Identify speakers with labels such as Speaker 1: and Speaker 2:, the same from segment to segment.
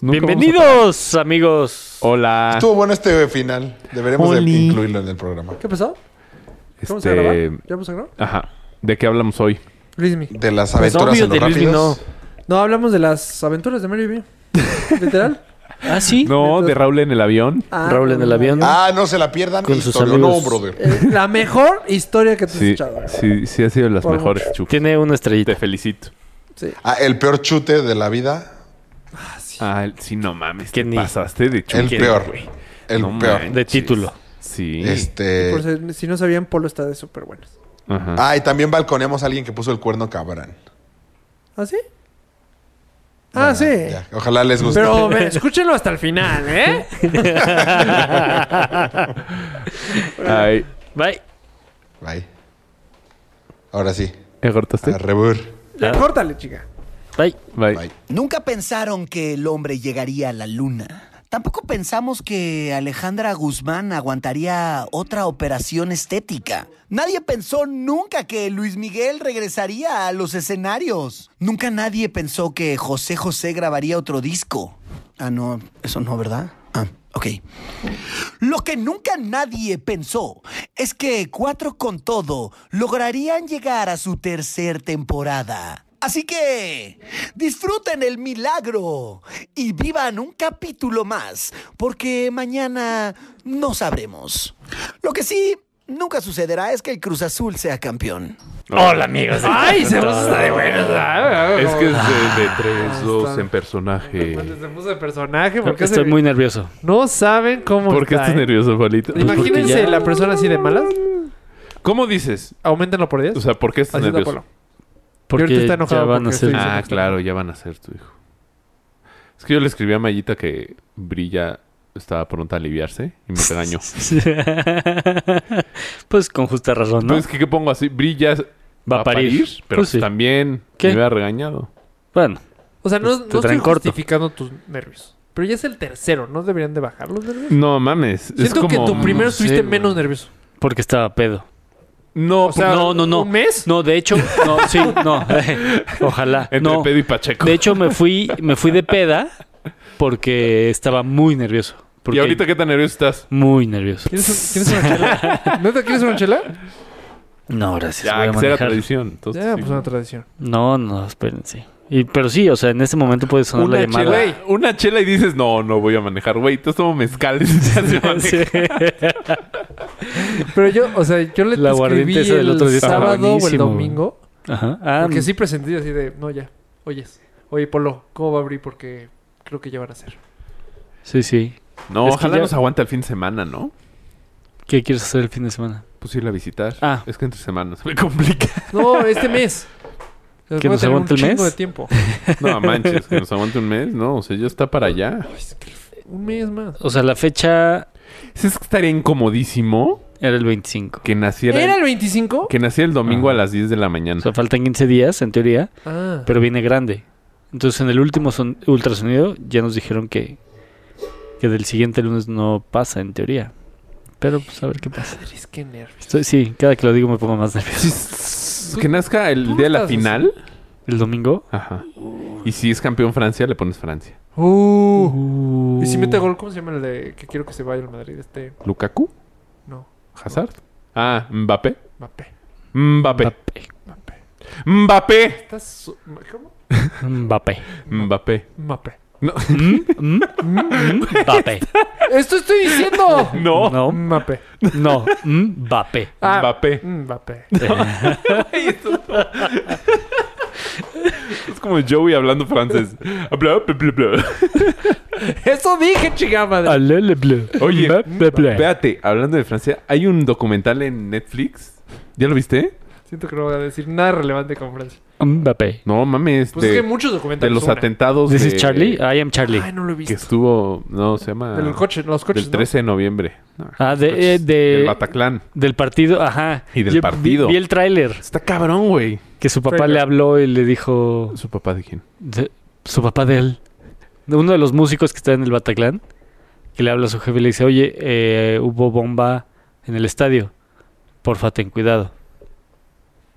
Speaker 1: Nunca vamos a-
Speaker 2: Bienvenidos, amigos.
Speaker 1: Hola.
Speaker 3: Estuvo bueno este final. Deberíamos de
Speaker 1: Oli.
Speaker 3: incluirlo en el programa.
Speaker 4: ¿Qué pasó? ¿Qué vamos a grabar?
Speaker 1: Este,
Speaker 4: ¿Ya vamos a grabar?
Speaker 1: ajá. ¿De qué hablamos hoy?
Speaker 4: Luis Mi.
Speaker 3: De las
Speaker 2: Pues
Speaker 3: aventuras
Speaker 2: obvio,
Speaker 3: en los
Speaker 2: de Luis
Speaker 3: rápidos.
Speaker 4: No, hablamos de las aventuras de Mary B. ¿Literal?
Speaker 2: Ah, sí.
Speaker 1: No, de Raúl en el avión.
Speaker 4: Ah,
Speaker 2: Raúl en el avión.
Speaker 3: Ah, no se la pierdan.
Speaker 2: Con sus
Speaker 3: Historia. No,
Speaker 2: amigos.
Speaker 3: brother.
Speaker 4: Eh, la mejor historia que te has
Speaker 1: Sí,
Speaker 4: escuchado.
Speaker 1: sí, sí ha sido de las
Speaker 4: Por
Speaker 1: mejores, Chu.
Speaker 2: Tiene una
Speaker 1: Te
Speaker 2: estrellita.
Speaker 1: felicito.
Speaker 3: Ah, el peor chute de la vida.
Speaker 1: Ah, el- sí, no mames.
Speaker 2: Que
Speaker 1: Te
Speaker 2: ni-
Speaker 1: pasaste de Chu.
Speaker 3: El
Speaker 1: ¿Qué,
Speaker 3: peor.
Speaker 1: güey?
Speaker 3: El
Speaker 1: No
Speaker 3: peor.
Speaker 1: manches.
Speaker 2: De título.
Speaker 1: Sí.
Speaker 4: Por
Speaker 3: Este.
Speaker 4: si, si no sabían, Polo está de súper buenas.
Speaker 1: Ajá.
Speaker 3: Ah, y también balconeamos a alguien que puso el cuerno cabrón.
Speaker 4: ¿Ah, sí? Ah, sí.
Speaker 3: Ya, Ojalá les guste.
Speaker 4: Pero ve, escúchenlo hasta el final, ¿eh?
Speaker 1: Ay,
Speaker 2: Bye.
Speaker 3: Bye. Ahora sí.
Speaker 1: ¿me cortaste?
Speaker 3: A rebur.
Speaker 4: Ya, Córtale, chica.
Speaker 2: Bye.
Speaker 1: Bye.
Speaker 3: Bye.
Speaker 5: Nunca pensaron que el hombre llegaría a la luna. Tampoco pensamos que Alejandra Guzmán aguantaría otra operación estética. Nadie pensó nunca que Luis Miguel regresaría a los escenarios. Nunca nadie pensó que José José grabaría otro disco. Ah, no, eso no, ¿verdad? Ah, ok. Lo que nunca nadie pensó es que Cuatro con Todo lograrían llegar a su tercer temporada. Así que disfruten el milagro y vivan un capítulo más, porque mañana no sabremos. Lo que sí nunca sucederá es que el Cruz Azul sea campeón.
Speaker 2: Hola, amigos. Ay, se nos está de
Speaker 1: Es que es de, de tres, dos
Speaker 4: está.
Speaker 1: en personaje.
Speaker 4: Se puso de personaje porque
Speaker 2: Estoy muy nervioso.
Speaker 4: no saben cómo.
Speaker 1: ¿Por qué estás nervioso, Palito?
Speaker 4: eh? Imagínense
Speaker 2: ya-
Speaker 4: la persona así de malas.
Speaker 1: ¿Cómo dices?
Speaker 4: Aumentenlo por 10.
Speaker 1: O sea, ¿por qué estás
Speaker 4: Así está
Speaker 1: nervioso?
Speaker 4: Polo.
Speaker 2: Porque
Speaker 4: ahorita está
Speaker 2: ya
Speaker 4: enojado
Speaker 2: van a
Speaker 4: porque
Speaker 2: ser.
Speaker 4: estoy-
Speaker 1: Ah,
Speaker 4: Sí, sí,
Speaker 1: claro, ya van a ser tu hijo. Es que yo le escribí a Mayita que Brilla estaba pronta a aliviarse y me regañó.
Speaker 2: pues con justa razón, ¿no?
Speaker 1: Entonces, ¿qué, qué pongo así? Brilla
Speaker 2: Va a parir.
Speaker 1: pero
Speaker 2: Pues sí.
Speaker 1: también
Speaker 2: ¿Qué?
Speaker 1: me había regañado.
Speaker 2: Bueno,
Speaker 4: O sea, no,
Speaker 2: Pues te
Speaker 4: no estoy
Speaker 2: traen corto.
Speaker 4: justificando tus nervios. Pero ya es el tercero, ¿no deberían de bajar los nervios?
Speaker 1: No mames. es
Speaker 4: Siento que
Speaker 1: como-
Speaker 4: tu primero
Speaker 1: no
Speaker 4: estuviste
Speaker 1: sé,
Speaker 4: menos
Speaker 1: güey.
Speaker 4: nervioso.
Speaker 2: porque estaba pedo.
Speaker 1: No,
Speaker 4: O sea,
Speaker 2: Pues, no, no, no.
Speaker 4: ¿Un mes?
Speaker 2: No, de hecho, no, sí, no. Ojalá.
Speaker 1: entre
Speaker 2: No.
Speaker 1: pedo y Pacheco.
Speaker 2: De hecho, me fui, me fui de peda porque estaba muy nervioso. Porque
Speaker 1: ¿Y ahorita qué tan nervioso estás?
Speaker 2: Muy nervioso.
Speaker 4: ¿Quieres, un- quieres una chela? ¿No te quieres una chela?
Speaker 2: No, gracias.
Speaker 1: Ya,
Speaker 2: voy a
Speaker 1: que será
Speaker 2: manejar.
Speaker 1: tradición. Entonces,
Speaker 4: Ya,
Speaker 1: sí.
Speaker 4: pues una tradición.
Speaker 2: No, no, espérense. Y, pero sí, o sea, en este momento puede sonar
Speaker 1: una,
Speaker 2: la
Speaker 1: chela,
Speaker 2: llamada.
Speaker 1: una chela y dices, no, no voy a manejar, güey. Entonces tomo mezcales. Ya se maneja.
Speaker 2: Sí.
Speaker 4: Pero yo, o sea, yo le
Speaker 2: La
Speaker 4: escribí
Speaker 2: aguardiente esa del
Speaker 4: el
Speaker 2: otro día estaba
Speaker 4: sábado o el
Speaker 2: buenísimo,
Speaker 4: domingo.
Speaker 2: Ajá. Ah,
Speaker 4: Porque sí presenté así de, no, ya, oyes. Oye, Polo, ¿cómo va a abrir? Porque creo que ya van a hacer.
Speaker 2: sí, sí.
Speaker 1: No,
Speaker 2: Es que
Speaker 1: ojalá
Speaker 2: ya-
Speaker 1: nos aguante al fin de semana, ¿no?
Speaker 2: ¿Qué quieres hacer el fin de semana?
Speaker 1: Pues irla a visitar.
Speaker 2: Ah.
Speaker 1: Es que entre semanas me complica.
Speaker 4: No, este mes. Les
Speaker 2: ¿Que
Speaker 4: voy
Speaker 2: nos
Speaker 4: a tener
Speaker 2: aguante
Speaker 4: un
Speaker 2: el mes?
Speaker 4: chingo de tiempo.
Speaker 1: No, manches, que nos aguante un mes. No, o sea, ya está para allá.
Speaker 4: Un mes más.
Speaker 2: O sea, la fecha
Speaker 1: ¿Sabes que estaría incomodísimo
Speaker 2: era el 25.
Speaker 1: que naciera,
Speaker 4: ¿Era el 25?
Speaker 1: que naciera el domingo
Speaker 2: Ajá.
Speaker 1: a las 10 de la mañana?
Speaker 2: O sea, faltan 15 días, en teoría,
Speaker 4: Ah.
Speaker 2: pero viene grande. Entonces, en el último son- ultrasonido ya nos dijeron que, que del siguiente lunes no pasa, en teoría. Pero, pues, a ver qué pasa.
Speaker 4: Madre, es que nervios.
Speaker 2: Estoy- sí, cada que lo digo me pongo más nervioso.
Speaker 1: Sí, s- que nazca el
Speaker 4: tú
Speaker 1: día de la
Speaker 4: estás
Speaker 1: final.
Speaker 2: ¿El domingo?
Speaker 1: Ajá. Y si es campeón Francia, le pones Francia.
Speaker 4: Uh. ¿Y si mete gol? ¿Cómo se llama el de que quiero que se vaya al Madrid? Este,
Speaker 1: ¿Lukaku?
Speaker 4: no,
Speaker 1: ¿Hazard? Ah, Mbappé.
Speaker 4: Mbappé.
Speaker 1: Mbappé.
Speaker 2: Mbappé.
Speaker 4: Mbappé.
Speaker 1: Mbappé.
Speaker 4: ¿Estás su- ¿Cómo?
Speaker 2: Mbappé.
Speaker 1: Mbappé.
Speaker 4: Mbappé.
Speaker 2: Mm, mm, Mbappé.
Speaker 4: ¡Esto estoy diciendo!
Speaker 1: No.
Speaker 2: No,
Speaker 4: Mbappé.
Speaker 2: no, Mbappé.
Speaker 4: Ah.
Speaker 1: Mbappé.
Speaker 4: Mbappé.
Speaker 1: Es como Joey hablando francés. Bla, bla, bla, bla.
Speaker 4: ¡Eso dije, chica madre!
Speaker 2: Alele bleu.
Speaker 1: Oye,
Speaker 2: Mbappé.
Speaker 1: espérate, hablando de Francia, hay un documental en Netflix. ¿Ya lo viste?
Speaker 4: Siento que no voy a decir nada relevante con Francia.
Speaker 2: Mbappé.
Speaker 1: No mames.
Speaker 4: Pues
Speaker 1: de,
Speaker 4: es que muchos
Speaker 1: de
Speaker 4: documentales.
Speaker 1: los
Speaker 4: suena.
Speaker 1: atentados.
Speaker 2: ¿This
Speaker 1: de- Ah,
Speaker 2: is Charlie? I am Charlie.
Speaker 4: Ay, no lo he visto.
Speaker 1: Que estuvo. No, se llama.
Speaker 4: De los coches, los coches.
Speaker 1: del
Speaker 4: ¿no?
Speaker 1: 13 de noviembre. No,
Speaker 2: Ah, de, eh,
Speaker 1: pues, del
Speaker 2: de-
Speaker 1: Bataclan.
Speaker 2: del partido, ajá.
Speaker 1: Y del
Speaker 2: Yo vi-
Speaker 1: partido.
Speaker 2: Vi, el tráiler
Speaker 1: Está cabrón, güey.
Speaker 2: que su papá
Speaker 4: Tráiler.
Speaker 2: le habló y le dijo
Speaker 1: ¿Su papá de quién?
Speaker 2: de- su papá de él, de uno de los músicos que está en el Bataclan, que le habla a su jefe y le dice, "Oye, eh, hubo bomba en el estadio. Porfa, ten cuidado."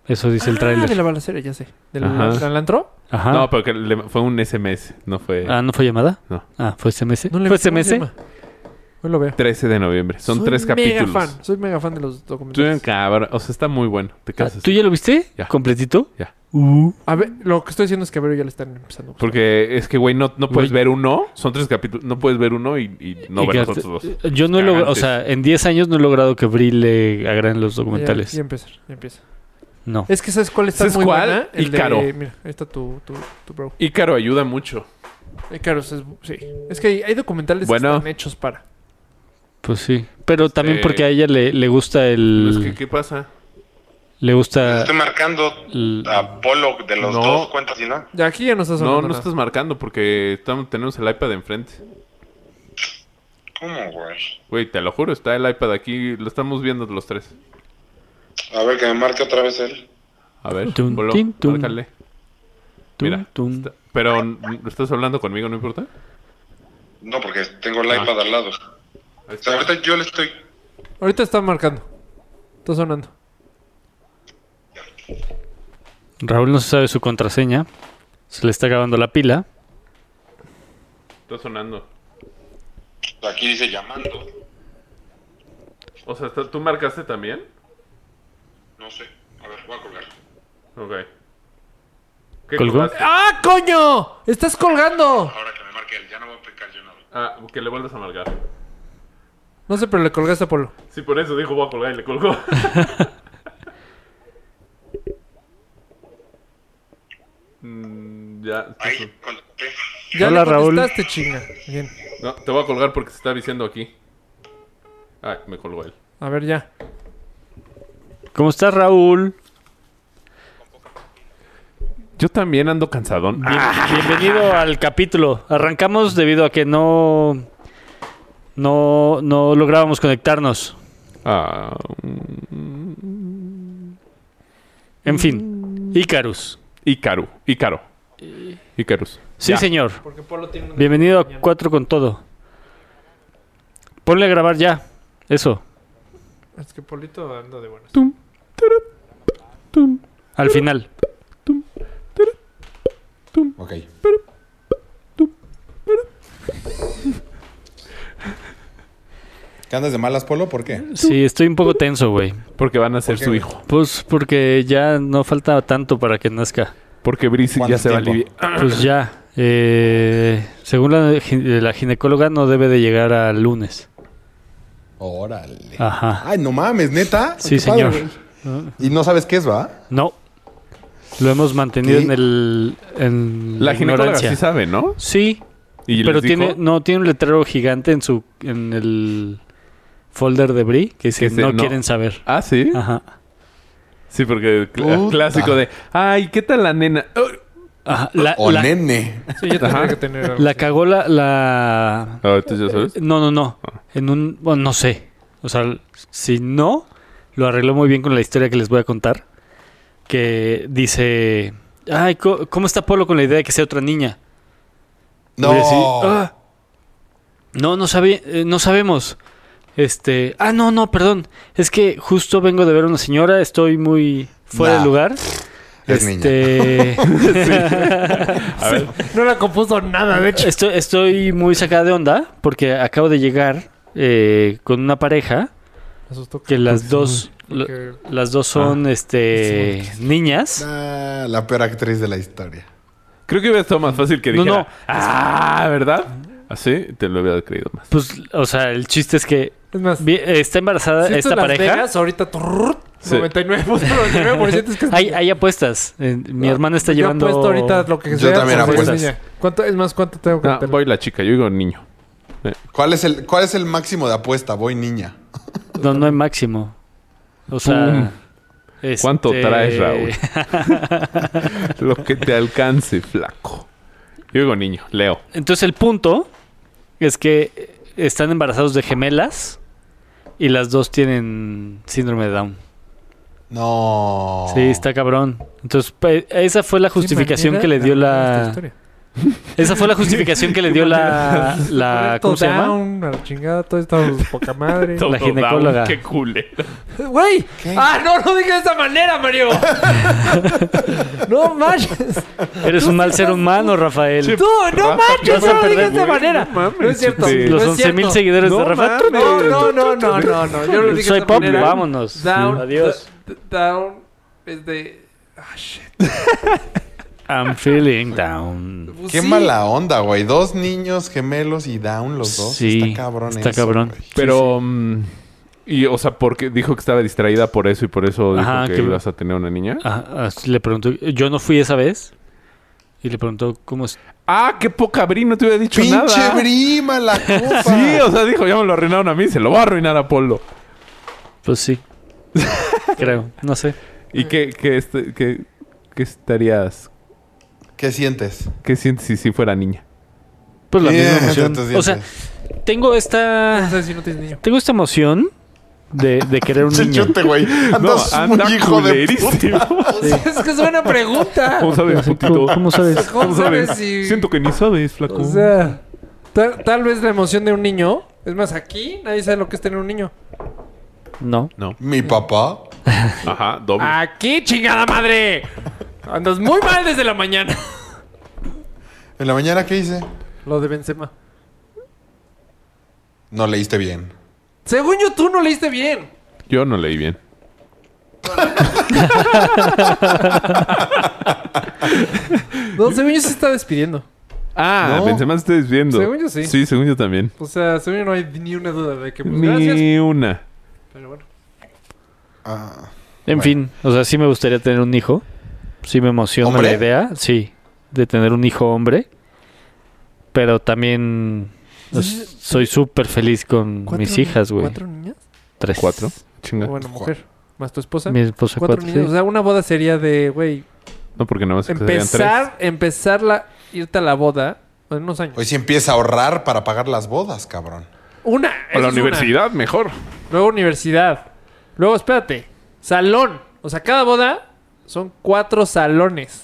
Speaker 2: Eso dice el
Speaker 4: Ah, de
Speaker 2: tráiler.
Speaker 4: la balacera, ya sé. ¿Del
Speaker 1: Ajá.
Speaker 4: del antro?
Speaker 2: Ajá.
Speaker 1: No, pero que le- fue un SMS, no fue...
Speaker 2: ah, ¿no fue llamada?
Speaker 1: No.
Speaker 2: Ah, ¿fue SMS?
Speaker 4: No le-
Speaker 2: ¿Fue eh?
Speaker 4: ¿cómo
Speaker 2: SMS?
Speaker 4: se llama? Hoy lo veo.
Speaker 1: 13 de noviembre. Son
Speaker 4: Soy
Speaker 1: tres capítulos.
Speaker 4: Mega fan. Soy mega fan de los
Speaker 1: Tú,
Speaker 4: documentales.
Speaker 1: cabrón. O sea, está muy bueno. Te
Speaker 2: Ah,
Speaker 1: casas.
Speaker 2: ¿Tú ya lo viste?
Speaker 1: Ya.
Speaker 2: ¿Completito?
Speaker 1: Ya.
Speaker 2: Uh,
Speaker 4: A ver, lo que estoy diciendo es que a ver ya le están empezando. a gustar.
Speaker 1: Porque es que, güey, no, no puedes
Speaker 2: Güey.
Speaker 1: ver uno. Son tres capítulos. No puedes ver uno y, y no
Speaker 2: y
Speaker 1: ver
Speaker 2: que
Speaker 1: los
Speaker 2: hasta- eh,
Speaker 1: otros dos.
Speaker 2: Yo no he logrado, o
Speaker 1: Cagantes.
Speaker 2: sea, en 10 años no he logrado que Bri le agraden los documentales.
Speaker 4: Ya, ya empieza, ya empieza.
Speaker 2: No.
Speaker 4: Es que ¿sabes cuál está
Speaker 1: ¿Sabes
Speaker 4: muy
Speaker 1: cuál?
Speaker 4: buena? El de-
Speaker 1: Ícaro.
Speaker 4: Mira, ahí está tu, tu, tu bro.
Speaker 1: Ícaro ayuda mucho.
Speaker 4: Ícaro es... Sí. Es que hay, hay documentales
Speaker 1: Bueno.
Speaker 4: que están hechos para.
Speaker 2: Pues sí. Pero también
Speaker 1: Eh,
Speaker 2: porque a ella le, le gusta el.
Speaker 1: Es que, ¿qué pasa?
Speaker 2: Le gusta.
Speaker 6: Estoy marcando
Speaker 2: el-
Speaker 6: a Pollock de los
Speaker 1: No.
Speaker 6: dos cuentas y no.
Speaker 4: Ya, aquí ya no estás
Speaker 1: No,
Speaker 4: hablando
Speaker 1: no
Speaker 4: nada.
Speaker 1: estás marcando porque estamos, tenemos el iPad enfrente.
Speaker 6: ¿Cómo, güey?
Speaker 1: Güey, te lo juro, está el iPad aquí. Lo estamos viendo los tres.
Speaker 6: A ver, que me marque otra vez él.
Speaker 1: A ver,
Speaker 2: Tun,
Speaker 1: Polo,
Speaker 2: tin, tun.
Speaker 1: márcale.
Speaker 2: Tum,
Speaker 1: Mira,
Speaker 2: tum.
Speaker 1: está- pero n- ¿estás hablando conmigo? ¿No importa?
Speaker 6: No, porque tengo el
Speaker 1: Ah.
Speaker 6: iPad al lado. O
Speaker 1: Ahí
Speaker 6: sea,
Speaker 1: está.
Speaker 6: ahorita yo le estoy...
Speaker 4: Ahorita está marcando. Está sonando.
Speaker 2: Raúl no se sabe su contraseña. Se le está acabando la pila.
Speaker 1: Está sonando.
Speaker 6: Aquí dice llamando.
Speaker 1: O sea, está- ¿tú marcaste también?
Speaker 6: No sé. A ver, voy a colgar.
Speaker 1: Ok. ¿Qué
Speaker 2: ¿Colgó?
Speaker 1: colgaste?
Speaker 4: ¡Ah, coño! ¡Estás colgando!
Speaker 6: Ahora que me marque él, ya no voy a pecar yo nada.
Speaker 1: Ah, que le vuelvas a marcar.
Speaker 4: No sé, pero le colgaste a Polo.
Speaker 1: Sí, por eso dijo voy a colgar y le colgó. Mm, ya. está
Speaker 6: Ahí,
Speaker 1: su-
Speaker 6: contesté.
Speaker 4: Ya
Speaker 2: Hola,
Speaker 4: le
Speaker 2: Raúl.
Speaker 4: contestaste, chinga. Bien.
Speaker 1: No, te voy a colgar porque se está diciendo aquí. Ah, me colgó él.
Speaker 4: A ver, ya.
Speaker 2: ¿Cómo estás, Raúl?
Speaker 1: Yo también ando cansadón.
Speaker 2: Bien- bienvenido al capítulo. Arrancamos debido a que no. No, no lográbamos conectarnos.
Speaker 1: Ah,
Speaker 2: En fin,
Speaker 4: Mm.
Speaker 2: Icarus.
Speaker 1: Icaru, Icaro. Icarus.
Speaker 2: Sí,
Speaker 1: Ya.
Speaker 2: señor.
Speaker 4: Porque Polo tiene un...
Speaker 2: Bienvenido a Cuatro con Todo. Ponle a grabar ya. Eso.
Speaker 4: Es que Polito anda de buenas.
Speaker 2: Al final.
Speaker 3: Ok. ¿Qué andas de malas, Polo? ¿Por qué?
Speaker 2: Sí, estoy un poco tenso, güey.
Speaker 1: Porque van a ser
Speaker 3: qué,
Speaker 1: su
Speaker 3: güey?
Speaker 1: hijo.
Speaker 2: Pues porque ya no falta tanto para que nazca.
Speaker 1: Porque Brice ya
Speaker 3: ¿Cuánto
Speaker 1: se va a Ah, aliviar.
Speaker 3: tiempo?
Speaker 2: Pues ya. eh, según la, gi- la ginecóloga, no debe de llegar al lunes.
Speaker 3: Órale.
Speaker 2: Ajá.
Speaker 3: Ay, no mames, neta.
Speaker 2: Sí,
Speaker 3: Qué padre,
Speaker 2: señor.
Speaker 3: güey. y no sabes qué es, ¿va?
Speaker 2: No. Lo hemos mantenido
Speaker 3: ¿Qué?
Speaker 2: en el. En
Speaker 1: La ginecóloga
Speaker 2: ignorancia.
Speaker 1: sí sabe, ¿no?
Speaker 2: Sí,
Speaker 1: Y
Speaker 2: pero
Speaker 1: les dijo
Speaker 2: tiene, no, tiene un letrero gigante en su. En el folder de Brie que dice:
Speaker 1: Que se-
Speaker 2: no,
Speaker 1: no".
Speaker 2: quieren saber.
Speaker 1: Ah, sí.
Speaker 2: Ajá.
Speaker 1: Sí, porque cl-
Speaker 3: Puta.
Speaker 1: clásico de, ay, ¿qué tal la nena? Oh.
Speaker 2: Ajá, La,
Speaker 3: O
Speaker 2: Ah, la-
Speaker 3: nene.
Speaker 4: Sí, yo tendría que tener algo
Speaker 2: la
Speaker 4: así.
Speaker 2: cagó la. la-
Speaker 1: Ah, ¿Tú ya sabes?
Speaker 2: No, no, no. En un. Bueno, no sé. O sea, si no, lo arregló muy bien con la historia que les voy a contar. Que dice. Ay, co- ¿cómo está Polo con la idea de que sea otra niña?
Speaker 3: No.
Speaker 2: Voy a decir, "Ah, no, no, sabe, eh, no sabemos. Este. Ah, no, no, perdón. Es que justo vengo de ver a una señora, estoy muy fuera
Speaker 3: Nah,
Speaker 2: de lugar.
Speaker 3: es
Speaker 2: este.
Speaker 1: A ver,
Speaker 4: No la compuso nada, de hecho.
Speaker 2: Estoy, estoy muy sacada de onda porque acabo de llegar eh, con una pareja
Speaker 4: Me asustó
Speaker 2: que las
Speaker 4: porque-
Speaker 2: dos
Speaker 4: porque-
Speaker 2: la- las dos son este niñas.
Speaker 3: Ah, la peor actriz de la historia.
Speaker 1: creo que hubiera estado más fácil que
Speaker 2: No,
Speaker 1: dijera,
Speaker 2: no.
Speaker 1: ah, ¿verdad? Así te lo hubiera creído más.
Speaker 2: Pues, o sea, el chiste es que
Speaker 4: Es más,
Speaker 2: vi- está embarazada
Speaker 4: si esto
Speaker 2: esta
Speaker 4: es Las
Speaker 2: pareja.
Speaker 4: Vegas, ahorita... trrr,
Speaker 1: Sí.
Speaker 4: 99%, 99% es que... Ah,
Speaker 2: Hay, hay apuestas. Eh, Mi hermana está
Speaker 4: Yo
Speaker 2: llevando.
Speaker 4: apuesto ahorita lo que
Speaker 3: Yo
Speaker 4: sea.
Speaker 3: también
Speaker 4: por ser
Speaker 3: apuestas.
Speaker 4: niña. ¿Cuánto, es más, ¿cuánto tengo que
Speaker 1: Ah,
Speaker 4: meter?
Speaker 1: voy la chica, yo digo niño.
Speaker 3: ¿Cuál es el, cuál es el máximo de apuesta? Voy niña.
Speaker 2: No, no hay máximo. O sea.
Speaker 1: ¿Cuánto
Speaker 2: este-
Speaker 1: traes, Raúl? Lo que te alcance, flaco. Yo digo niño, Leo.
Speaker 2: Entonces el punto es que están embarazados de gemelas y las dos tienen síndrome de Down.
Speaker 3: No.
Speaker 1: Oh.
Speaker 2: Sí, está cabrón. Entonces, pe- esa fue la
Speaker 4: Sí,
Speaker 2: justificación
Speaker 4: manera
Speaker 2: que le dio
Speaker 4: de arreglar Ah, esta
Speaker 2: la,
Speaker 4: historia.
Speaker 2: Esa fue la justificación que le dio la. la
Speaker 4: todo
Speaker 2: ¿Cómo se llama?
Speaker 4: down, a la chingada, todo estamos poca madre.
Speaker 1: Todo down,
Speaker 2: ginecóloga.
Speaker 1: Qué culero.
Speaker 4: Güey. Ah, no, no dije de esa manera, Mario. no manches.
Speaker 2: Eres un mal ser humano, Rafael.
Speaker 4: Tú, no manches,
Speaker 2: vas a
Speaker 4: no lo
Speaker 2: perder,
Speaker 4: digas de
Speaker 1: güey,
Speaker 4: manera.
Speaker 1: no mames,
Speaker 4: No es cierto.
Speaker 1: este,
Speaker 4: no
Speaker 2: Los
Speaker 4: es
Speaker 2: 11.000
Speaker 4: cierto.
Speaker 2: seguidores de
Speaker 1: No
Speaker 2: Rafael.
Speaker 1: mames.
Speaker 4: No, no, no, no, no, no. Yo lo dije
Speaker 2: Soy
Speaker 4: de esa
Speaker 2: pop,
Speaker 4: manera.
Speaker 2: vámonos.
Speaker 4: Down.
Speaker 2: Adiós.
Speaker 4: d- d- Down es de. Ah, shit.
Speaker 2: I'm feeling down.
Speaker 4: Pues
Speaker 3: Qué
Speaker 4: sí.
Speaker 3: mala onda, güey. Dos niños gemelos y down los dos.
Speaker 2: Sí,
Speaker 3: está cabrón
Speaker 2: está
Speaker 3: eso,
Speaker 2: cabrón.
Speaker 3: güey.
Speaker 1: Pero, mm, y, o sea, porque dijo que estaba distraída por eso y por eso dijo
Speaker 2: Ajá,
Speaker 1: que,
Speaker 2: que-
Speaker 1: ibas a tener una niña.
Speaker 2: Ajá, Ah, así le preguntó. Yo no fui esa vez. Y le preguntó cómo es.
Speaker 1: Ah, qué poca Bri, no te hubiera dicho
Speaker 3: Pinche
Speaker 1: nada.
Speaker 3: brima la copa.
Speaker 1: Sí, o sea, dijo, ya me lo arruinaron a mí, se lo va a arruinar a Polo.
Speaker 2: Pues sí. Creo. No sé.
Speaker 1: ¿Y qué, qué, este- qué- qué estarías?
Speaker 3: ¿Qué sientes?
Speaker 1: ¿Qué sientes si, si fuera niña?
Speaker 2: Pues la
Speaker 3: ¿Qué
Speaker 2: misma emoción.
Speaker 3: te
Speaker 2: O sea,
Speaker 3: sientes?
Speaker 2: tengo esta.
Speaker 4: No sé si no tienes niño.
Speaker 2: Tengo esta emoción de, de querer un
Speaker 3: Pinche
Speaker 2: niño.
Speaker 3: chute, güey. Andas
Speaker 1: no,
Speaker 3: muy
Speaker 1: anda
Speaker 3: hijo de puta.
Speaker 1: culerísimo.
Speaker 4: Es que es buena pregunta.
Speaker 1: ¿Cómo sabes,
Speaker 2: Así,
Speaker 1: putito?
Speaker 2: ¿Cómo, cómo sabes?
Speaker 4: ¿Cómo sabes si-
Speaker 1: Siento que ni sabes, flaco.
Speaker 4: O sea, tal, tal vez la emoción de un niño. Es más, aquí nadie sabe lo que es tener un niño.
Speaker 2: No.
Speaker 1: no.
Speaker 3: Mi papá.
Speaker 1: Ajá, doble.
Speaker 4: Aquí, chingada madre. Andas muy mal desde la mañana.
Speaker 3: ¿En la mañana qué hice?
Speaker 4: Lo de Benzema.
Speaker 3: No leíste bien.
Speaker 4: Según yo, tú no leíste bien.
Speaker 1: Yo no leí bien.
Speaker 4: No, según yo se está despidiendo.
Speaker 1: Ah,
Speaker 3: No.
Speaker 1: Benzema se está desviando.
Speaker 4: Según yo sí.
Speaker 1: Sí, según yo también.
Speaker 4: O sea, según yo no hay ni una duda de que pues, gracias.
Speaker 1: Ni una.
Speaker 4: Pero bueno.
Speaker 3: Ah,
Speaker 2: En
Speaker 3: Bueno.
Speaker 2: fin, o sea, sí me gustaría tener un hijo. Sí me emociona
Speaker 3: ¿Hombre?
Speaker 2: la idea, sí, de tener un hijo hombre. Pero también pues, soy súper feliz con
Speaker 4: ¿Cuatro
Speaker 2: mis
Speaker 4: ni-
Speaker 2: hijas, güey.
Speaker 4: ¿Cuatro niñas?
Speaker 2: Tres.
Speaker 1: ¿Cuatro? Chinga.
Speaker 4: Bueno, mujer. Más tu esposa.
Speaker 2: Mi esposa
Speaker 4: cuatro
Speaker 2: cuatro.
Speaker 4: niñas. O
Speaker 2: sí.
Speaker 4: sea, una boda sería de, güey,
Speaker 1: No, porque nada más serían tres.
Speaker 4: empezar, empezar la, irte a la boda en unos años.
Speaker 3: hoy sí empieza a ahorrar para pagar las bodas, cabrón.
Speaker 4: Una.
Speaker 1: O la
Speaker 4: esa es una.
Speaker 1: universidad, mejor.
Speaker 4: Luego universidad. Luego, espérate. Salón. O sea, cada boda son cuatro salones.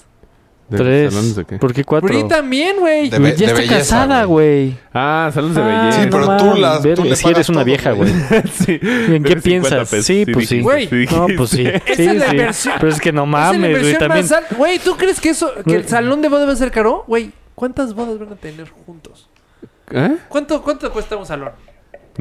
Speaker 1: ¿De
Speaker 2: Tres.
Speaker 1: ¿Salones de qué?
Speaker 2: ¿Por qué cuatro?
Speaker 4: Bri también, güey.
Speaker 3: De be-
Speaker 2: ya
Speaker 3: de
Speaker 2: está
Speaker 3: belleza,
Speaker 2: casada, güey.
Speaker 1: Ah, salones de
Speaker 2: Ah,
Speaker 1: belleza.
Speaker 3: Sí,
Speaker 2: no
Speaker 3: pero tú
Speaker 2: mames,
Speaker 3: las- tú
Speaker 2: verga, Sí,
Speaker 3: le
Speaker 2: eres
Speaker 3: pagas
Speaker 2: una
Speaker 3: todo,
Speaker 2: vieja,
Speaker 3: güey.
Speaker 2: güey.
Speaker 1: sí.
Speaker 2: ¿En qué
Speaker 1: Debes 50
Speaker 2: piensas?
Speaker 1: pesos.
Speaker 2: Sí, pues sí.
Speaker 1: dijiste,
Speaker 4: Güey,
Speaker 2: No, pues sí.
Speaker 1: dijiste.
Speaker 4: es
Speaker 2: Sí,
Speaker 4: la
Speaker 2: sí.
Speaker 4: inversión-
Speaker 2: Pero es que no
Speaker 4: Es la
Speaker 2: mames, güey.
Speaker 4: inversión
Speaker 2: También.
Speaker 4: más al- Güey, ¿tú crees que eso, que el
Speaker 2: Güey.
Speaker 4: salón de boda va a ser caro? Güey, ¿cuántas bodas van a tener juntos?
Speaker 1: ¿Eh?
Speaker 4: ¿Cuánto, cuánto cuesta un salón?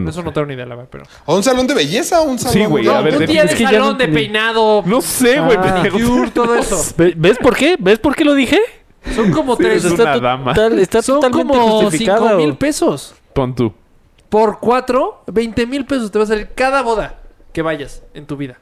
Speaker 4: eso no tengo ni idea, la verdad, pero.
Speaker 3: ¿O un salón de belleza o un salón?
Speaker 1: güey,
Speaker 3: no,
Speaker 1: a ver,
Speaker 3: un
Speaker 4: un
Speaker 1: de-
Speaker 4: día
Speaker 2: es
Speaker 4: de
Speaker 2: que ya
Speaker 4: salón,
Speaker 2: no
Speaker 4: de
Speaker 2: entendí.
Speaker 4: peinado,
Speaker 1: No sé, güey.
Speaker 2: Ah.
Speaker 1: pendejo.
Speaker 4: Tour, todo eso.
Speaker 2: Ve- ¿Ves por qué? ¿Ves por qué lo dije?
Speaker 4: Son como
Speaker 1: Sí,
Speaker 4: tres.
Speaker 1: es
Speaker 4: está
Speaker 1: una
Speaker 4: to-
Speaker 1: dama.
Speaker 2: Tal- está
Speaker 4: son
Speaker 2: totalmente
Speaker 4: como
Speaker 2: justificado.
Speaker 4: cinco mil pesos.
Speaker 1: Pon tú.
Speaker 4: Por cuatro, 20 mil pesos te va a salir cada boda que vayas en tu vida.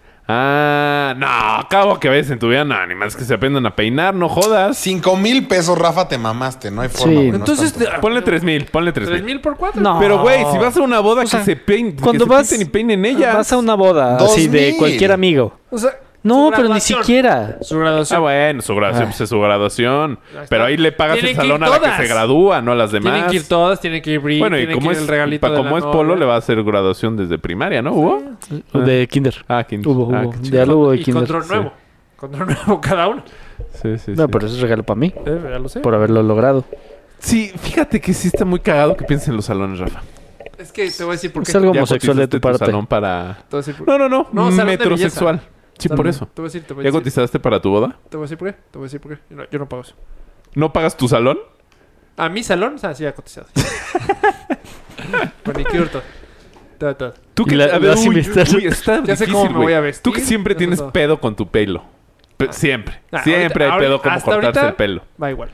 Speaker 1: Ah, no, acabo que vayas en tu vida, no, ni más que se aprendan a peinar, no jodas.
Speaker 3: Cinco mil pesos, Rafa, te mamaste. No hay forma.
Speaker 2: Sí.
Speaker 3: güey, no es
Speaker 4: Entonces, ah,
Speaker 3: tanto.
Speaker 1: Ponle tres mil, ponle tres
Speaker 4: tres
Speaker 1: mil.
Speaker 4: mil por cuatro.
Speaker 2: No.
Speaker 1: Pero, güey, si vas a una boda
Speaker 2: sea,
Speaker 1: que se peinen,
Speaker 2: cuando
Speaker 1: que
Speaker 2: vas-
Speaker 1: se pinten y peinen ellas.
Speaker 2: Vas a una boda
Speaker 3: Dos
Speaker 2: así de
Speaker 3: mil.
Speaker 2: cualquier amigo.
Speaker 4: O sea,
Speaker 2: No,
Speaker 4: su
Speaker 2: pero ni
Speaker 4: graduación.
Speaker 2: siquiera.
Speaker 4: Su graduación.
Speaker 1: Ah, bueno, su graduación, pues es su graduación.
Speaker 4: Ahí está.
Speaker 1: Pero ahí le pagas
Speaker 4: Tienen
Speaker 1: el
Speaker 4: que ir
Speaker 1: salón a la que
Speaker 4: todas.
Speaker 1: se gradúa, no a las demás.
Speaker 4: Tienen que ir todas, tienen que ir Brie,
Speaker 1: Bueno, y
Speaker 4: tienen que
Speaker 1: como
Speaker 4: ir
Speaker 1: es,
Speaker 4: el regalito
Speaker 1: pa-
Speaker 4: de la
Speaker 1: como es
Speaker 4: novia.
Speaker 1: polo, le va a hacer graduación desde primaria, ¿no? ¿Hubo?
Speaker 2: De kinder.
Speaker 1: Ah, quinto.
Speaker 2: Hubo,
Speaker 1: Ah,
Speaker 2: hubo.
Speaker 1: qué
Speaker 2: De
Speaker 1: chido.
Speaker 2: algo de
Speaker 4: Y
Speaker 2: kinder.
Speaker 4: control nuevo. Control nuevo cada uno.
Speaker 1: Sí, sí,
Speaker 2: No,
Speaker 1: sí.
Speaker 2: pero eso es regalo para mí.
Speaker 4: Eh, ya lo sé.
Speaker 2: Por haberlo logrado.
Speaker 1: Sí, fíjate que sí está muy cagado que piensen en los salones, Rafa.
Speaker 4: Es que te voy a decir por qué.
Speaker 2: Es algo
Speaker 1: Ya
Speaker 2: homosexual de
Speaker 1: cotizaste
Speaker 2: tu parte.
Speaker 1: salón para...
Speaker 4: Te voy a decir por
Speaker 1: No, no, no.
Speaker 4: No, salón de Pues
Speaker 1: metrosexual. Sí, por eso.
Speaker 4: Te voy a decir, te voy a
Speaker 1: ¿Ya
Speaker 4: decir.
Speaker 1: cotizaste para tu boda?
Speaker 4: Te voy a decir por qué. Te voy a decir por qué. Yo no, yo no pago eso.
Speaker 1: ¿No pagas tu salón?
Speaker 4: A mi salón, o sea, sí ha cotizado. Manicure, todo. Todo, todo.
Speaker 1: Tú
Speaker 2: Y
Speaker 1: que
Speaker 2: la-
Speaker 1: a
Speaker 2: la
Speaker 1: ver, uy,
Speaker 2: simetría-
Speaker 1: uy, está
Speaker 4: Ya sé
Speaker 1: difícil,
Speaker 4: cómo me
Speaker 1: güey.
Speaker 4: voy a vestir,
Speaker 1: Tú que siempre
Speaker 4: ya sé
Speaker 1: tienes
Speaker 4: todo.
Speaker 1: pedo con tu pelo. Pe- siempre.
Speaker 4: Ah,
Speaker 1: siempre
Speaker 4: ahorita-
Speaker 1: hay pedo
Speaker 4: ahorita-
Speaker 1: como
Speaker 4: hasta
Speaker 1: cortarse
Speaker 4: ahorita-
Speaker 1: el pelo.
Speaker 4: Va igual.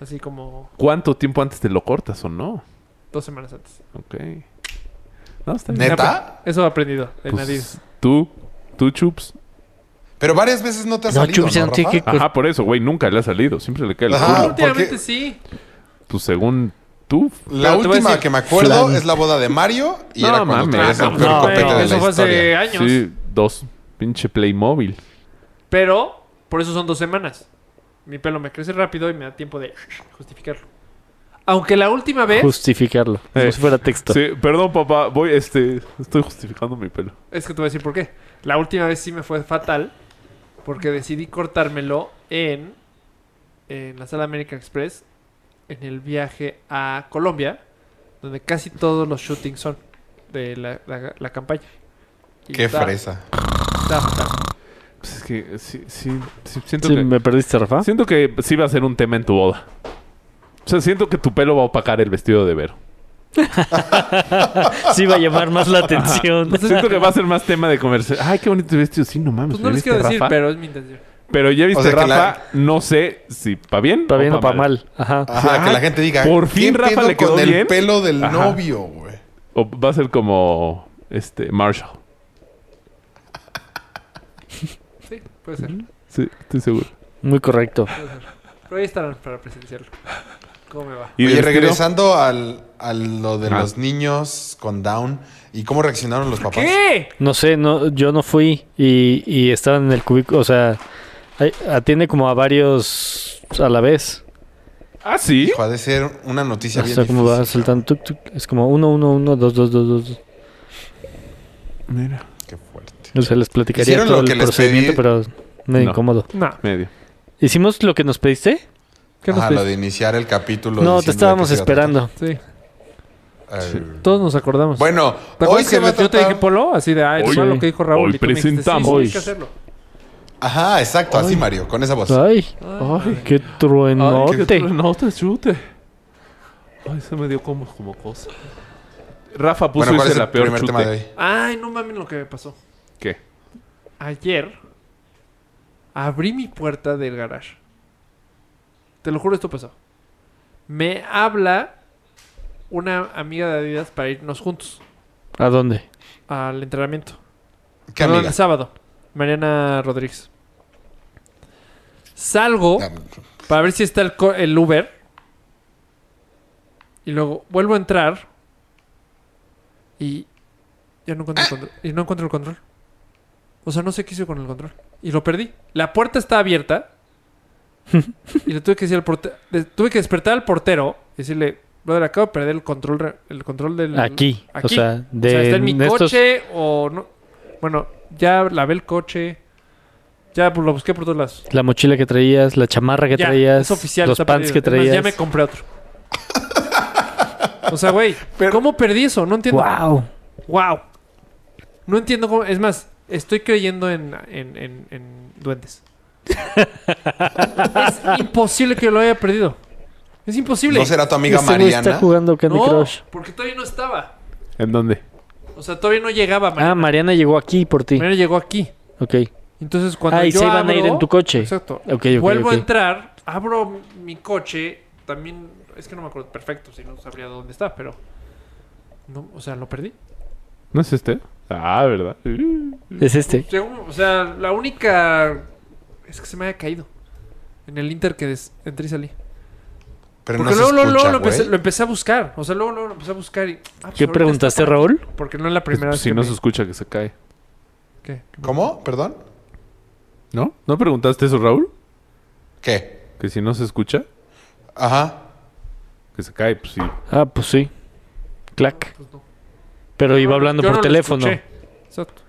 Speaker 4: Así como
Speaker 1: ¿Cuánto tiempo antes te lo cortas o no?
Speaker 4: dos semanas antes.
Speaker 1: Ok. No, está bien.
Speaker 3: ¿Neta?
Speaker 4: Eso he aprendido de
Speaker 1: Pues,
Speaker 4: nadie.
Speaker 1: tú, tú chups.
Speaker 3: Pero varias veces no te ha
Speaker 2: No,
Speaker 3: salido,
Speaker 2: Chubbs, ya
Speaker 3: ¿no,
Speaker 2: no tiene
Speaker 3: Rafa?
Speaker 2: que-
Speaker 1: Ajá, por eso, güey, nunca le ha salido. Siempre le cae el
Speaker 3: Ajá.
Speaker 1: culo.
Speaker 4: Últimamente
Speaker 3: porque-
Speaker 4: sí.
Speaker 1: Tú, según tú.
Speaker 3: La
Speaker 4: Pero te voy a
Speaker 3: última
Speaker 4: decir-
Speaker 3: que me acuerdo
Speaker 2: Flan.
Speaker 3: es la boda de Mario y
Speaker 1: No
Speaker 3: era cuando
Speaker 1: mames.
Speaker 4: Ah,
Speaker 3: traías el
Speaker 1: No,
Speaker 3: peor
Speaker 2: no,
Speaker 3: copete de
Speaker 4: Bueno,
Speaker 3: la
Speaker 4: eso fue hace
Speaker 3: historia.
Speaker 4: años.
Speaker 1: Sí, dos. Pinche Playmobil.
Speaker 4: Pero por eso son dos semanas. Mi pelo me crece rápido y me da tiempo de justificarlo. Aunque la última vez
Speaker 2: Justificarlo. Como
Speaker 1: Eh,
Speaker 2: si fuera texto.
Speaker 1: Sí, perdón, papá. Voy, este. Estoy justificando mi pelo.
Speaker 4: Es que te voy a decir por qué. La última vez sí me fue fatal. Porque decidí cortármelo en, en la sala American Express en el viaje a Colombia, donde casi todos los shootings son de la, la- la campaña. Y
Speaker 3: Qué
Speaker 4: está-
Speaker 3: fresa.
Speaker 4: está fatal.
Speaker 1: Pues es que sí, sí, sí, siento,
Speaker 2: Sí,
Speaker 1: que,
Speaker 2: ¿Me perdiste, Rafa?
Speaker 1: siento que sí va a ser un tema en tu boda. O sea, siento que tu pelo va a opacar el vestido de Vero.
Speaker 2: Sí, va a llamar más la atención.
Speaker 1: Siento Pues que va a ser más tema de conversación. Ay, qué bonito vestido. Sí, no mames.
Speaker 4: Pues no
Speaker 1: ¿me
Speaker 4: les
Speaker 1: viste,
Speaker 4: quiero decir,
Speaker 1: Rafa?
Speaker 4: pero es mi intención.
Speaker 1: Pero ya viste
Speaker 3: O sea, que
Speaker 1: Rafa,
Speaker 3: la-
Speaker 1: no sé si pa' bien
Speaker 2: Para bien o
Speaker 1: pa'
Speaker 2: para mal. Ajá.
Speaker 3: Ajá, que la gente diga.
Speaker 1: por fin
Speaker 3: "¿Qué
Speaker 1: Rafa
Speaker 3: pedo
Speaker 1: le quedó
Speaker 3: con
Speaker 1: bien?"
Speaker 3: el pelo del
Speaker 1: Ajá.
Speaker 3: novio, güey.
Speaker 1: O va a ser como este Marshall.
Speaker 4: Sí, puede ser.
Speaker 1: Sí, estoy seguro.
Speaker 2: Muy correcto.
Speaker 4: Pero ahí estarán para presenciarlo. ¿Cómo me va?
Speaker 1: Y
Speaker 3: Oye,
Speaker 1: del Ah. vestido,
Speaker 3: regresando al, a lo de
Speaker 1: Ajá.
Speaker 3: los niños con Down y cómo reaccionaron los papás.
Speaker 4: ¿Qué?
Speaker 2: No sé, no, yo no fui y, y estaban en el cubículo. O sea, hay- atiende como a varios a la vez.
Speaker 1: Ah, sí.
Speaker 3: Hijo, ha de ser una noticia
Speaker 2: o
Speaker 3: bien
Speaker 2: sea, como
Speaker 3: difícil.
Speaker 2: va saltando. tuc, tuc, es como uno, uno, uno, dos, dos, dos, dos. dos.
Speaker 1: Mira.
Speaker 3: Qué fuerte.
Speaker 2: O sea, les platicaría
Speaker 3: Hicieron
Speaker 2: todo
Speaker 3: lo que
Speaker 2: el
Speaker 3: les
Speaker 2: procedimiento,
Speaker 3: pedí.
Speaker 2: pero medio
Speaker 1: No.
Speaker 2: incómodo.
Speaker 4: No.
Speaker 1: Medio.
Speaker 2: ¿Hicimos lo que nos pediste?
Speaker 4: ¿Qué nos
Speaker 3: Ajá,
Speaker 4: pediste?
Speaker 3: lo de iniciar el
Speaker 2: no,
Speaker 3: capítulo. diciendo
Speaker 2: te
Speaker 3: de
Speaker 2: estábamos
Speaker 3: qué se iba a
Speaker 2: esperando.
Speaker 3: tratar.
Speaker 4: Sí,
Speaker 3: Ay.
Speaker 4: todos nos acordamos.
Speaker 3: Bueno,
Speaker 4: ¿Te
Speaker 3: hoy
Speaker 4: acuerdas
Speaker 3: se
Speaker 4: que
Speaker 3: va a
Speaker 4: yo te dije
Speaker 3: tratar...
Speaker 4: polo? Así de, ah,
Speaker 1: Hoy-
Speaker 4: eso es lo que dijo Raúl.
Speaker 1: hoy
Speaker 4: y tú me dijiste,
Speaker 1: presentamos.
Speaker 4: Sí, sí, hay que hacerlo.
Speaker 3: Ajá, exacto, así Mario, con esa voz.
Speaker 2: Ay, ay,
Speaker 4: madre.
Speaker 2: qué truenote.
Speaker 1: No te chute. Ay, se me dio como, como cosa. Rafa puso
Speaker 3: Bueno, ¿cuál es
Speaker 1: ese
Speaker 3: el
Speaker 1: la peor
Speaker 3: primer
Speaker 1: chute.
Speaker 3: tema de hoy?
Speaker 4: Ay, no mames lo que me pasó.
Speaker 1: ¿Qué?
Speaker 4: Ayer abrí mi puerta del garage. Te lo juro, esto pasó. Me habla una amiga de Adidas para irnos juntos
Speaker 2: ¿A dónde?
Speaker 4: al entrenamiento.
Speaker 3: ¿Qué
Speaker 4: Perdón,
Speaker 3: amiga?
Speaker 4: El sábado. Mariana Rodríguez. Salgo para ver si está el, co- el Uber. Y luego vuelvo a entrar. Y ya no encuentro el control. Y no encuentro el control. O sea, no sé qué hice con el control. Y lo perdí. La puerta está abierta. y le tuve que decir al portero. Tuve que despertar al portero. Y decirle, brother, acabo de perder el control, re- el control del.
Speaker 2: Aquí. O sea, de
Speaker 4: O sea, está en mi
Speaker 2: de estos-
Speaker 4: coche o no. Bueno, ya lavé el coche. Ya pues, lo busqué por todos lados.
Speaker 2: La mochila que traías, la chamarra que
Speaker 4: Ya,
Speaker 2: traías,
Speaker 4: es oficial,
Speaker 2: los
Speaker 4: está
Speaker 2: pants
Speaker 4: perdido.
Speaker 2: que
Speaker 4: Es más,
Speaker 2: traías.
Speaker 4: ya me compré otro. o sea, güey, ¿cómo perdí eso? No entiendo.
Speaker 2: wow.
Speaker 4: Wow. No entiendo cómo. Es más, estoy creyendo en, en, en- en duendes. es imposible que lo haya perdido. Es imposible.
Speaker 3: ¿No será tu amiga
Speaker 2: Este güey está
Speaker 3: Mariana?
Speaker 2: jugando Candy
Speaker 4: No,
Speaker 2: Crush.
Speaker 4: porque todavía no estaba.
Speaker 1: ¿En dónde?
Speaker 4: O sea, todavía no llegaba.
Speaker 2: Ah,
Speaker 4: Mariana.
Speaker 2: Mariana llegó aquí por ti.
Speaker 4: Mariana llegó aquí.
Speaker 2: Ok.
Speaker 4: Entonces, cuando
Speaker 2: Ah, y
Speaker 4: yo
Speaker 2: se iban a ir
Speaker 4: abro-
Speaker 2: en tu coche.
Speaker 4: Exacto.
Speaker 2: Ok, ok,
Speaker 4: Vuelvo
Speaker 2: ok.
Speaker 4: a entrar, abro mi coche. También, es que no me acuerdo perfecto, si no sabría dónde está, pero. No, o sea, lo perdí.
Speaker 1: ¿No es este? Ah, ¿verdad? Uh.
Speaker 2: Es este.
Speaker 4: Llegó- o sea, la única. Es que se me había caído. En el Inter que des- entré y salí.
Speaker 3: Pero no
Speaker 4: Porque
Speaker 3: se
Speaker 4: luego, luego,
Speaker 3: escucha,
Speaker 4: luego lo, empecé,
Speaker 3: güey.
Speaker 4: lo empecé a buscar. O sea, luego, luego lo empecé a buscar y. ah, pues
Speaker 2: ¿Qué
Speaker 4: ahorita
Speaker 2: preguntaste,
Speaker 4: está por
Speaker 2: Raúl?
Speaker 4: aquí, Porque no es la primera
Speaker 3: Pues,
Speaker 4: vez
Speaker 1: Pues si
Speaker 4: que
Speaker 1: no
Speaker 4: me-
Speaker 1: se escucha que se cae.
Speaker 4: ¿Qué?
Speaker 3: ¿Cómo? ¿Perdón?
Speaker 1: ¿No? ¿No preguntaste eso, Raúl?
Speaker 3: ¿Qué?
Speaker 1: Que si no se escucha,
Speaker 3: Ajá.
Speaker 1: que se cae. Pues sí.
Speaker 2: Ah, pues sí. Clac.
Speaker 4: Pues no.
Speaker 2: Pero iba
Speaker 4: No,
Speaker 2: hablando
Speaker 4: yo
Speaker 2: por
Speaker 4: no lo
Speaker 2: teléfono.
Speaker 4: escuché. Exacto.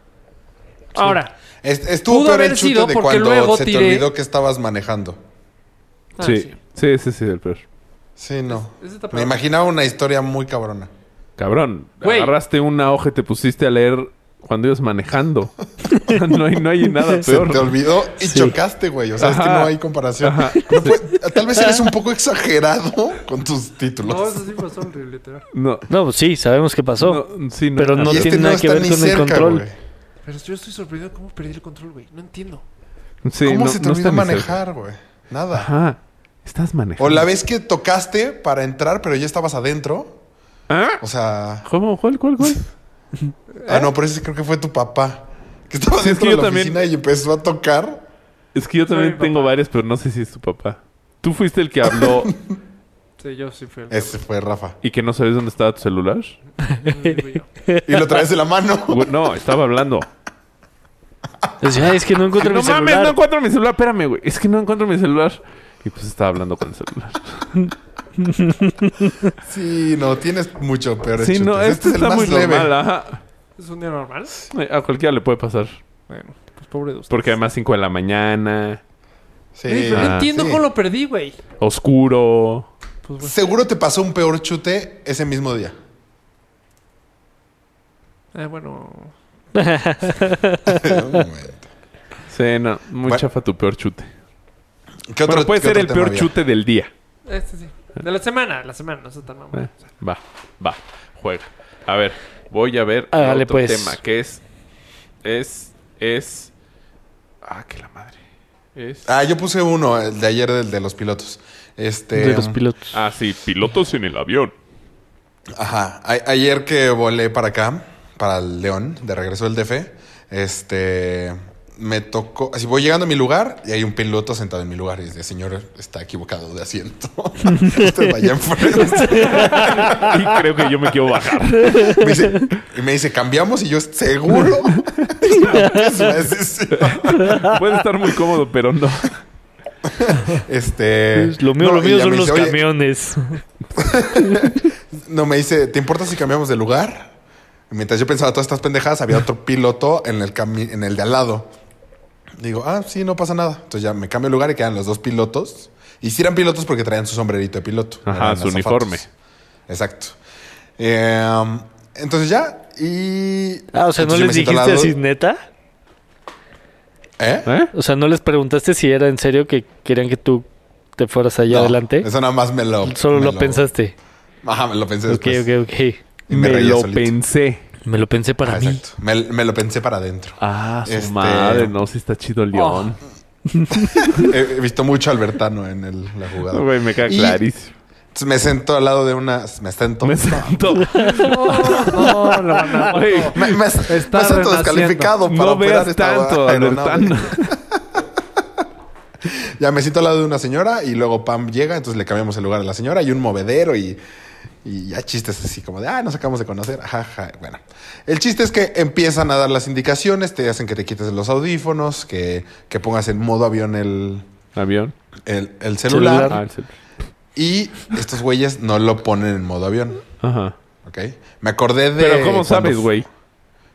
Speaker 4: Ahora,
Speaker 3: Es- Estuvo
Speaker 4: Pudo
Speaker 3: peor
Speaker 4: haber
Speaker 3: el chute
Speaker 4: sido
Speaker 3: de
Speaker 4: porque
Speaker 3: cuando
Speaker 4: luego
Speaker 3: se te
Speaker 4: tiré-
Speaker 3: olvidó que estabas manejando.
Speaker 4: Ah,
Speaker 1: sí.
Speaker 4: sí.
Speaker 1: sí. Sí, sí, el peor.
Speaker 3: Sí, no.
Speaker 4: Es- es esta
Speaker 3: Me
Speaker 4: palabra.
Speaker 3: imaginaba una historia muy cabrona.
Speaker 1: Cabrón,
Speaker 4: Güey.
Speaker 1: agarraste una hoja y te pusiste a leer cuando ibas manejando. no, hay, no hay nada
Speaker 3: Se te
Speaker 1: peor.
Speaker 3: olvidó y chocaste, güey. O sea, es que
Speaker 1: Ajá.
Speaker 3: no hay comparación. No puede- tal vez eres un poco exagerado con tus títulos.
Speaker 4: no, eso sí pasó horrible, literal.
Speaker 1: No,
Speaker 2: No, pues sí, sabemos qué pasó.
Speaker 1: no, sí, no.
Speaker 2: Pero no
Speaker 3: y este
Speaker 2: tiene
Speaker 3: no
Speaker 2: nada que
Speaker 3: está
Speaker 2: ver
Speaker 3: ni
Speaker 2: con el
Speaker 3: cerca,
Speaker 2: control.
Speaker 3: güey.
Speaker 4: Pero yo estoy sorprendido de cómo perdí el control, güey. No entiendo.
Speaker 1: Sí,
Speaker 3: ¿Cómo
Speaker 1: no-
Speaker 3: se te
Speaker 1: no
Speaker 3: olvidó
Speaker 1: está ni cerca.
Speaker 3: manejar, güey? Nada.
Speaker 1: Ajá. Estás manejando.
Speaker 3: O la vez que tocaste para entrar, pero ya estabas adentro.
Speaker 1: ¿Ah?
Speaker 3: O sea.
Speaker 1: ¿Cómo? ¿Cuál, cuál, cuál?
Speaker 3: Ah, no, pero ese creo que fue tu papá. Que estaba
Speaker 1: ¿Eh? Sí, es
Speaker 3: dentro
Speaker 1: que
Speaker 3: de
Speaker 1: yo
Speaker 3: la
Speaker 1: también-
Speaker 3: oficina y empezó a tocar.
Speaker 1: es que yo
Speaker 4: Fue mi
Speaker 1: también
Speaker 4: papá.
Speaker 1: tengo varias, pero no sé si es tu papá. Tú fuiste el que habló
Speaker 4: Sí, yo sí fui el
Speaker 3: Ese fue Rafa.
Speaker 1: y que no sabías dónde estaba tu celular.
Speaker 3: Y lo traes de la mano.
Speaker 1: Güey, No, estaba hablando.
Speaker 2: Decía, "Ay, es que no encuentro
Speaker 1: no
Speaker 2: mi celular.
Speaker 1: mames, no encuentro mi celular. Espérame, güey. Es que no encuentro mi celular. Y pues estaba hablando con el celular.
Speaker 3: Sí, no, tienes mucho peor.
Speaker 1: Sí, no, este, está muy normal. Ajá.
Speaker 4: ¿Es un día normal?
Speaker 1: A cualquiera le puede pasar.
Speaker 4: Bueno, pues pobre de usted.
Speaker 1: Porque además 5 de la mañana,
Speaker 3: Sí,
Speaker 4: Güey, pero
Speaker 1: Ah,
Speaker 4: no entiendo
Speaker 3: sí.
Speaker 4: cómo lo perdí, güey.
Speaker 1: oscuro.
Speaker 4: Pues bueno.
Speaker 3: Seguro te pasó un peor chute ese mismo día.
Speaker 4: Eh, bueno.
Speaker 3: Un momento.
Speaker 1: Sí, no, muy
Speaker 3: Bueno.
Speaker 1: chafa tu peor chute.
Speaker 3: ¿Qué otro-
Speaker 1: bueno, puede
Speaker 3: qué
Speaker 1: ser
Speaker 3: otro
Speaker 1: el
Speaker 3: tema
Speaker 1: peor
Speaker 3: había?
Speaker 1: chute del día.
Speaker 4: Este sí. De la semana, la semana, no está tan mamón.
Speaker 1: Eh, Va, va, juega. A ver, voy a ver
Speaker 2: Hágale,
Speaker 1: otro
Speaker 2: pues.
Speaker 1: tema que es. Es. Es. Ah, que la madre. Es.
Speaker 3: Ah, yo puse uno, el de ayer, del de los pilotos. Este,
Speaker 2: de los pilotos.
Speaker 1: Ah, sí, pilotos en el avión.
Speaker 3: Ajá. A- ayer que volé para acá, para el León, de regreso del DF, este. Me tocó. Así voy llegando a mi lugar y hay un piloto sentado en mi lugar. Y dice, señor, está equivocado de asiento. Usted vaya enfrente.
Speaker 1: y creo que yo me quiero bajar.
Speaker 3: Me dice- y me dice, cambiamos. Y yo, seguro. Es una decisión.
Speaker 1: Puede estar muy cómodo, pero no.
Speaker 3: Este.
Speaker 2: lo mío,
Speaker 3: no,
Speaker 2: lo
Speaker 3: y
Speaker 2: mío
Speaker 3: ya
Speaker 2: son
Speaker 3: me
Speaker 2: los
Speaker 3: dice, "Oye,
Speaker 2: camiones.
Speaker 3: No, me dice, ¿te importa si cambiamos de lugar? Y Mientras yo pensaba todas estas pendejadas, había otro piloto en el, cami- en el de al lado. Digo, ah, sí, no pasa nada. Entonces ya me cambio de lugar y quedan los dos pilotos. Y sí eran pilotos porque traían su sombrerito de piloto.
Speaker 1: Ajá,
Speaker 3: Eran
Speaker 1: su
Speaker 3: azafatos.
Speaker 1: uniforme.
Speaker 3: Exacto. Eh, entonces ya, y...
Speaker 2: Ah, o sea, ¿no
Speaker 3: entonces yo me
Speaker 2: les
Speaker 3: siento al
Speaker 2: dijiste
Speaker 3: lado.
Speaker 2: así neta?
Speaker 3: ¿Eh?
Speaker 1: ¿Eh?
Speaker 2: O sea, ¿no les preguntaste si era en serio que querían que tú te fueras allá
Speaker 3: No,
Speaker 2: adelante?
Speaker 3: Eso nada más me lo...
Speaker 2: Solo
Speaker 3: me
Speaker 2: lo pensaste.
Speaker 3: Ajá, me lo pensé
Speaker 2: Ok,
Speaker 3: después.
Speaker 2: ok, ok.
Speaker 3: Y me,
Speaker 1: Me
Speaker 3: reía
Speaker 1: lo
Speaker 3: solito.
Speaker 1: pensé.
Speaker 2: Me lo pensé para
Speaker 3: Ah,
Speaker 2: mí.
Speaker 3: exacto. Me, me lo pensé para adentro.
Speaker 1: Ah, su
Speaker 3: Este- oh.
Speaker 1: madre, no, sí está chido León.
Speaker 3: He he visto mucho Albertano en el- la jugada.
Speaker 1: No, Güey, me queda
Speaker 3: Y-
Speaker 1: clarísimo.
Speaker 3: Entonces me sento al lado de una. Me sento.
Speaker 1: Me
Speaker 3: Me,
Speaker 1: sentó.
Speaker 4: No, no, la van a-
Speaker 1: Güey,
Speaker 3: me- me siento
Speaker 4: renaciendo.
Speaker 3: descalificado para
Speaker 1: no
Speaker 3: operar
Speaker 1: veas
Speaker 3: esta
Speaker 1: tanto,
Speaker 3: aeronave.
Speaker 1: Albertano.
Speaker 3: Ya me siento al lado de una señora y luego Pam llega, entonces le cambiamos el lugar a la señora y un movedero y, y ya chistes así como de, ah, nos acabamos de conocer, jaja. Bueno, el chiste es que empiezan a dar las indicaciones, te hacen que te quites los audífonos, que, que pongas en modo avión el,
Speaker 1: Avión.
Speaker 3: el, el celular,
Speaker 1: Ah, el celular.
Speaker 3: y estos güeyes no lo ponen en modo avión,
Speaker 1: Ajá.
Speaker 3: ¿ok? Me acordé de...
Speaker 1: Pero ¿cómo
Speaker 3: Eh, cuando
Speaker 1: sabes,
Speaker 3: fu-
Speaker 1: güey?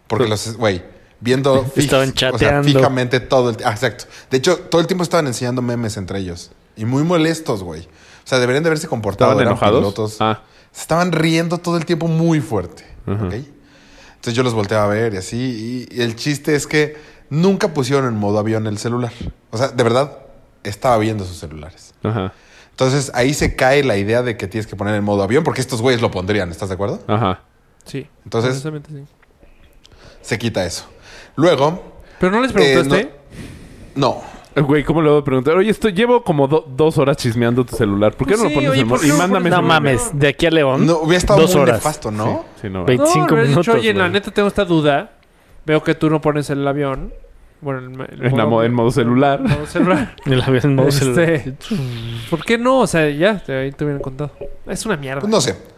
Speaker 3: Porque los, güey, viendo fij-
Speaker 2: Estaban chateando.
Speaker 3: fijamente todo el tiempo. exacto. De hecho, todo el tiempo estaban enseñando memes entre ellos. Y muy molestos, güey. O sea, deberían de haberse comportado.
Speaker 1: ¿Estaban
Speaker 3: eran
Speaker 1: enojados?
Speaker 3: pilotos.
Speaker 1: Ah.
Speaker 3: Se estaban riendo todo el tiempo muy fuerte. ¿ok? Entonces yo los volteaba a ver y así. Y, y el chiste es que nunca pusieron en modo avión el celular. O sea, de verdad, estaba viendo sus celulares.
Speaker 1: Ajá.
Speaker 3: Entonces ahí se cae la idea de que tienes que poner en modo avión porque estos güeyes lo pondrían. ¿Estás de acuerdo?
Speaker 1: Ajá.
Speaker 4: Sí.
Speaker 3: Entonces-
Speaker 4: honestamente sí.
Speaker 3: Se quita eso. Luego.
Speaker 4: Pero no les preguntaste.
Speaker 3: Eh, No.
Speaker 1: Eh, Güey, ¿cómo le voy a preguntar? Oye, esto llevo como do- dos horas chismeando tu celular. ¿Por qué
Speaker 4: Pues
Speaker 1: no pues,
Speaker 4: sí,
Speaker 1: lo pones
Speaker 4: oye,
Speaker 1: en
Speaker 4: ¿por
Speaker 1: mo-
Speaker 4: qué
Speaker 1: Y
Speaker 4: no lo
Speaker 1: mándame
Speaker 4: pones
Speaker 2: No
Speaker 1: ese
Speaker 4: en
Speaker 1: número.
Speaker 2: mames, de aquí a León.
Speaker 3: No, hubiera estado
Speaker 2: dos
Speaker 3: muy
Speaker 2: horas.
Speaker 3: nefasto,
Speaker 1: Sí,
Speaker 3: ¿no?
Speaker 1: sí, no. va.
Speaker 2: Ve-
Speaker 4: No, le
Speaker 2: 25
Speaker 4: hubieras dicho,
Speaker 2: minutos,
Speaker 4: Oye, la
Speaker 2: güey.
Speaker 4: neta tengo esta duda. Veo que tú no pones el avión. Bueno, el, el
Speaker 1: En la mo- en modo celular.
Speaker 4: En modo celular.
Speaker 2: El avión en modo celular.
Speaker 4: Este, ¿Por qué no? O sea, ya, te- ahí te hubieran contado. Es una mierda.
Speaker 3: Pues no sé.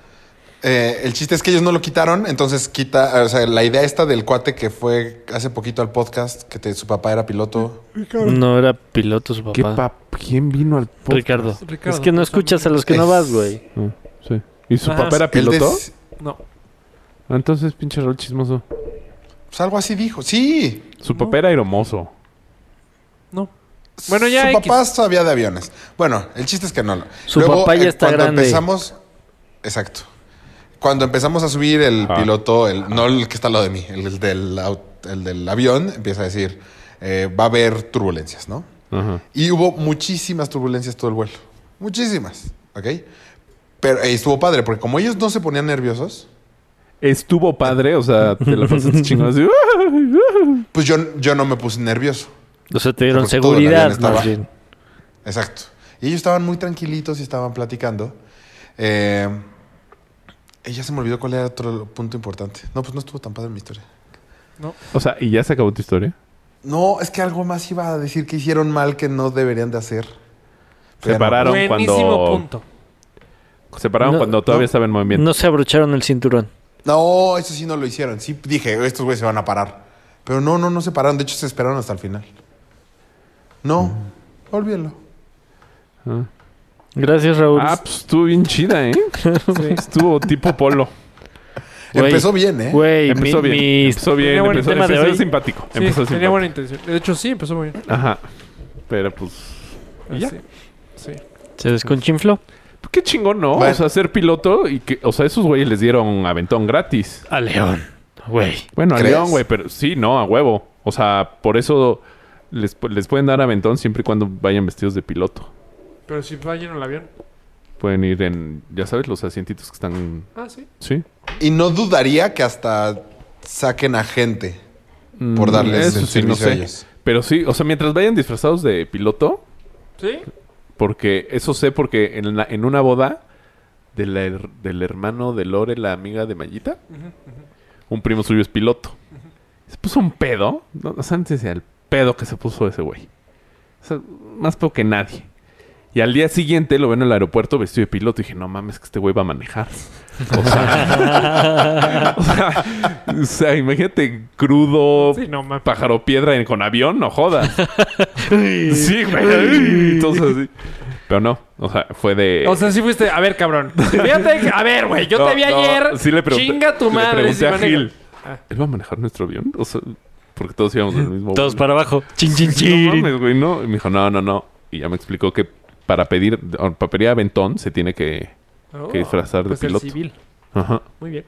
Speaker 3: Eh, el chiste es que ellos no lo quitaron, entonces quita, o sea, la idea esta del cuate que fue hace poquito al podcast, que te- su papá era piloto.
Speaker 2: No era piloto su
Speaker 1: ¿Qué
Speaker 2: papá.
Speaker 1: pap ¿Quién vino al podcast?
Speaker 2: Ricardo.
Speaker 4: Ricardo,
Speaker 2: Es que no
Speaker 4: pues,
Speaker 2: escuchas a los que no
Speaker 3: es-
Speaker 2: vas, güey.
Speaker 1: Ah, sí. ¿Y su
Speaker 4: Ajá.
Speaker 1: papá era
Speaker 3: Él
Speaker 1: piloto?
Speaker 3: des-
Speaker 4: No.
Speaker 1: Ah, Entonces, pinche rol chismoso.
Speaker 3: pues algo así dijo. Sí.
Speaker 1: Su papá era aeromozo.
Speaker 4: No. Bueno, ya
Speaker 3: Su
Speaker 4: X.
Speaker 3: papá sabía de aviones. Bueno, el chiste es que no. lo-
Speaker 2: Su papá ya
Speaker 3: eh,
Speaker 2: está
Speaker 3: cuando
Speaker 2: grande.
Speaker 3: empezamos. Exacto. Cuando empezamos a subir, el
Speaker 1: Ah.
Speaker 3: piloto, el, no el que está al lado de mí, el, el del, au- el del avión, empieza a decir: eh, va a haber turbulencias, ¿no?
Speaker 1: Ajá.
Speaker 3: Y hubo muchísimas turbulencias todo el vuelo. Muchísimas, ¿ok? Pero eh, estuvo padre, porque como ellos no se ponían nerviosos,
Speaker 1: Estuvo padre, o sea, te la pasaste chingón así. ¡ah!
Speaker 3: pues yo, yo no me puse nervioso.
Speaker 2: O sea, te dieron
Speaker 3: Pues todo el avión
Speaker 2: seguridad,
Speaker 3: estaba-
Speaker 2: más bien.
Speaker 3: Exacto. Y ellos estaban muy tranquilitos y estaban platicando. Eh, y ya se me olvidó cuál era otro punto importante. No, pues no estuvo tan padre mi historia.
Speaker 1: O sea, ¿y ya se acabó tu historia?
Speaker 3: No, es que algo más iba a decir que hicieron mal que no deberían de hacer.
Speaker 1: Se
Speaker 3: Pero-
Speaker 1: pararon
Speaker 4: Buenísimo
Speaker 1: cuando...
Speaker 4: punto.
Speaker 1: Se pararon
Speaker 2: No,
Speaker 1: cuando todavía
Speaker 3: no.
Speaker 1: estaba en movimiento.
Speaker 2: No se abrocharon el cinturón.
Speaker 3: No, eso sí no lo hicieron. Sí dije, estos güeyes se van a parar. Pero no, no, no se pararon. De hecho, se esperaron hasta el final. No, olvídenlo.
Speaker 2: Gracias, Raúl.
Speaker 1: Ah, pues estuvo bien chida, ¿eh? Estuvo tipo polo.
Speaker 2: Güey.
Speaker 3: Empezó bien, ¿eh?
Speaker 2: Güey, mi,
Speaker 1: empezó, bien,
Speaker 2: mi-
Speaker 1: empezó bien.
Speaker 4: Tenía buen
Speaker 1: Empezó
Speaker 2: tema de
Speaker 1: empezó
Speaker 2: hoy.
Speaker 1: simpático.
Speaker 4: Sí,
Speaker 1: empezó
Speaker 4: tenía
Speaker 1: simpático.
Speaker 4: buena intención. De hecho, sí, empezó muy bien.
Speaker 1: Ajá. Pero pues... ¿Y ya?
Speaker 4: Sí. Sí.
Speaker 2: se desconchinfló.
Speaker 1: Qué chingón, ¿no?
Speaker 3: Bueno.
Speaker 1: O sea, ser piloto y que... O sea, esos güeyes les dieron un aventón gratis.
Speaker 2: A León, güey.
Speaker 1: Bueno, a
Speaker 3: ¿Crees?
Speaker 1: León, güey, pero sí, no, a huevo. O sea, por eso les, pu- les pueden dar aventón siempre y cuando vayan vestidos de piloto.
Speaker 4: Pero si va lleno el avión.
Speaker 1: Pueden ir en, ya sabes, los asientitos que están...
Speaker 4: Ah, sí.
Speaker 1: Sí.
Speaker 3: Y no dudaría que hasta saquen a gente por darles
Speaker 1: Mm, Eso
Speaker 3: el
Speaker 1: sí,
Speaker 3: servicio
Speaker 1: no
Speaker 3: a
Speaker 1: sé.
Speaker 3: ellos.
Speaker 1: Pero sí, o sea, mientras vayan disfrazados de piloto,
Speaker 4: ¿Sí?
Speaker 1: porque eso sé porque en, la- en una boda de la her- del hermano de Lore, la amiga de Mayita, un primo suyo es piloto. Se puso un pedo, no, no saben si sea el pedo que se puso ese güey. O sea, más pedo que nadie. Y al día siguiente lo ven en el aeropuerto vestido de piloto. Y dije, no mames, que este güey va a manejar. O sea, o sea, o sea, imagínate crudo,
Speaker 4: Sí, no mames.
Speaker 1: pájaro piedra en- con avión, no jodas. sí, güey. Entonces, sí. Pero no, o sea, fue de.
Speaker 4: O sea, sí fuiste. A ver, cabrón. Fíjate que- A ver, güey. Yo
Speaker 1: No,
Speaker 4: te vi
Speaker 1: no,
Speaker 4: ayer.
Speaker 1: sí le pregunté-
Speaker 4: Chinga
Speaker 1: le
Speaker 4: tu madre.
Speaker 1: pregunté
Speaker 4: si
Speaker 1: a
Speaker 4: maneja.
Speaker 1: Gil.
Speaker 4: Ah.
Speaker 1: ¿Él va a manejar nuestro avión? O sea, porque todos íbamos en el mismo
Speaker 2: Todos
Speaker 1: vuelo.
Speaker 2: para abajo. Chin, chin,
Speaker 1: No
Speaker 2: chin.
Speaker 1: mames, güey, no. Y me dijo, no, no, no. Y ya me explicó que para pedir, o para pedir aventón se tiene que.
Speaker 4: Oh,
Speaker 1: Que disfrazar de
Speaker 4: pues el
Speaker 1: piloto.
Speaker 4: civil.
Speaker 1: Ajá.
Speaker 4: Muy bien.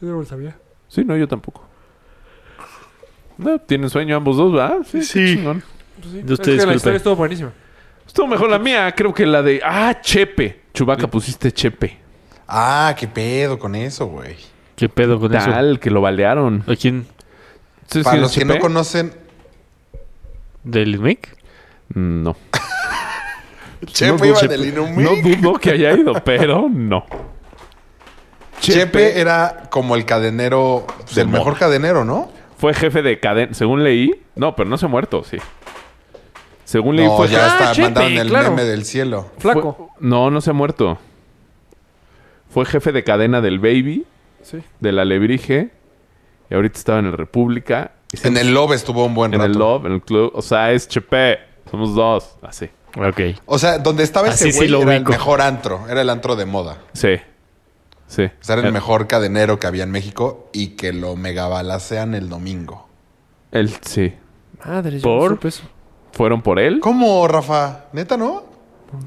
Speaker 4: Yo no lo sabía.
Speaker 1: Sí, no, yo tampoco. No, tienen sueño ambos dos, ¿verdad? Sí.
Speaker 2: Sí.
Speaker 1: chingón.
Speaker 4: Pues sí.
Speaker 2: De ustedes,
Speaker 4: Es que la
Speaker 2: disculpen.
Speaker 4: historia estuvo buenísima.
Speaker 1: Estuvo mejor la mía, creo que la de. Ah, Chepe. Chubaca, pusiste Chepe.
Speaker 3: Ah, qué pedo con eso, güey.
Speaker 2: ¿Qué pedo con eso?
Speaker 1: Tal, que lo balearon.
Speaker 2: ¿A quién?
Speaker 1: ¿Sabes
Speaker 3: Para
Speaker 1: quién es
Speaker 3: los que
Speaker 1: Chepe?
Speaker 3: no conocen,
Speaker 2: ¿Del Mick?
Speaker 1: Mm, No.
Speaker 3: Chepe
Speaker 1: No,
Speaker 3: iba
Speaker 1: Chepe.
Speaker 3: del Inumic.
Speaker 1: No dudo que haya ido, pero no.
Speaker 3: Chepe era como el cadenero, pues,
Speaker 1: De
Speaker 3: el mejor
Speaker 1: moda.
Speaker 3: cadenero, ¿no?
Speaker 1: Fue jefe de cadena. Según leí. No, pero no se ha muerto, sí. Según leí,
Speaker 3: No,
Speaker 1: fue
Speaker 3: ya
Speaker 4: Ah,
Speaker 3: está,
Speaker 4: Chepe,
Speaker 3: mandaron el
Speaker 4: claro.
Speaker 3: meme del cielo.
Speaker 4: Flaco.
Speaker 1: Fue- no, no se ha muerto. Fue jefe de cadena del Baby,
Speaker 4: Sí.
Speaker 1: del Alebrije, y ahorita estaba en el República. y se-
Speaker 3: En el Love estuvo un buen
Speaker 1: en
Speaker 3: rato.
Speaker 1: el Love, en el Club. O sea, es Chepe. Somos dos. Así.
Speaker 2: Ok.
Speaker 3: O sea, donde estaba ese
Speaker 2: Así sí
Speaker 3: güey
Speaker 2: lo
Speaker 3: era el
Speaker 2: ubico.
Speaker 3: mejor antro. Era el antro de moda.
Speaker 1: Sí. Sí.
Speaker 3: O sea, era
Speaker 1: Eh,
Speaker 3: el mejor cadenero que había en México y que lo megabalacean el domingo.
Speaker 1: él- sí.
Speaker 4: Madre, yo
Speaker 2: ¿Por?
Speaker 4: no supe eso.
Speaker 1: Fueron por él.
Speaker 3: ¿Cómo, Rafa? ¿Neta, no?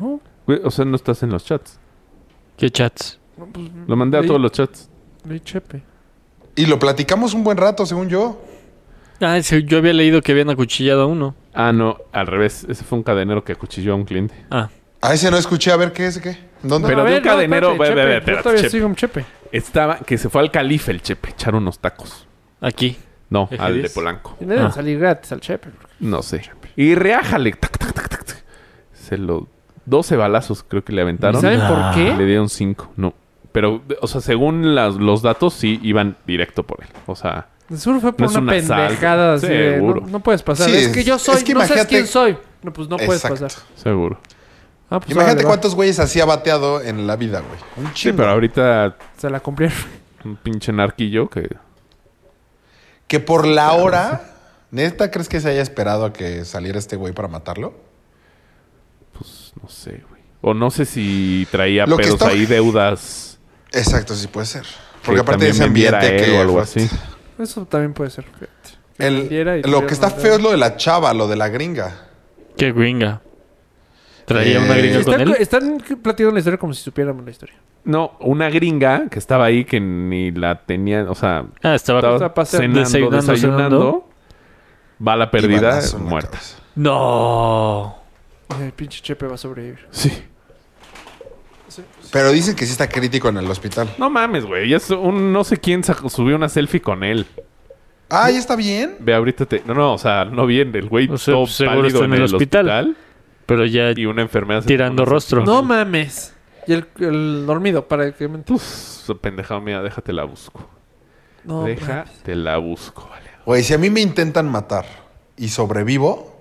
Speaker 4: No,
Speaker 1: Güey, O sea, no estás en los chats.
Speaker 2: ¿Qué chats?
Speaker 4: no, pues
Speaker 1: Lo mandé a
Speaker 4: Leí.
Speaker 1: todos los chats.
Speaker 4: leí Chepe.
Speaker 3: Y lo platicamos un buen rato, según yo.
Speaker 2: Ah, sí, yo había leído que habían acuchillado a uno.
Speaker 1: Ah, no, al revés. Ese fue un cadenero que acuchilló a un cliente.
Speaker 2: Ah,
Speaker 3: A ese no escuché, a ver qué es, qué. ¿Dónde?
Speaker 1: Pero
Speaker 4: a
Speaker 1: de un cadenero,
Speaker 4: espérate,
Speaker 1: ve, ve, ve,
Speaker 4: Chepe. Yo
Speaker 1: espérate,
Speaker 4: todavía
Speaker 1: Chepe.
Speaker 4: estoy con Chepe.
Speaker 1: Estaba, que se fue al calife el chepe, echar unos tacos.
Speaker 2: aquí.
Speaker 1: No,
Speaker 2: Eje
Speaker 1: al de
Speaker 2: 10.
Speaker 1: Polanco.
Speaker 4: Y le deben
Speaker 2: Ah.
Speaker 4: salir gratis al Chepe.
Speaker 1: No sé. Y reájale. tac, tac, tac, tac, tac. Se lo. 12 balazos creo que le aventaron.
Speaker 4: ¿Saben
Speaker 2: Ah.
Speaker 4: por
Speaker 1: Le
Speaker 4: qué?
Speaker 1: dieron 5. No. Pero, o sea, según las- los datos, sí iban directo por él. O sea,
Speaker 4: Seguro fue
Speaker 1: No
Speaker 4: por
Speaker 1: es
Speaker 4: una
Speaker 1: un asalto.
Speaker 4: pendejada así de, no,
Speaker 1: Seguro.
Speaker 4: no puedes pasar.
Speaker 3: Sí,
Speaker 4: es que
Speaker 3: es-
Speaker 4: yo soy,
Speaker 3: es que
Speaker 4: no sabes
Speaker 3: imagínate-
Speaker 4: quién soy. No, pues no puedes
Speaker 3: Exacto.
Speaker 4: pasar.
Speaker 1: seguro.
Speaker 4: Ah, pues
Speaker 3: Imagínate
Speaker 4: órale, va.
Speaker 3: cuántos güeyes así ha bateado en la vida, güey. Un
Speaker 1: Sí,
Speaker 3: chingo.
Speaker 1: pero ahorita
Speaker 4: Se la cumplieron.
Speaker 1: un pinche narquillo que.
Speaker 3: Que por la hora, ¿neta crees que se haya esperado a que saliera este güey para matarlo?
Speaker 1: Pues no sé, güey. O no sé si traía
Speaker 3: Lo que
Speaker 1: pedos
Speaker 3: estaba-
Speaker 1: ahí, deudas.
Speaker 3: Exacto, sí puede ser. Porque
Speaker 1: que
Speaker 3: aparte de ese
Speaker 1: también vendiera
Speaker 3: ambiente
Speaker 1: él
Speaker 3: que...
Speaker 1: o algo
Speaker 3: fue-
Speaker 1: así.
Speaker 4: Eso también puede ser. fíjate.
Speaker 3: el-
Speaker 4: vendiera y
Speaker 3: lo
Speaker 4: tuviera
Speaker 3: que está
Speaker 4: mandado.
Speaker 3: feo es lo de la chava, lo de la gringa.
Speaker 2: Qué gringa. ¿Traía
Speaker 3: Eh,
Speaker 2: una gringa con
Speaker 4: Están,
Speaker 2: él?
Speaker 4: están platicando la historia como si supiéramos la historia.
Speaker 1: No, una gringa que estaba ahí que ni la tenía. O sea,
Speaker 2: Ah, estaba...
Speaker 1: estaba
Speaker 2: paseando.
Speaker 1: cenando,
Speaker 2: Desayunando,
Speaker 1: desayunando,
Speaker 2: cenando.
Speaker 1: bala
Speaker 3: Y
Speaker 1: perdida,
Speaker 3: balazo en la
Speaker 1: muerta.
Speaker 3: cabeza.
Speaker 2: No.
Speaker 4: El pinche Chepe va a sobrevivir.
Speaker 1: Sí.
Speaker 3: Pero dicen que sí está crítico en el hospital.
Speaker 1: No mames, güey. Es un no sé quién sacó- subió una selfie con él.
Speaker 3: Ah, ¿ya está bien?
Speaker 1: Ve, ahorita te. No, no, o sea, no bien. El güey
Speaker 2: O sea,
Speaker 1: todo
Speaker 2: seguro
Speaker 1: pálido
Speaker 2: está en el hospital. Pero ya...
Speaker 1: y una enfermedad. se
Speaker 2: Tirando
Speaker 1: pone-
Speaker 2: rostro.
Speaker 4: No mames. Y el, el dormido, prácticamente.
Speaker 1: Tus, pendejado mía, déjate la busco.
Speaker 2: Oh,
Speaker 4: No, mames.
Speaker 1: déjate la busco, vale.
Speaker 3: Güey, si a mí me intentan matar y sobrevivo,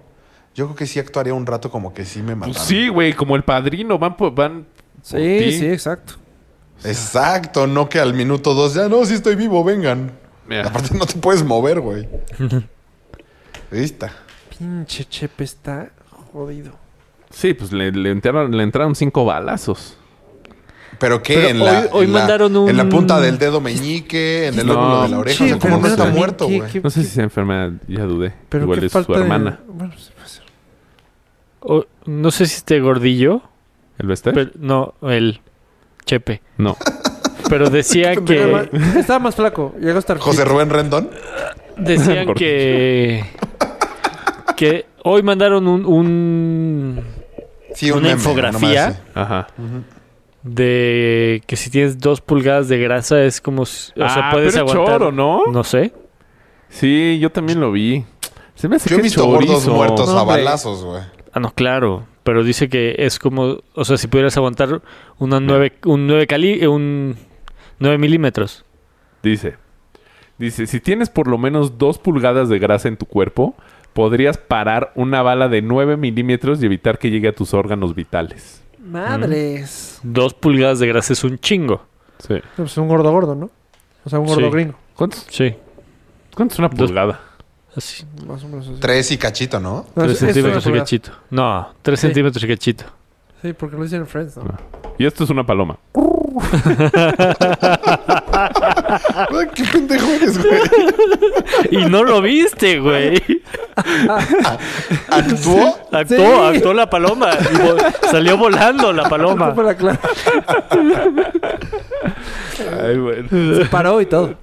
Speaker 3: yo creo que sí actuaría un rato como que sí me mataron.
Speaker 1: Pues sí, güey, como el padrino, van por, van por
Speaker 4: Sí,
Speaker 1: ti.
Speaker 4: sí, exacto.
Speaker 3: Exacto, no que al minuto dos ya, no, sí estoy vivo, vengan.
Speaker 1: Mira.
Speaker 3: Aparte no te puedes mover, güey. Lista.
Speaker 4: Pinche Chepe está jodido.
Speaker 1: Sí, pues le, le entraron, le entraron cinco balazos.
Speaker 3: ¿Pero qué?
Speaker 2: Pero
Speaker 3: en la,
Speaker 2: hoy- hoy
Speaker 3: en la-
Speaker 2: mandaron un-
Speaker 3: En la punta del dedo meñique, en el
Speaker 1: No,
Speaker 3: ángulo de la oreja. o sea, como no
Speaker 1: pero
Speaker 3: está
Speaker 1: no,
Speaker 3: muerto,
Speaker 4: ¿qué-
Speaker 3: güey.
Speaker 4: qué-
Speaker 1: No sé
Speaker 4: qué-
Speaker 1: si sea enfermedad, ya dudé.
Speaker 4: Pero
Speaker 1: Igual
Speaker 4: qué
Speaker 1: es su
Speaker 4: falta de-
Speaker 1: hermana.
Speaker 4: Bueno, sí puede ser.
Speaker 2: O- no sé si este gordillo
Speaker 1: ¿El Bester?
Speaker 2: Pero- no, el Chepe.
Speaker 1: No.
Speaker 2: Pero decía que.
Speaker 4: Estaba más flaco. Llegó a estar
Speaker 3: José
Speaker 4: fit.
Speaker 3: Rubén Rendón.
Speaker 2: Decían
Speaker 1: Por
Speaker 2: que. Que hoy mandaron un. un
Speaker 3: Sí,
Speaker 2: Una
Speaker 3: meme,
Speaker 2: infografía.
Speaker 3: nomás, ¿eh? sí.
Speaker 1: Ajá.
Speaker 2: de que si tienes dos pulgadas de grasa es como. si- O sea,
Speaker 1: Ah,
Speaker 2: puedes
Speaker 1: pero
Speaker 2: aguantar.
Speaker 1: choro, ¿no?
Speaker 2: No sé.
Speaker 1: Sí, yo también lo vi. Se me hace
Speaker 3: Yo he
Speaker 1: que es
Speaker 3: visto gordos
Speaker 1: Este chorizo.
Speaker 3: muertos
Speaker 4: No,
Speaker 3: a
Speaker 4: hombre.
Speaker 3: balazos, güey.
Speaker 2: Ah, no, claro. Pero dice que es como. O sea, si pudieras aguantar una 9, un 9 cali. eh, Un 9 milímetros.
Speaker 1: Dice. Dice, si tienes por lo menos dos pulgadas de grasa en tu cuerpo, podrías parar una bala de 9 milímetros y evitar que llegue a tus órganos vitales.
Speaker 4: Madres.
Speaker 2: Dos pulgadas de grasa es un chingo.
Speaker 1: Sí.
Speaker 4: Pues un gordo gordo, ¿no? O sea, un gordo
Speaker 2: Sí.
Speaker 4: gringo.
Speaker 1: ¿Cuántos?
Speaker 2: Sí.
Speaker 1: ¿Cuánto es una
Speaker 2: Dos-
Speaker 1: pulgada?
Speaker 2: Así.
Speaker 4: Más o menos así.
Speaker 3: Tres y cachito, ¿no?
Speaker 4: No,
Speaker 2: 3
Speaker 4: es- es
Speaker 2: centímetros y
Speaker 4: una
Speaker 2: cachito. No, 3
Speaker 4: Sí.
Speaker 2: centímetros y cachito.
Speaker 4: pulgada. Sí, porque lo dicen en Friends, ¿no?
Speaker 1: Y esto es una paloma.
Speaker 3: Ay, ¿Qué pendejo eres, güey?
Speaker 2: Y no lo viste, güey.
Speaker 3: Actuó
Speaker 2: Actuó,
Speaker 4: Sí.
Speaker 2: actuó la paloma. Y vo- salió volando la paloma.
Speaker 4: Fue la clara.
Speaker 1: Ay, bueno.
Speaker 4: Se paró y todo.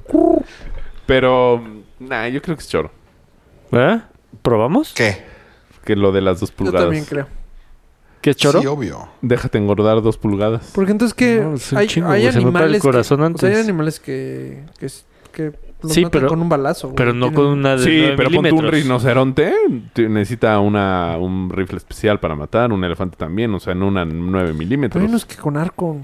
Speaker 1: Pero, nah, yo creo que es choro.
Speaker 2: ¿Eh? ¿Probamos?
Speaker 3: ¿Qué?
Speaker 1: Que lo de las dos
Speaker 4: Yo
Speaker 1: pulgadas.
Speaker 4: también creo.
Speaker 2: ¿Qué es choro?
Speaker 3: Sí, obvio.
Speaker 1: Déjate engordar dos pulgadas.
Speaker 4: Porque entonces que
Speaker 2: No, es un
Speaker 4: hay,
Speaker 2: chingo,
Speaker 4: hay
Speaker 2: güey, se me para el
Speaker 4: animales
Speaker 2: corazón
Speaker 4: que, o sea, hay
Speaker 2: antes.
Speaker 4: animales que que, s- que los
Speaker 2: Sí,
Speaker 4: matan
Speaker 2: pero-
Speaker 4: con un balazo. güey.
Speaker 2: pero no
Speaker 4: Tienen-
Speaker 2: con una de
Speaker 1: Sí,
Speaker 2: 9
Speaker 1: pero ponte un
Speaker 2: milímetros.
Speaker 1: rinoceronte. te- Necesita una, un rifle especial para matar. Un elefante también. O sea, en una 9
Speaker 4: Pero
Speaker 1: milímetros.
Speaker 4: hay unos que con arco.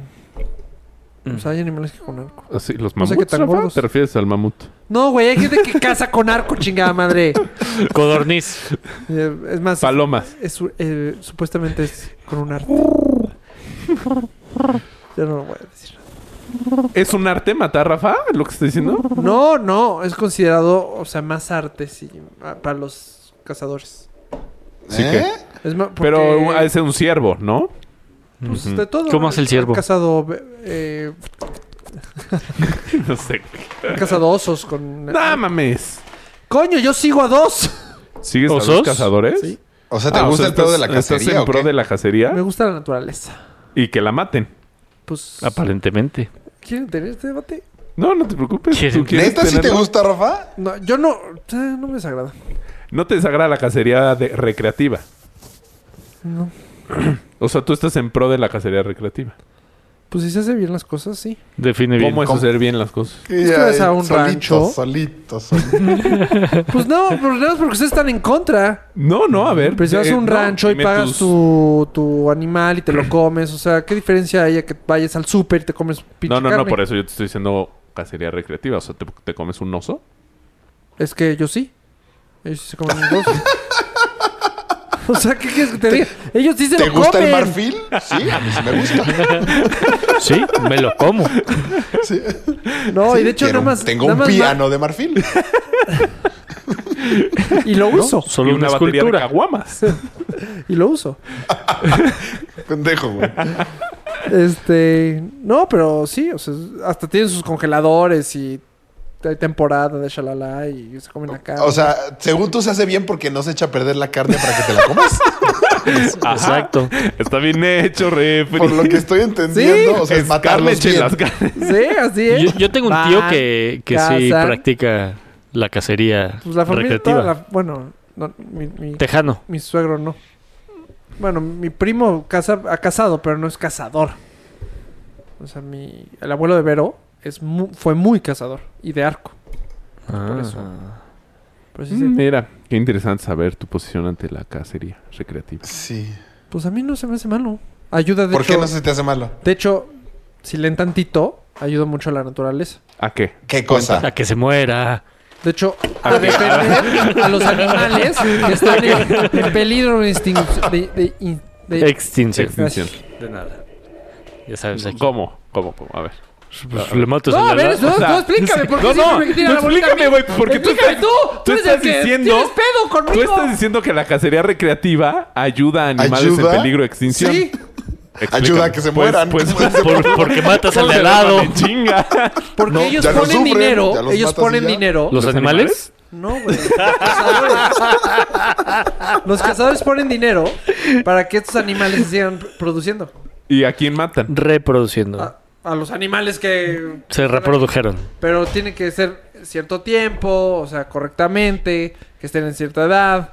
Speaker 4: O
Speaker 2: Mm.
Speaker 4: sea, hay animales que con arco.
Speaker 1: Así, los
Speaker 4: No sé
Speaker 1: mamuts.
Speaker 4: qué tan
Speaker 1: Rafa?
Speaker 4: gordos.
Speaker 1: ¿Te refieres al mamut?
Speaker 4: No, güey, hay gente que caza con arco, chingada madre.
Speaker 2: Codorniz.
Speaker 4: Eh, Es más,
Speaker 1: Palomas.
Speaker 4: es, eh, supuestamente es con un arte. ya no lo voy a decir.
Speaker 1: ¿Es un arte matar, Rafa? ¿Lo que estoy diciendo?
Speaker 4: No, no, es considerado, o sea, más arte sí, a- para los cazadores.
Speaker 1: Sí
Speaker 3: ¿Eh?
Speaker 4: Es más,
Speaker 1: Pero
Speaker 4: porque,
Speaker 1: es un ciervo, ¿no?
Speaker 4: pues, de todo.
Speaker 2: ¿Cómo hace el
Speaker 4: Han
Speaker 2: ciervo?
Speaker 4: Cazado, eh,
Speaker 1: No sé.
Speaker 4: han cazado osos con. eh,
Speaker 1: ¡No mames!
Speaker 4: Coño, yo sigo a dos.
Speaker 1: ¿Sigues a
Speaker 2: ¿Osos?
Speaker 1: los cazadores?
Speaker 4: Sí.
Speaker 3: O sea, ¿te
Speaker 1: Ah, o
Speaker 3: gusta
Speaker 1: sea,
Speaker 3: el pedo de la
Speaker 1: estás- ¿Estás
Speaker 3: cacería
Speaker 1: en
Speaker 3: o
Speaker 1: pro
Speaker 3: qué?
Speaker 1: de la cacería?
Speaker 4: Me gusta la naturaleza.
Speaker 1: Y que la maten.
Speaker 4: Pues.
Speaker 2: Aparentemente.
Speaker 4: ¿Quieren tener este debate?
Speaker 1: No, no te preocupes.
Speaker 2: ¿Quieren-
Speaker 1: ¿Tú quieres
Speaker 3: ¿Neta sí te
Speaker 1: tenerlo?
Speaker 3: gusta, Rafa?
Speaker 4: No, yo no. eh, No me desagrada.
Speaker 1: No te desagrada la cacería de- recreativa.
Speaker 4: No.
Speaker 1: O sea, tú estás en pro de la cacería recreativa.
Speaker 4: Pues si se hace bien las cosas, sí.
Speaker 2: Define bien.
Speaker 1: ¿Cómo es
Speaker 3: ¿Cómo?
Speaker 1: hacer bien las cosas?
Speaker 4: que
Speaker 3: Ya,
Speaker 4: vas a un
Speaker 3: solito,
Speaker 4: rancho.
Speaker 3: solito, solito.
Speaker 4: Pues no, pero nada más porque ustedes están en contra.
Speaker 1: No, no, a ver.
Speaker 4: Pero si Pues vas
Speaker 1: eh,
Speaker 4: a un
Speaker 1: no,
Speaker 4: rancho y
Speaker 1: dime
Speaker 4: pagas
Speaker 1: tus-
Speaker 4: tu, tu animal y te lo comes, o sea, ¿qué diferencia hay a que vayas al súper y te comes pinche
Speaker 1: No, no, no,
Speaker 4: carne?
Speaker 1: por eso yo te estoy diciendo cacería recreativa. O sea, ¿te, te comes un oso?
Speaker 4: Es que yo sí. Ellos sí se comen dos. o sea, ¿qué quieres que te diga? Ellos sí se
Speaker 3: ¿Te
Speaker 4: lo
Speaker 3: gusta
Speaker 4: comen.
Speaker 3: el marfil? Sí, a mí sí me gusta.
Speaker 2: Sí, me lo como.
Speaker 4: No, y de hecho
Speaker 3: Quiero
Speaker 4: nada
Speaker 3: un-
Speaker 4: más...
Speaker 3: tengo
Speaker 4: nada
Speaker 3: un
Speaker 4: más
Speaker 3: piano de marfil.
Speaker 4: ma- Y lo uso.
Speaker 2: Solo
Speaker 1: y
Speaker 2: una,
Speaker 1: una, batería de
Speaker 2: escultura.
Speaker 1: caguamas.
Speaker 4: Y lo uso.
Speaker 3: Pendejo, güey.
Speaker 4: Este... No, pero sí, o sea, hasta tienen sus congeladores y... Hay temporada de shalala y se comen acá.
Speaker 3: O sea, según tú se hace bien porque no se echa a perder la carne para que te la comas.
Speaker 2: Exacto.
Speaker 1: Está bien hecho, refri.
Speaker 3: Por lo que estoy entendiendo,
Speaker 4: Sí,
Speaker 3: o sea, es
Speaker 1: carne
Speaker 3: matarlos bien.
Speaker 1: chelas, carne.
Speaker 4: Sí, así ¿eh? es.
Speaker 2: Yo, yo tengo un
Speaker 4: Van,
Speaker 2: tío que, que sí
Speaker 4: cazan.
Speaker 2: practica la cacería
Speaker 4: Pues la familia
Speaker 2: recreativa.
Speaker 4: toda la- bueno, no, mi, mi-
Speaker 2: Tejano.
Speaker 4: mi suegro no. Bueno, mi primo casa, ha casado, pero no es cazador. O sea, mi el abuelo de Vero es mu- fue muy cazador y de arco.
Speaker 2: Ah.
Speaker 4: eso. Pero sí, se-
Speaker 1: Mira, qué interesante saber tu posición ante la cacería recreativa.
Speaker 3: Sí.
Speaker 4: Pues a mí no se me hace malo. Ayuda de
Speaker 3: ¿Por
Speaker 4: hecho.
Speaker 3: qué no se te hace malo?
Speaker 4: De hecho, si leen tantito, ayuda mucho a la naturaleza.
Speaker 1: ¿A qué?
Speaker 3: ¿Qué cosa?
Speaker 2: A que se muera.
Speaker 4: De hecho,
Speaker 1: Ah,
Speaker 4: a defender a los animales que están en, en peligro de, extinción. de, de in- de-
Speaker 2: Extinción.
Speaker 1: Extinción.
Speaker 2: De nada. Ya sabes, aquí.
Speaker 1: ¿Cómo? ¿Cómo? ¿Cómo? A ver. Ah.
Speaker 2: Pues le matas
Speaker 4: No,
Speaker 2: en
Speaker 4: a
Speaker 2: la
Speaker 4: ver,
Speaker 2: lata.
Speaker 4: no,
Speaker 1: O sea,
Speaker 4: no, explícame. ¿Por qué
Speaker 1: no,
Speaker 4: siempre
Speaker 1: no,
Speaker 4: me quitan
Speaker 1: no,
Speaker 4: la bolita a mí?
Speaker 1: explícame, güey, porque tú
Speaker 4: Explícame
Speaker 1: estás-
Speaker 4: tú. Tú,
Speaker 1: tú
Speaker 4: eres
Speaker 1: estás
Speaker 4: el que
Speaker 1: diciendo-
Speaker 4: Tienes pedo conmigo.
Speaker 1: Tú estás diciendo que la cacería recreativa ayuda a animales
Speaker 3: ¿Ayuda?
Speaker 1: en peligro de extinción.
Speaker 4: Sí.
Speaker 1: Explícame.
Speaker 3: Ayuda a que se
Speaker 1: Pues-
Speaker 3: mueran.
Speaker 1: Pues,
Speaker 2: Por- porque matas al de al lado.
Speaker 1: En chinga.
Speaker 4: Porque
Speaker 3: No,
Speaker 4: ellos
Speaker 3: ya los
Speaker 4: ponen
Speaker 3: sufren, ya
Speaker 4: dinero.
Speaker 3: los
Speaker 4: Ellos
Speaker 3: matas y
Speaker 4: ponen
Speaker 3: ya.
Speaker 4: dinero.
Speaker 2: ¿Los, animales?
Speaker 4: No, güey. Los cazadores. Los cazadores ponen dinero para que estos animales se sigan produciendo.
Speaker 1: ¿Y a quién matan?
Speaker 2: Reproduciendo.
Speaker 4: A, a los animales que...
Speaker 2: Se reprodujeron.
Speaker 4: Pero tiene que ser cierto tiempo, o sea, correctamente, que estén en cierta edad.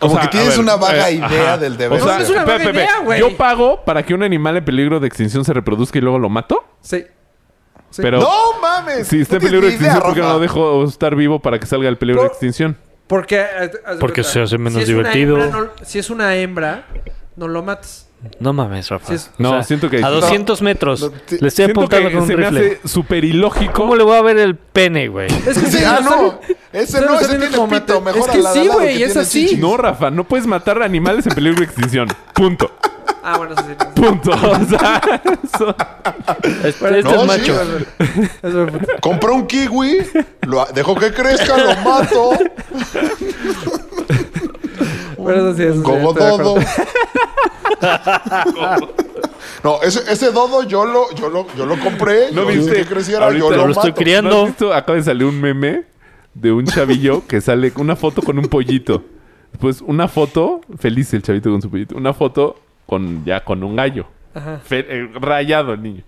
Speaker 3: Como
Speaker 1: O sea,
Speaker 3: que
Speaker 1: a
Speaker 3: tienes
Speaker 1: ver,
Speaker 3: una vaga
Speaker 1: eh,
Speaker 3: idea
Speaker 1: ajá.
Speaker 3: del deber.
Speaker 1: O sea,
Speaker 4: No, no es una
Speaker 1: espera,
Speaker 4: vaga
Speaker 1: espera,
Speaker 4: idea,
Speaker 1: espera.
Speaker 4: güey.
Speaker 1: Yo pago para que un animal en peligro de extinción se reproduzca y luego lo mato.
Speaker 4: Sí. Sí.
Speaker 1: Pero
Speaker 3: no mames.
Speaker 1: si este está en
Speaker 3: No tienes
Speaker 1: peligro de
Speaker 3: ni idea,
Speaker 1: extinción, ¿por qué no
Speaker 3: Rafa.
Speaker 1: lo dejo estar vivo para que salga el peligro de
Speaker 4: Pero-
Speaker 1: extinción?
Speaker 4: Porque, eh, haz de
Speaker 2: Porque
Speaker 4: cuenta,
Speaker 2: se hace menos
Speaker 4: es una
Speaker 2: divertido.
Speaker 4: hembra, no- si es una hembra, no lo matas.
Speaker 2: No mames, Rafa.
Speaker 4: Sí, es-
Speaker 1: No, siento que-
Speaker 2: A
Speaker 1: No,
Speaker 2: 200 metros.
Speaker 3: no, te-
Speaker 2: le estoy
Speaker 1: Siento
Speaker 2: apuntando
Speaker 1: que
Speaker 2: con un
Speaker 1: se me
Speaker 2: rifle.
Speaker 1: hace súper ilógico.
Speaker 2: ¿Cómo le voy a ver el pene, güey?
Speaker 4: Es
Speaker 3: Sí,
Speaker 4: sí,
Speaker 3: ah,
Speaker 4: los
Speaker 3: no.
Speaker 4: ani-
Speaker 3: Ese
Speaker 4: ustedes
Speaker 3: no,
Speaker 4: los
Speaker 3: ese
Speaker 4: animales
Speaker 3: tiene
Speaker 4: como
Speaker 3: pito.
Speaker 4: matan-
Speaker 3: Mejor
Speaker 4: Es que
Speaker 3: al
Speaker 4: sí,
Speaker 3: lado que
Speaker 4: güey, es
Speaker 3: tiene
Speaker 4: así.
Speaker 3: chichis.
Speaker 1: No, Rafa, no puedes matar animales en peligro de extinción. Punto.
Speaker 4: Ah, bueno, eso sí.
Speaker 1: Punto. O sea, eso-
Speaker 2: Este, este
Speaker 3: No,
Speaker 2: es
Speaker 3: sí,
Speaker 2: macho.
Speaker 4: Eso fue-
Speaker 3: Compró un kiwi, lo, dejó que crezca, lo mato,
Speaker 4: Pero eso sí, eso sí,
Speaker 3: como
Speaker 4: estoy de
Speaker 3: dodo.
Speaker 4: acuerdo.
Speaker 3: No, ese, ese dodo yo lo, yo lo, yo lo compré.
Speaker 1: ¿No
Speaker 3: yo
Speaker 1: viste?
Speaker 3: dejé que creciera,
Speaker 1: Ahorita
Speaker 3: yo
Speaker 1: lo
Speaker 3: lo,
Speaker 2: estoy
Speaker 3: mato.
Speaker 2: criando.
Speaker 1: ¿No has visto? Acaba de salir un meme de un chavillo que sale con una foto con un pollito. Después una foto, feliz el chavito con su pollito, una foto con ya con un gallo. Fe- eh, rayado el niño.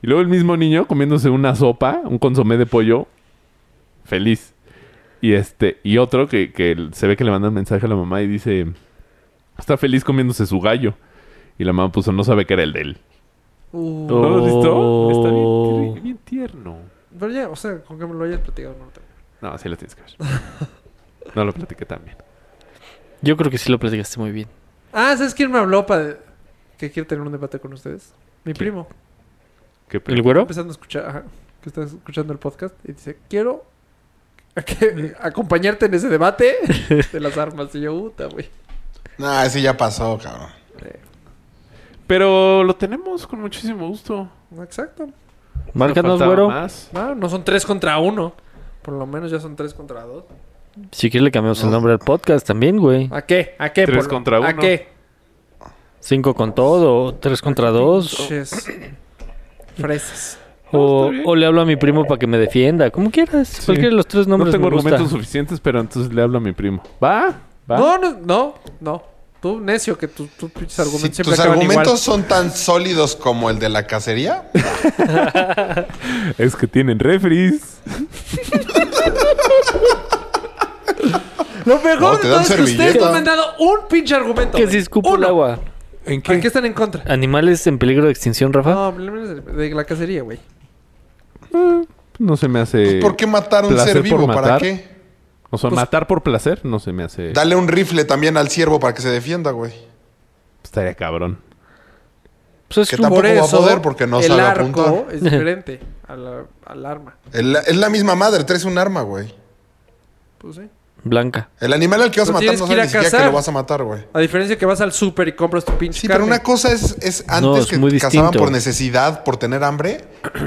Speaker 1: Y luego el mismo niño comiéndose una sopa, un consomé de pollo, feliz. Y este, y otro que, que se ve que le mandan mensaje a la mamá y dice está feliz comiéndose su gallo. Y la mamá puso, no sabe que era el de él.
Speaker 4: Uh,
Speaker 1: ¿No lo has visto? Está
Speaker 2: Oh.
Speaker 1: bien, bien tierno.
Speaker 4: Pero ya, o sea, con que me lo hayas platicado, no lo tengo.
Speaker 1: No, así lo tienes que ver. No lo platiqué tan bien.
Speaker 2: Yo creo que sí lo platicaste muy bien.
Speaker 4: Ah, ¿sabes quién me habló para que quiere tener un debate con ustedes? Mi primo.
Speaker 1: Qué pe-
Speaker 2: ¿El güero?
Speaker 4: Empezando a escuchar, ajá, que está escuchando el podcast y dice, quiero a que- acompañarte en ese debate de las armas. Y yo, puta, güey.
Speaker 3: Nah, ese ya pasó, cabrón.
Speaker 4: Eh.
Speaker 1: Pero lo tenemos con muchísimo gusto.
Speaker 4: No, Exacto.
Speaker 2: Márcanos,
Speaker 1: Faltaba
Speaker 2: güero.
Speaker 1: más.
Speaker 4: No, no son tres contra uno. Por lo menos ya son tres contra dos.
Speaker 2: Si quieres le cambiamos el nombre al podcast también, güey.
Speaker 4: ¿A qué? ¿A qué?
Speaker 1: Tres
Speaker 4: Polo?
Speaker 1: contra
Speaker 4: ¿A
Speaker 1: uno.
Speaker 4: qué?
Speaker 2: Cinco con todo, tres contra
Speaker 4: Oh.
Speaker 2: dos.
Speaker 4: Ches. Fresas.
Speaker 2: O, o le hablo a mi primo para que me defienda. Como quieras. Cualquiera de los tres
Speaker 1: No
Speaker 2: nombres
Speaker 1: tengo
Speaker 2: me gusta.
Speaker 1: argumentos suficientes, pero entonces le hablo a mi primo. ¿Va? ¿Va?
Speaker 3: ¿Ah?
Speaker 4: No, no, no, no. Tú, necio, que tus tus pinches
Speaker 3: Si
Speaker 4: argumentos siempre
Speaker 3: tus
Speaker 4: acaban
Speaker 3: argumentos
Speaker 4: igual.
Speaker 3: son tan sólidos como el de la cacería,
Speaker 1: Es que tienen refries.
Speaker 4: Lo mejor
Speaker 3: No, te
Speaker 4: de
Speaker 3: dan
Speaker 4: todo es que ustedes
Speaker 3: servilleta.
Speaker 4: no me han dado un pinche argumento.
Speaker 2: Que
Speaker 4: güey.
Speaker 2: si escupo el
Speaker 4: Uno.
Speaker 2: agua.
Speaker 1: ¿En
Speaker 4: ¿A qué están en contra?
Speaker 2: ¿Animales en peligro de extinción, Rafa?
Speaker 4: No, de la cacería, güey.
Speaker 1: No se me hace...
Speaker 3: Pues, ¿por qué matar a un
Speaker 1: placer
Speaker 3: ser
Speaker 1: por
Speaker 3: vivo? ¿Para
Speaker 1: matar.
Speaker 3: qué? Pues
Speaker 1: O sea, matar por placer no se me hace...
Speaker 3: Dale un rifle también al ciervo para que se defienda, güey.
Speaker 1: Estaría cabrón.
Speaker 2: Pues
Speaker 3: que
Speaker 2: es un-
Speaker 3: tampoco- va a poder porque no
Speaker 4: el
Speaker 3: sabe
Speaker 4: arco
Speaker 3: apuntar.
Speaker 4: es diferente al, al arma.
Speaker 3: Es la- es la misma madre, traes un arma, güey.
Speaker 4: Pues sí.
Speaker 2: Blanca.
Speaker 3: El animal al que vas a
Speaker 4: Pero
Speaker 3: matar
Speaker 4: tienes
Speaker 3: no
Speaker 4: que
Speaker 3: sabe
Speaker 4: ir a
Speaker 3: ni siquiera que
Speaker 4: cazar.
Speaker 3: lo vas a matar, güey.
Speaker 4: A diferencia que vas al súper y compras tu pinche
Speaker 3: Sí, pero
Speaker 4: carne.
Speaker 3: una cosa es, es antes
Speaker 2: No, es
Speaker 3: que
Speaker 2: muy
Speaker 3: cazaban
Speaker 2: distinto.
Speaker 3: por necesidad, por tener hambre,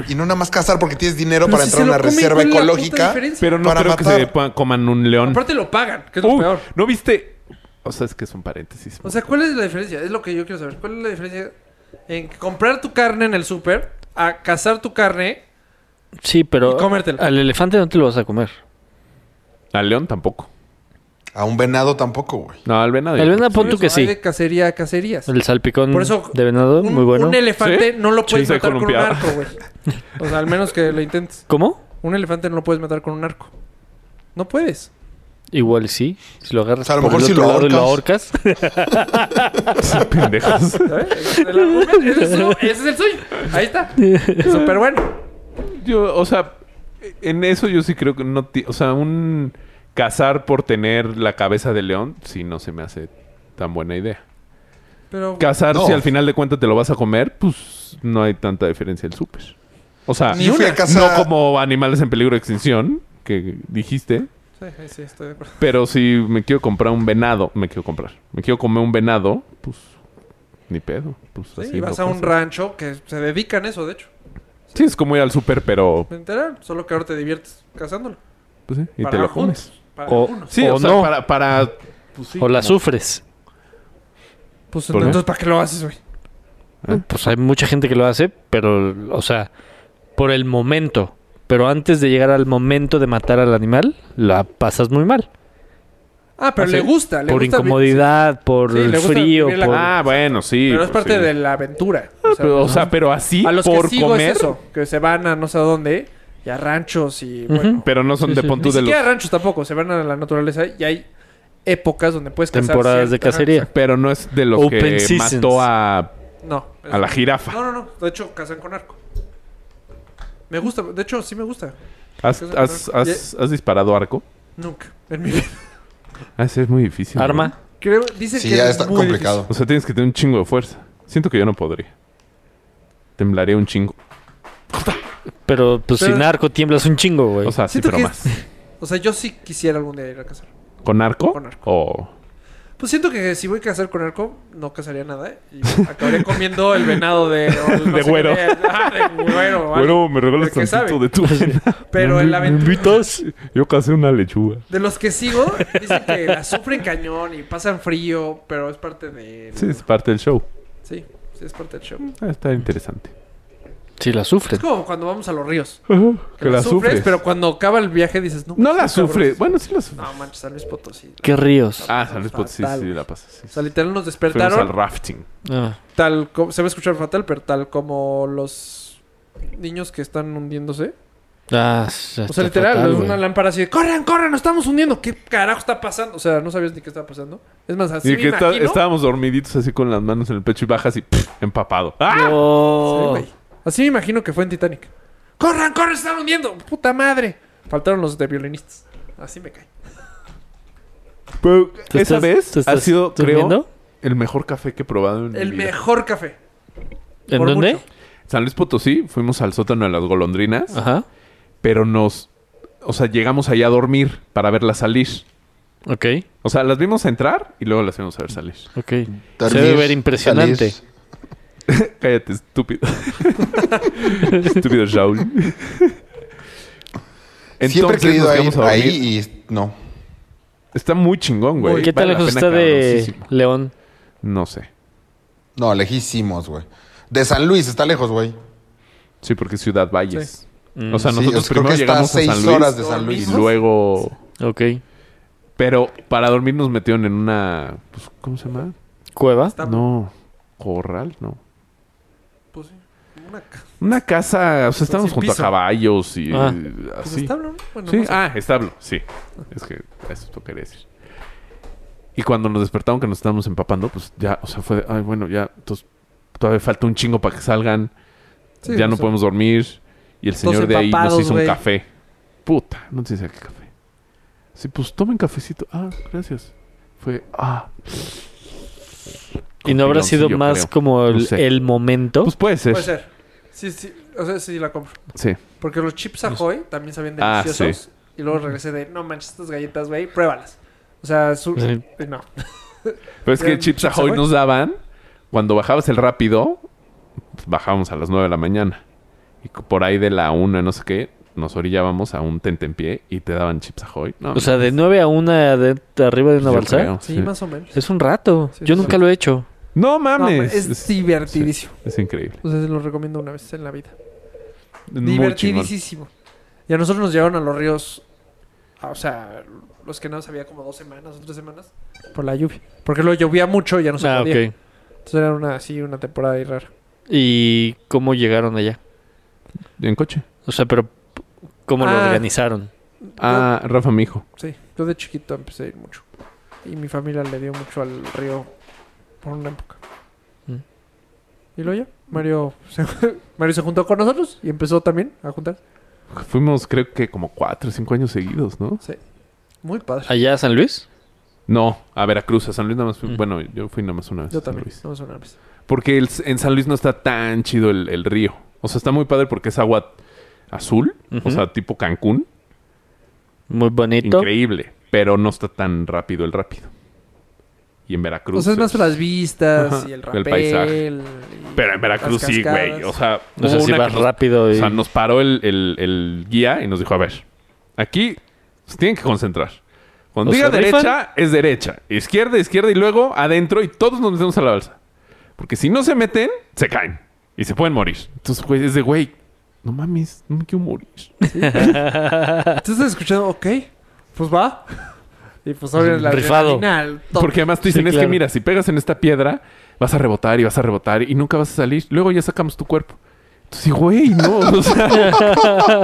Speaker 3: y no nada más cazar porque tienes dinero
Speaker 4: Pero
Speaker 3: para
Speaker 4: si
Speaker 3: entrar
Speaker 4: se
Speaker 3: a una
Speaker 4: lo comen,
Speaker 3: reserva
Speaker 4: ¿cuál es la puta
Speaker 3: ecológica.
Speaker 4: diferencia?
Speaker 1: Pero no
Speaker 3: para
Speaker 1: creo
Speaker 3: matar.
Speaker 1: que se pa- coman un león.
Speaker 4: Aparte lo pagan, que es lo
Speaker 1: Uy,
Speaker 4: peor.
Speaker 1: ¿No viste? O sea, es que es un paréntesis.
Speaker 4: O sea, ¿cuál es la diferencia? Es lo que yo quiero saber. ¿Cuál es la diferencia en comprar tu carne en el súper a cazar tu carne?
Speaker 2: Sí, pero
Speaker 4: Y comértelo.
Speaker 2: al elefante no te lo vas a comer.
Speaker 1: Al león tampoco.
Speaker 3: A un venado tampoco, güey.
Speaker 1: No, al venado.
Speaker 2: Al
Speaker 1: yo creo
Speaker 2: venado
Speaker 1: que
Speaker 2: pon
Speaker 1: sí.
Speaker 2: tú que
Speaker 4: Eso, Pues, hay
Speaker 2: sí.
Speaker 4: de cacería a cacerías.
Speaker 2: El salpicón
Speaker 4: Por eso
Speaker 2: de venado,
Speaker 4: un,
Speaker 2: muy bueno.
Speaker 4: Un elefante
Speaker 1: ¿Sí?
Speaker 4: no lo
Speaker 1: Sí,
Speaker 4: puedes
Speaker 1: soy
Speaker 4: matar con un
Speaker 1: colombiado.
Speaker 4: arco, güey. O sea, al menos que lo intentes.
Speaker 2: ¿Cómo?
Speaker 4: Un elefante no lo puedes matar con un arco. No puedes.
Speaker 2: Igual sí. Si lo agarras
Speaker 3: O sea, a lo
Speaker 2: por
Speaker 3: mejor
Speaker 2: el
Speaker 3: si
Speaker 2: otro
Speaker 3: lo
Speaker 2: lado y lo ahorcas.
Speaker 1: Pendejos.
Speaker 4: ¿Sabes? El argumento, ese, es su- ese es el suyo. Ahí está. Súper bueno.
Speaker 1: Yo, o sea, en eso yo sí creo que no... ti- O sea, un cazar por tener la cabeza de león, sí no se me hace tan buena idea.
Speaker 4: Pero
Speaker 1: Cazar,
Speaker 3: No.
Speaker 1: si al final de cuentas te lo vas a comer, pues no hay tanta diferencia del súper. O
Speaker 4: Ah.
Speaker 1: sea,
Speaker 3: Ni una.
Speaker 1: no como animales en peligro de extinción, que dijiste.
Speaker 4: Sí, sí, sí, estoy de acuerdo.
Speaker 1: Pero si me quiero comprar un venado, me quiero comprar. Me quiero comer un venado, pues ni pedo. Pues
Speaker 4: Sí,
Speaker 1: así
Speaker 4: y vas
Speaker 1: lo
Speaker 4: a un
Speaker 1: cazas.
Speaker 4: rancho que se dedican a eso, de hecho.
Speaker 1: Sí, es como ir al súper, pero
Speaker 4: Literal. Solo que ahora te diviertes cazándolo.
Speaker 1: pues, sí, y
Speaker 4: Para
Speaker 1: te lo
Speaker 4: algunos,
Speaker 1: comes.
Speaker 4: Para
Speaker 2: O-
Speaker 4: algunos.
Speaker 1: Sí, o,
Speaker 2: O
Speaker 1: sea,
Speaker 2: no.
Speaker 1: para, para pues, sí,
Speaker 2: o la
Speaker 1: como-
Speaker 2: sufres.
Speaker 4: Pues
Speaker 1: ¿Por qué?
Speaker 4: entonces, ¿para qué lo haces, güey? ¿Eh?
Speaker 2: Pues hay mucha gente que lo hace, pero, o sea, por el momento. Pero antes de llegar al momento de matar al animal, la pasas muy mal.
Speaker 4: Ah, pero
Speaker 1: Ah,
Speaker 4: le
Speaker 1: sí.
Speaker 4: gusta. Le
Speaker 2: por
Speaker 4: gusta vi-
Speaker 2: incomodidad, por
Speaker 4: Sí, le gusta
Speaker 2: frío,
Speaker 4: vivir la-
Speaker 2: por...
Speaker 1: Ah, bueno, sí.
Speaker 4: Pero es
Speaker 1: pues,
Speaker 4: parte
Speaker 1: sí.
Speaker 4: de la aventura.
Speaker 1: Ah, pero, o
Speaker 4: ¿no?
Speaker 1: sea, pero así,
Speaker 4: a los
Speaker 1: por
Speaker 4: que sigo
Speaker 1: comer.
Speaker 4: es eso. Que se van a no sé a dónde. Y a ranchos y bueno.
Speaker 1: Pero no son
Speaker 2: Sí,
Speaker 1: de
Speaker 2: sí.
Speaker 1: pon
Speaker 4: Ni
Speaker 1: tú de los.
Speaker 4: siquiera ranchos tampoco. Se van a la naturaleza y hay épocas donde puedes cazar
Speaker 2: Temporadas de
Speaker 4: cierta-
Speaker 2: cacería.
Speaker 1: Pero no es de los
Speaker 2: Open
Speaker 1: que
Speaker 2: seasons.
Speaker 1: mató a,
Speaker 4: No.
Speaker 1: a la jirafa.
Speaker 4: No, no, no. De hecho, cazan con arco. Me gusta. De hecho, sí me gusta.
Speaker 1: ¿Has, has- has- has disparado arco?
Speaker 4: Nunca. En mi vida.
Speaker 1: Ah, sí, es muy difícil. ¿no?
Speaker 2: Arma.
Speaker 4: Creo, dicen
Speaker 3: Sí,
Speaker 4: que
Speaker 3: ya
Speaker 4: es
Speaker 3: está
Speaker 4: muy
Speaker 3: complicado.
Speaker 1: O sea, tienes que tener un chingo de fuerza. Siento que yo no podría. Temblaría un chingo.
Speaker 2: Pero pues
Speaker 4: Pero-
Speaker 2: sin arco tiemblas un chingo, güey.
Speaker 1: O sea, sí,
Speaker 4: Siento
Speaker 1: pero
Speaker 4: que-
Speaker 1: más.
Speaker 4: difícil. O sea, yo sí quisiera algún día ir a cazar.
Speaker 1: ¿Con arco?
Speaker 4: Con arco.
Speaker 1: O...
Speaker 4: Pues siento que si voy a cazar con arco, no cazaría nada. ¿eh? Y acabaré comiendo el venado de... o el no
Speaker 1: De
Speaker 4: sé
Speaker 1: güero.
Speaker 4: qué, ah, de güero. ¿vale?
Speaker 1: Bueno, me regalas
Speaker 4: ¿Pero qué
Speaker 1: tantito
Speaker 4: sabe?
Speaker 1: de tu
Speaker 4: Pero el aventura...
Speaker 1: invitas? Yo casé una lechuga.
Speaker 4: De los que sigo, dicen que la sufren cañón y pasan frío, pero es parte de...
Speaker 1: Sí,
Speaker 4: Sí,
Speaker 1: es parte del show.
Speaker 4: sí, es parte del show.
Speaker 1: Ah, está interesante.
Speaker 2: Si la
Speaker 4: Es
Speaker 2: sufres.
Speaker 4: como cuando vamos a los ríos.
Speaker 1: Que la sufres.
Speaker 4: pero cuando acaba el viaje dices... No,
Speaker 1: No
Speaker 4: pues,
Speaker 1: la
Speaker 4: sí, cabrón".
Speaker 1: sufres. Bueno, sí la sufres.
Speaker 4: No, manches, San Luis Potosí.
Speaker 2: ¿Qué ríos?
Speaker 1: Ah, San Luis Potosí,
Speaker 4: Fatal.
Speaker 1: sí, la pasas. sí,
Speaker 4: O
Speaker 1: sí.
Speaker 4: sea, literal
Speaker 1: Fuimos
Speaker 4: nos
Speaker 1: al
Speaker 4: despertaron
Speaker 1: rafting.
Speaker 2: Ah,
Speaker 4: tal como... Se va a escuchar fatal, pero tal como los niños que están hundiéndose.
Speaker 2: ah, está
Speaker 4: O sea, literal,
Speaker 2: fatal,
Speaker 4: es
Speaker 2: güey.
Speaker 4: una lámpara así de ¡Corran, corran! ¡Nos estamos hundiendo! ¿Qué carajo está pasando? O sea, no sabías ni qué estaba pasando. Es más, así
Speaker 1: y
Speaker 4: me
Speaker 1: que está-
Speaker 4: imagino.
Speaker 1: estábamos dormiditos así con las manos en el pecho y bajas y pff, empapado. ¡Ah!
Speaker 4: Sí,
Speaker 2: No.
Speaker 4: güey. Así me imagino que fue en Titanic. ¡Corran, corran! ¡Se están hundiendo! ¡Puta madre! Faltaron los de violinistas. Así me cae.
Speaker 1: Pero
Speaker 2: ¿Tú
Speaker 1: esa
Speaker 2: estás-
Speaker 1: vez
Speaker 2: tú
Speaker 1: ha
Speaker 2: estás
Speaker 1: sido, creo,
Speaker 2: durmiendo?
Speaker 1: el mejor café que he probado en mi
Speaker 4: El
Speaker 1: vida.
Speaker 4: mejor café.
Speaker 2: ¿En
Speaker 4: Por
Speaker 2: dónde?
Speaker 4: mucho.
Speaker 1: San Luis Potosí, fuimos al sótano de las golondrinas,
Speaker 4: Ah.
Speaker 2: Ajá.
Speaker 1: pero nos... O sea, llegamos allá a dormir para verlas salir.
Speaker 2: Ok,
Speaker 1: O sea, las vimos entrar y luego las vimos a ver salir.
Speaker 2: ok. Se debe ver impresionante.
Speaker 3: salir.
Speaker 1: Cállate, estúpido. estúpido Shaul.
Speaker 3: Siempre he
Speaker 1: Entonces
Speaker 3: querido
Speaker 1: nos
Speaker 3: ir
Speaker 1: quedamos a dormir.
Speaker 3: ahí y no.
Speaker 1: Está muy chingón, güey.
Speaker 2: ¿Qué tan
Speaker 1: Vale la
Speaker 2: lejos
Speaker 1: pena
Speaker 2: está de
Speaker 1: cabroncísimo.
Speaker 2: León?
Speaker 1: No sé.
Speaker 3: No, lejísimos, güey. De San Luis, está lejos, güey.
Speaker 1: Sí, porque es Ciudad Valles. O sea,
Speaker 3: Sí,
Speaker 1: nosotros
Speaker 3: o sea, creo
Speaker 1: primero
Speaker 3: que está a
Speaker 1: llegamos a
Speaker 3: seis
Speaker 1: San Luis
Speaker 3: horas de San Luis.
Speaker 1: y luego...
Speaker 2: Ok.
Speaker 1: Pero para dormir nos metieron en una... pues, ¿Cómo se llama?
Speaker 2: ¿Cueva?
Speaker 4: Está-
Speaker 1: No. Corral, no.
Speaker 4: Pues sí. Una ca-
Speaker 1: Una casa... O sea, estábamos
Speaker 4: sin
Speaker 1: junto
Speaker 4: piso.
Speaker 1: a caballos y
Speaker 2: Pues, Ah.
Speaker 4: pues
Speaker 1: así.
Speaker 4: establo, ¿no? Bueno,
Speaker 1: Sí,
Speaker 4: no sé.
Speaker 1: ah, establo, sí. Es que eso tú quería decir. Y cuando nos despertaron que nos estábamos empapando, pues ya, o sea, fue de, ay, bueno, ya, entonces todavía falta un chingo para que salgan.
Speaker 4: Sí,
Speaker 1: ya
Speaker 4: o
Speaker 1: no
Speaker 4: sea,
Speaker 1: podemos dormir. Y el señor de ahí nos
Speaker 4: empapados,
Speaker 1: hizo un
Speaker 4: güey.
Speaker 1: café. Puta, no te decía qué café. Sí, pues tomen cafecito. Ah, gracias. Fue, ah.
Speaker 2: ¿Y no habrá sido
Speaker 1: Piloncillo,
Speaker 2: más
Speaker 1: creo.
Speaker 2: como el,
Speaker 1: No sé.
Speaker 2: el momento?
Speaker 1: Pues puede ser.
Speaker 4: Puede ser. Sí, sí. O sea, sí la compro.
Speaker 1: Sí.
Speaker 4: Porque los chips Ahoy también sabían
Speaker 1: Ah,
Speaker 4: deliciosos. Y luego regresé de, no manches, estas galletas, güey, pruébalas. O sea, su...
Speaker 2: Sí.
Speaker 4: eh, no.
Speaker 1: Pero es que
Speaker 4: Eran
Speaker 1: Chips
Speaker 4: Chips
Speaker 1: Ahoy
Speaker 4: Ahoy.
Speaker 1: nos daban, cuando bajabas el rápido, pues, bajábamos a las 9 de la mañana. Y c- por ahí de la 1, no sé qué, nos orillábamos a un tentempié y te daban Chips Ahoy. No,
Speaker 2: O sea, de 9 a 1 de, de arriba de una
Speaker 1: Ah, yo
Speaker 2: balsa.
Speaker 1: creo,
Speaker 4: Sí,
Speaker 1: sí.
Speaker 4: más o menos.
Speaker 2: Es un rato.
Speaker 4: Sí,
Speaker 2: Yo
Speaker 4: sí,
Speaker 2: nunca
Speaker 4: sí.
Speaker 2: lo he hecho.
Speaker 1: No
Speaker 4: No,
Speaker 1: mames.
Speaker 4: es,
Speaker 1: es,
Speaker 4: divertidísimo.
Speaker 1: es increíble.
Speaker 4: O sea, se lo recomiendo una vez en la vida.
Speaker 1: Es muy chingón.
Speaker 4: Divertidísimo. Y a nosotros nos llevaron a los ríos, ah, o sea, los que no sabía como dos semanas o tres semanas, por la lluvia. Porque luego llovía mucho y ya no se
Speaker 2: ah,
Speaker 4: podía.
Speaker 2: ok.
Speaker 4: Entonces era una, así una temporada ahí rara.
Speaker 2: ¿Y cómo llegaron allá?
Speaker 1: En coche.
Speaker 2: O sea, pero ¿cómo lo
Speaker 4: Ah.
Speaker 2: organizaron?
Speaker 1: Ah, Rafa, mi hijo.
Speaker 4: Yo- sí, yo de chiquito empecé a ir mucho. Y mi familia le dio mucho al río por una época.
Speaker 2: Mm.
Speaker 4: Y luego ya, Mario se, Mario se juntó con nosotros y empezó también a juntar.
Speaker 1: Fuimos, creo que como 4 o 5 años seguidos, ¿no?
Speaker 4: Muy padre.
Speaker 2: ¿Allá a San Luis?
Speaker 1: No, a Veracruz, a San Luis nada más. fui-
Speaker 2: Mm.
Speaker 1: Bueno, yo fui nada más una vez.
Speaker 4: Yo
Speaker 1: a San
Speaker 4: también.
Speaker 1: Luis.
Speaker 4: Vamos a una vez.
Speaker 1: Porque el- en San Luis no está tan chido el, el río. O sea, está muy padre porque es agua azul.
Speaker 2: Ujú.
Speaker 1: O sea, tipo Cancún.
Speaker 2: Muy bonito.
Speaker 1: Increíble. Pero no está tan rápido el rápido. Y en Veracruz...
Speaker 4: O sea, es más las vistas
Speaker 1: Ajá,
Speaker 4: y el
Speaker 1: el
Speaker 4: rapel.
Speaker 1: paisaje.
Speaker 4: y
Speaker 1: Pero en Veracruz
Speaker 4: las
Speaker 1: sí,
Speaker 4: cascadas.
Speaker 1: güey. O sea,
Speaker 2: O sea,
Speaker 1: hubo
Speaker 2: si
Speaker 1: una
Speaker 2: vas
Speaker 1: que nos-
Speaker 2: rápido y...
Speaker 1: o sea, nos paró el, el- el guía y nos dijo, a ver, aquí se tienen que concentrar. Cuando
Speaker 2: ¿O
Speaker 1: diga
Speaker 2: se rifan?
Speaker 1: derecha, es derecha. Izquierda, izquierda y luego adentro y todos nos metemos a la balsa. Porque si no se meten, se caen. Y se pueden morir. Entonces, güey, es de, güey, no mames, no me quiero morir.
Speaker 4: ¿Tú estás escuchando? Ok, pues va. Y pues obvio la
Speaker 2: Rifado.
Speaker 4: adrenalina, todo.
Speaker 1: Porque además te dicen,
Speaker 2: Sí,
Speaker 1: es que
Speaker 2: claro.
Speaker 1: mira, si pegas en esta piedra, vas a rebotar y vas a rebotar y nunca vas a salir. Luego ya sacamos tu cuerpo. Entonces, sí, güey, no. O sea,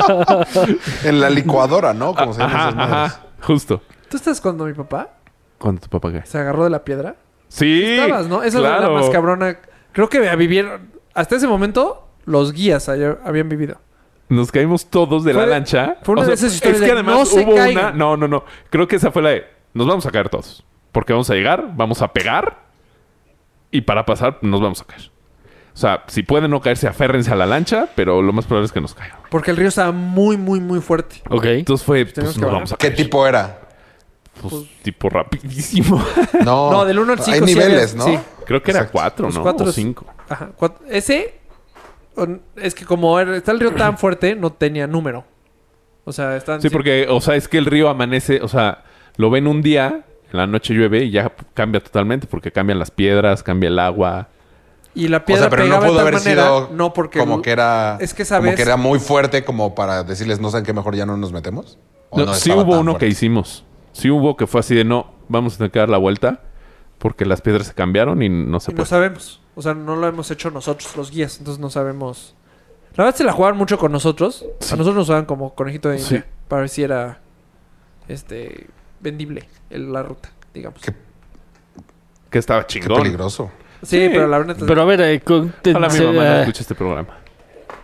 Speaker 3: En la licuadora, ¿no? Como se llaman
Speaker 1: ajá,
Speaker 3: esas madres.
Speaker 1: ajá, justo.
Speaker 4: ¿Tú estás cuando mi papá
Speaker 1: Cuando tu papá cae.
Speaker 4: se agarró de la piedra?
Speaker 1: Sí.
Speaker 4: Estabas, ¿no? Esa era la
Speaker 1: claro.
Speaker 4: más cabrona. Creo que vivieron... Hasta ese momento, los guías hab- habían vivido.
Speaker 1: Nos caímos todos de
Speaker 4: Fue
Speaker 1: la
Speaker 4: de-
Speaker 1: lancha.
Speaker 4: fue una de esas
Speaker 1: es
Speaker 4: historias
Speaker 1: que
Speaker 4: de
Speaker 1: además
Speaker 4: no se
Speaker 1: hubo una.
Speaker 4: caigan.
Speaker 1: No, no, no. Creo que esa fue la de. Nos vamos a caer todos. Porque vamos a llegar, vamos a pegar. Y para pasar, nos vamos a caer. O sea, si pueden no caerse, aférrense a la lancha, pero lo más probable es que nos caigan.
Speaker 4: Porque el río estaba muy, muy, muy fuerte.
Speaker 2: Ok.
Speaker 1: Entonces fue, pues,
Speaker 4: tenemos que
Speaker 1: nos
Speaker 4: bajar.
Speaker 1: vamos a
Speaker 3: ¿Qué
Speaker 1: caer.
Speaker 3: tipo era?
Speaker 1: Pues, tipo rapidísimo.
Speaker 3: No,
Speaker 4: No, del uno al
Speaker 3: Hay
Speaker 4: cinco sí
Speaker 3: niveles,
Speaker 4: había-
Speaker 3: ¿no?
Speaker 4: sí.
Speaker 1: Creo que era
Speaker 3: Exacto.
Speaker 1: cuatro,
Speaker 4: Los
Speaker 1: ¿no?
Speaker 4: cuatro
Speaker 1: o
Speaker 4: es-
Speaker 1: cinco.
Speaker 4: Ajá. Cuat- Ese... on- Es que como era- está el río tan fuerte, no tenía número. O sea, están...
Speaker 1: Sí, porque, o sea, es que el río amanece, o sea, lo ven un día, en la noche llueve y ya cambia totalmente porque cambian las piedras, cambia el agua.
Speaker 4: Y la
Speaker 3: O
Speaker 4: piedra
Speaker 3: sea, pero no
Speaker 4: pegaba
Speaker 3: pudo
Speaker 4: de tal
Speaker 3: haber
Speaker 4: manera...
Speaker 3: sido
Speaker 4: no, porque...
Speaker 3: como que era
Speaker 4: Es que
Speaker 3: como
Speaker 4: sabes-
Speaker 3: que era muy fuerte como para decirles, no saben qué mejor ya no nos metemos. ¿O
Speaker 1: No,
Speaker 3: no
Speaker 1: sí
Speaker 3: estaba
Speaker 1: hubo
Speaker 3: tan
Speaker 1: uno
Speaker 3: fuerte?
Speaker 1: que hicimos. Sí hubo que fue así de no, vamos a tener que dar la vuelta porque las piedras se cambiaron y no se
Speaker 4: Y no
Speaker 1: puede.
Speaker 4: sabemos. O sea, no lo hemos hecho nosotros, los guías. Entonces no sabemos. La verdad se la jugaban mucho con nosotros. A nosotros nos daban como conejito de India.
Speaker 1: Sí.
Speaker 4: Para ver si era este vendible el- la ruta, digamos.
Speaker 3: Qué,
Speaker 1: Que estaba
Speaker 3: qué
Speaker 1: chingón.
Speaker 3: peligroso.
Speaker 4: Sí, pero la verdad...
Speaker 2: Pero a ver, eh, con- te-
Speaker 1: Ojalá mi
Speaker 2: se,
Speaker 1: mamá no
Speaker 2: ah,
Speaker 1: escuche este programa.